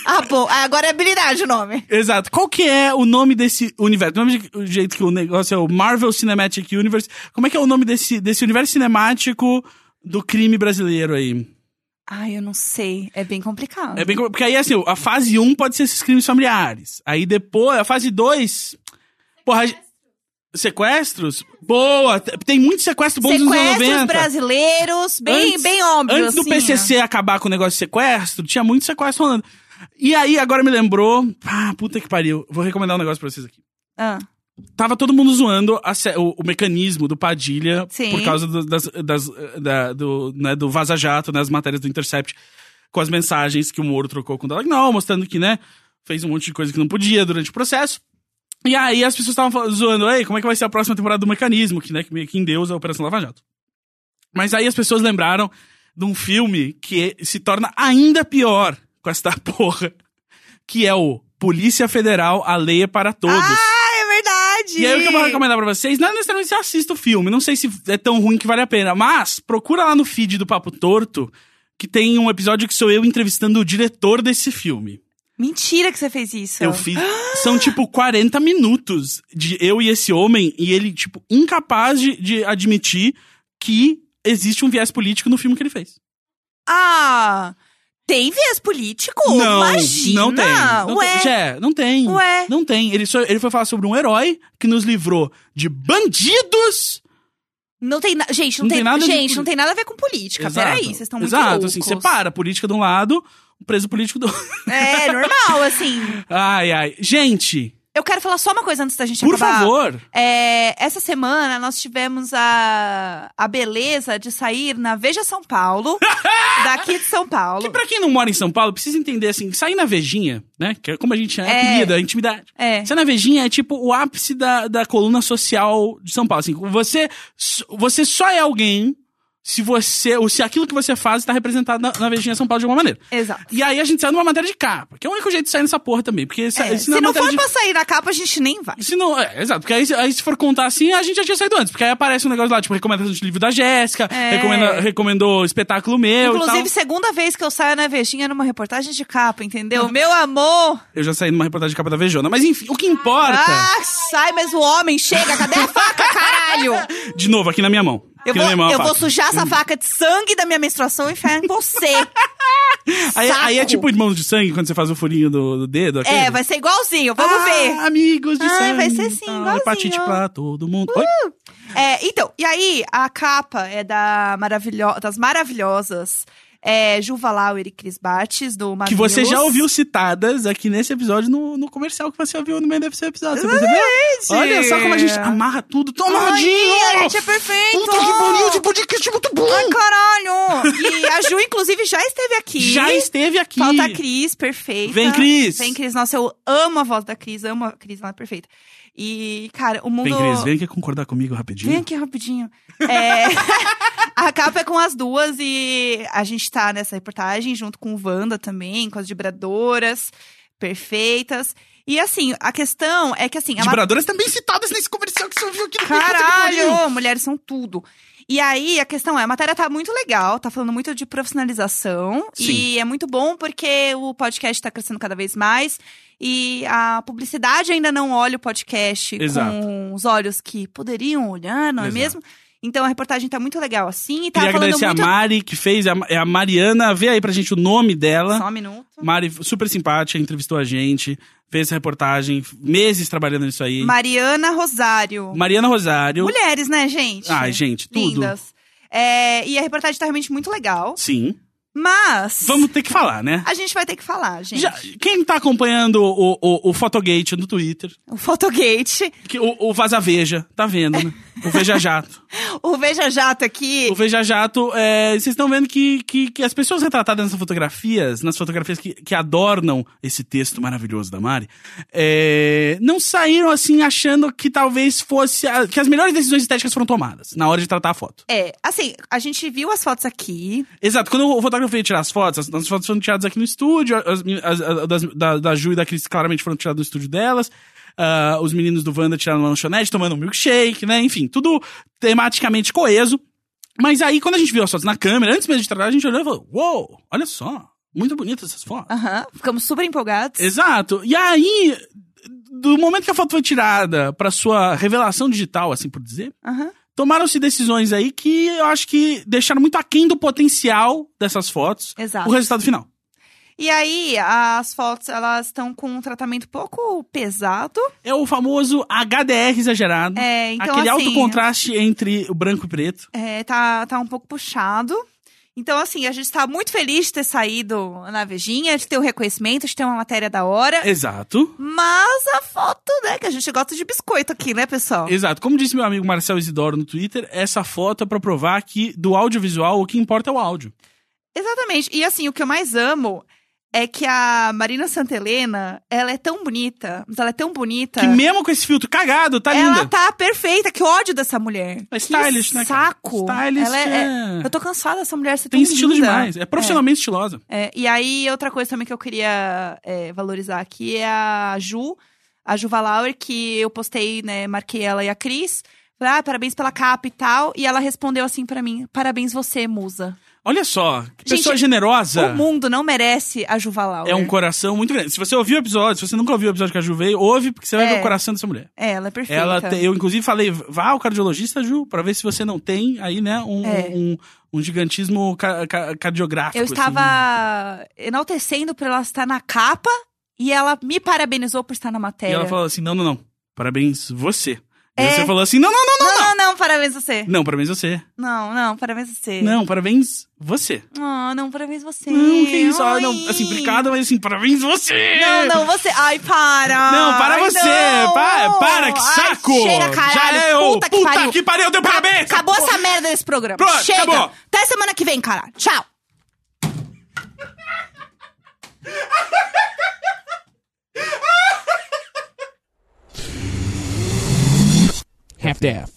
Speaker 3: Ah, bom. Agora é habilidade o nome.
Speaker 2: Exato. Qual que é o nome desse universo? Do mesmo je- jeito que o negócio é o Marvel Cinematic Universe, como é que é o nome desse, desse universo cinemático do crime brasileiro aí?
Speaker 3: Ai, eu não sei. É bem complicado.
Speaker 2: É bem, com- porque aí, assim, a fase 1 pode ser esses crimes familiares. Aí depois, a fase 2... Porra, a ge- sequestros? Boa! t- Tem muito sequestro bom nos anos
Speaker 3: Sequestros
Speaker 2: 90.
Speaker 3: brasileiros, bem,
Speaker 2: Antes-
Speaker 3: bem óbvio,
Speaker 2: Antes do
Speaker 3: assim,
Speaker 2: PCC acabar com o negócio de sequestro, tinha muito sequestro rolando. E aí, agora me lembrou... Ah, puta que pariu. Vou recomendar um negócio pra vocês aqui.
Speaker 3: ó. Ah,
Speaker 2: Tava todo mundo zoando a sé- o, o mecanismo do Padilha
Speaker 3: Sim.
Speaker 2: por causa do, das, das- da- do, né, do Vaza Jato, né, as matérias do Intercept, com as mensagens que o Moro trocou com o Dallagnol, mostrando que, né, fez um monte de coisa que não podia durante o processo. E aí as pessoas estavam fal- zoando, ei, como é que vai ser a próxima temporada do mecanismo, que, né, que meio que endeusa a Operação Lava Jato. Mas aí as pessoas lembraram de um filme que se torna ainda pior com esta porra, que é o Polícia Federal, a lei é para todos.
Speaker 3: é verdade.
Speaker 2: E aí o que eu vou recomendar pra vocês, não é necessariamente que você assista o filme, não sei se é tão ruim que vale a pena, mas procura lá no feed do Papo Torto, que tem um episódio que sou eu entrevistando o diretor desse filme.
Speaker 3: Mentira que você fez isso.
Speaker 2: Eu fiz. São tipo 40 minutos de eu e esse homem, e ele, tipo, incapaz de, de admitir que existe um viés político no filme que ele fez.
Speaker 3: Ah, tem viés político?
Speaker 2: não,
Speaker 3: Imagina.
Speaker 2: não tem. Não
Speaker 3: Ué,
Speaker 2: tem. é Jé, não tem.
Speaker 3: ué.
Speaker 2: Não tem. Ele, só, ele foi falar sobre um herói que nos livrou de bandidos
Speaker 3: Não tem na... Gente, não,
Speaker 2: Não
Speaker 3: tem,
Speaker 2: tem nada de
Speaker 3: Gente, não
Speaker 2: política.
Speaker 3: tem nada a ver com política.
Speaker 2: Exato.
Speaker 3: Peraí, vocês estão muito
Speaker 2: Exato,
Speaker 3: loucos.
Speaker 2: assim, separa a política de um lado, o preso político do outro.
Speaker 3: É, normal, assim.
Speaker 2: Ai, ai. Gente,
Speaker 3: Eu quero falar só uma coisa antes da gente
Speaker 2: por
Speaker 3: acabar.
Speaker 2: favor.
Speaker 3: É, essa semana nós tivemos a, a beleza de sair na Veja São Paulo, daqui de São Paulo.
Speaker 2: Que pra quem não mora em São Paulo, precisa entender assim, sair na Vejinha, né? Que é como a gente chama,
Speaker 3: É.
Speaker 2: apelida, intimidade.
Speaker 3: É.
Speaker 2: Sair na Vejinha é tipo o ápice da, da coluna social de São Paulo. Assim, você, você só é alguém se você, ou se aquilo que você faz está representado na, na Vejinha São Paulo de alguma maneira.
Speaker 3: Exato.
Speaker 2: E aí a gente sai numa matéria de capa, que é o único jeito de sair nessa porra também. Porque se,
Speaker 3: É,
Speaker 2: se
Speaker 3: se
Speaker 2: não é
Speaker 3: não
Speaker 2: matéria
Speaker 3: for
Speaker 2: de
Speaker 3: pra sair na capa, a gente nem vai.
Speaker 2: se não, é, exato, porque aí, se- aí se for contar assim, a gente já tinha saído antes, porque aí aparece um negócio lá, tipo, recomendação de livro da Jéssica,
Speaker 3: É.
Speaker 2: recomenda- recomendou espetáculo meu e
Speaker 3: Inclusive,
Speaker 2: tal.
Speaker 3: segunda vez que eu saio na Vejinha numa reportagem de capa,
Speaker 2: Uhum.
Speaker 3: entendeu? Meu amor!
Speaker 2: Eu já saí numa reportagem de capa da Vejona, mas enfim, o que importa,
Speaker 3: Ah, sai, mas o homem chega, cadê a faca, caralho?
Speaker 2: de novo, aqui na minha mão.
Speaker 3: Eu
Speaker 2: Aqui
Speaker 3: vou,
Speaker 2: na minha mão,
Speaker 3: eu
Speaker 2: faço.
Speaker 3: vou sujar
Speaker 2: Uhum.
Speaker 3: essa faca de sangue da minha menstruação e enfiar em você.
Speaker 2: aí,
Speaker 3: saco.
Speaker 2: aí é tipo irmãos de sangue, quando você faz o furinho do, do dedo, aquele.
Speaker 3: É, vai ser igualzinho, vamos
Speaker 2: Ah,
Speaker 3: ver.
Speaker 2: Amigos de
Speaker 3: Ah,
Speaker 2: sangue.
Speaker 3: vai ser sim,
Speaker 2: tal,
Speaker 3: igualzinho. Uh,
Speaker 2: Hepatite pra todo mundo. Oi?
Speaker 3: É, então, e aí, a capa é da maravilho das maravilhosas é, Juva Lauer e Cris Bates, do
Speaker 2: Que
Speaker 3: Mamilos.
Speaker 2: você já ouviu citadas aqui nesse episódio, no, no comercial que você ouviu no meio desse episódio. Você percebeu? Olha só como a gente amarra tudo tão
Speaker 3: Ai, a
Speaker 2: amarradinho!
Speaker 3: gente é perfeito!
Speaker 2: Puta que bonito, de podcast muito bom!
Speaker 3: Ai, caralho! E a Ju, inclusive, já esteve aqui.
Speaker 2: Já esteve aqui.
Speaker 3: Falta a Cris, perfeita.
Speaker 2: Vem, Cris.
Speaker 3: Vem, Cris. Nossa, eu amo a voz da Cris, amo a Cris, ela é perfeita. E, cara, o mundo...
Speaker 2: Vem, Cris, vem aqui concordar comigo rapidinho.
Speaker 3: Vem aqui rapidinho. É, a capa é com as duas e a gente tá nessa reportagem junto com o Wanda também, com as vibradoras perfeitas. E assim, a questão é que assim. a
Speaker 2: As vibradoras também citadas nesse comercial que você ouviu aqui no
Speaker 3: ma-
Speaker 2: Bem Puta que
Speaker 3: Caralho! Mulheres são tudo. E aí, a questão é, a matéria tá muito legal, tá falando muito de profissionalização.
Speaker 2: Sim.
Speaker 3: E é muito bom porque o podcast tá crescendo cada vez mais. E a publicidade ainda não olha o podcast
Speaker 2: Exato.
Speaker 3: com os olhos que poderiam olhar, não é
Speaker 2: Exato.
Speaker 3: mesmo? Então a reportagem tá muito legal, assim. E tá
Speaker 2: Queria
Speaker 3: falando
Speaker 2: agradecer
Speaker 3: muito...
Speaker 2: a Mari, que fez, é a- é a Mariana. Vê aí pra gente o nome dela.
Speaker 3: Só um minuto.
Speaker 2: Mari, super simpática, entrevistou a gente, fez essa reportagem, meses trabalhando nisso aí.
Speaker 3: Mariana Rosário.
Speaker 2: Mariana Rosário.
Speaker 3: Mulheres, né, gente?
Speaker 2: Ai, Ah, gente, tudo.
Speaker 3: Lindas. É, e a reportagem tá realmente muito legal.
Speaker 2: Sim.
Speaker 3: Mas
Speaker 2: Vamos ter que falar, né?
Speaker 3: a gente vai ter que falar, gente.
Speaker 2: Já- quem tá acompanhando o, o, o Fotogate no Twitter,
Speaker 3: O Fotogate,
Speaker 2: que, o, o Vaza Veja, tá vendo, né? O Veja Jato.
Speaker 3: o Veja Jato aqui.
Speaker 2: O Veja Jato, é, vocês estão vendo que, que, que as pessoas retratadas nessas fotografias, nas fotografias que, que adornam esse texto maravilhoso da Mari, é, não saíram assim achando que talvez fosse. a- que as melhores decisões estéticas foram tomadas na hora de tratar a foto.
Speaker 3: É, assim, a gente viu as fotos aqui.
Speaker 2: Exato, quando o fotógrafo veio tirar as fotos, as nossas fotos foram tiradas aqui no estúdio, as, min- as- as- das- da, da Ju e da Cris claramente foram tiradas no estúdio delas. ah, os meninos do Wanda tiraram uma lanchonete, tomando um milkshake, né? Enfim, tudo tematicamente coeso. Mas aí, quando a gente viu as fotos na câmera, antes mesmo de tratar, a gente olhou e falou: Uou, olha só, muito bonitas essas fotos.
Speaker 3: Aham, ficamos super empolgados.
Speaker 2: Exato. E aí, do momento que a foto foi tirada pra sua revelação digital, assim por dizer,
Speaker 3: Aham.
Speaker 2: tomaram-se decisões aí que eu acho que deixaram muito aquém do potencial dessas fotos
Speaker 3: Exato.
Speaker 2: o resultado final.
Speaker 3: E aí, as fotos, elas estão com um tratamento pouco pesado.
Speaker 2: É o famoso HDR exagerado.
Speaker 3: É, então
Speaker 2: aquele
Speaker 3: assim,
Speaker 2: alto contraste entre o branco e preto.
Speaker 3: é, tá, tá um pouco puxado. Então, assim, a gente tá muito feliz de ter saído na Vejinha, de ter o reconhecimento, de ter uma matéria da
Speaker 2: É.
Speaker 3: hora.
Speaker 2: Exato.
Speaker 3: Mas a foto, né, que a gente gosta de biscoito aqui, né, pessoal?
Speaker 2: Exato. Como disse meu amigo Marcel Isidoro no Twitter, essa foto é pra provar que do audiovisual o que importa é o áudio.
Speaker 3: Exatamente. E assim, o que eu mais amo é que a Marina Santelena, ela é tão bonita, mas ela é tão bonita.
Speaker 2: Que mesmo com esse filtro cagado, tá
Speaker 3: ela
Speaker 2: linda.
Speaker 3: tá perfeita, que ódio dessa mulher.
Speaker 2: É stylish,
Speaker 3: que
Speaker 2: né? cara?
Speaker 3: Saco.
Speaker 2: Stylish
Speaker 3: Ela é-
Speaker 2: é-
Speaker 3: Eu tô cansada dessa mulher ser
Speaker 2: Tem
Speaker 3: tão
Speaker 2: estilo
Speaker 3: linda.
Speaker 2: demais. É profissionalmente estilosa.
Speaker 3: É, e aí, outra coisa também que eu queria é, valorizar aqui é a Ju, a Juva Lauer, que eu postei, né, marquei ela e a Cris. Falei, ah, parabéns pela capa e tal. E ela respondeu assim pra mim: parabéns você, musa.
Speaker 2: Olha só, que
Speaker 3: Gente,
Speaker 2: pessoa generosa.
Speaker 3: O mundo não merece a Juva Lauer.
Speaker 2: É um coração muito grande. Se você ouviu o episódio, se você nunca ouviu o episódio que a Ju veio, ouve, porque você vai
Speaker 3: É.
Speaker 2: ver o coração dessa mulher.
Speaker 3: É, ela é perfeita.
Speaker 2: Ela te- eu, inclusive, falei, vá ao cardiologista, Ju, pra ver se você não tem aí, né, um,
Speaker 3: É.
Speaker 2: um, um gigantismo ca- ca- cardiográfico.
Speaker 3: Eu
Speaker 2: assim.
Speaker 3: estava enaltecendo por ela estar na capa e ela me parabenizou por estar na
Speaker 2: E
Speaker 3: matéria.
Speaker 2: ela falou assim: não, não, não. Parabéns, você. E
Speaker 3: É.
Speaker 2: você falou assim: não, não, não, não.
Speaker 3: Não, não, não, parabéns você.
Speaker 2: Não, parabéns você.
Speaker 3: Não, não, parabéns você.
Speaker 2: Não, parabéns você.
Speaker 3: Ah, não, parabéns você.
Speaker 2: Não, que isso? Ah,
Speaker 3: Ai.
Speaker 2: não, assim, obrigado, mas assim, parabéns você!
Speaker 3: Não, não, você. Ai, para.
Speaker 2: Não, para
Speaker 3: Ai,
Speaker 2: você!
Speaker 3: não.
Speaker 2: Para, para, que
Speaker 3: Ai,
Speaker 2: saco!
Speaker 3: cheira, caralho.
Speaker 2: Já é ô,
Speaker 3: puta que pariu.
Speaker 2: deu parabéns!
Speaker 3: Acabou essa merda desse programa.
Speaker 2: Pronto,
Speaker 3: Chega.
Speaker 2: acabou.
Speaker 3: Até semana que vem, cara. Tchau.
Speaker 5: half-daff.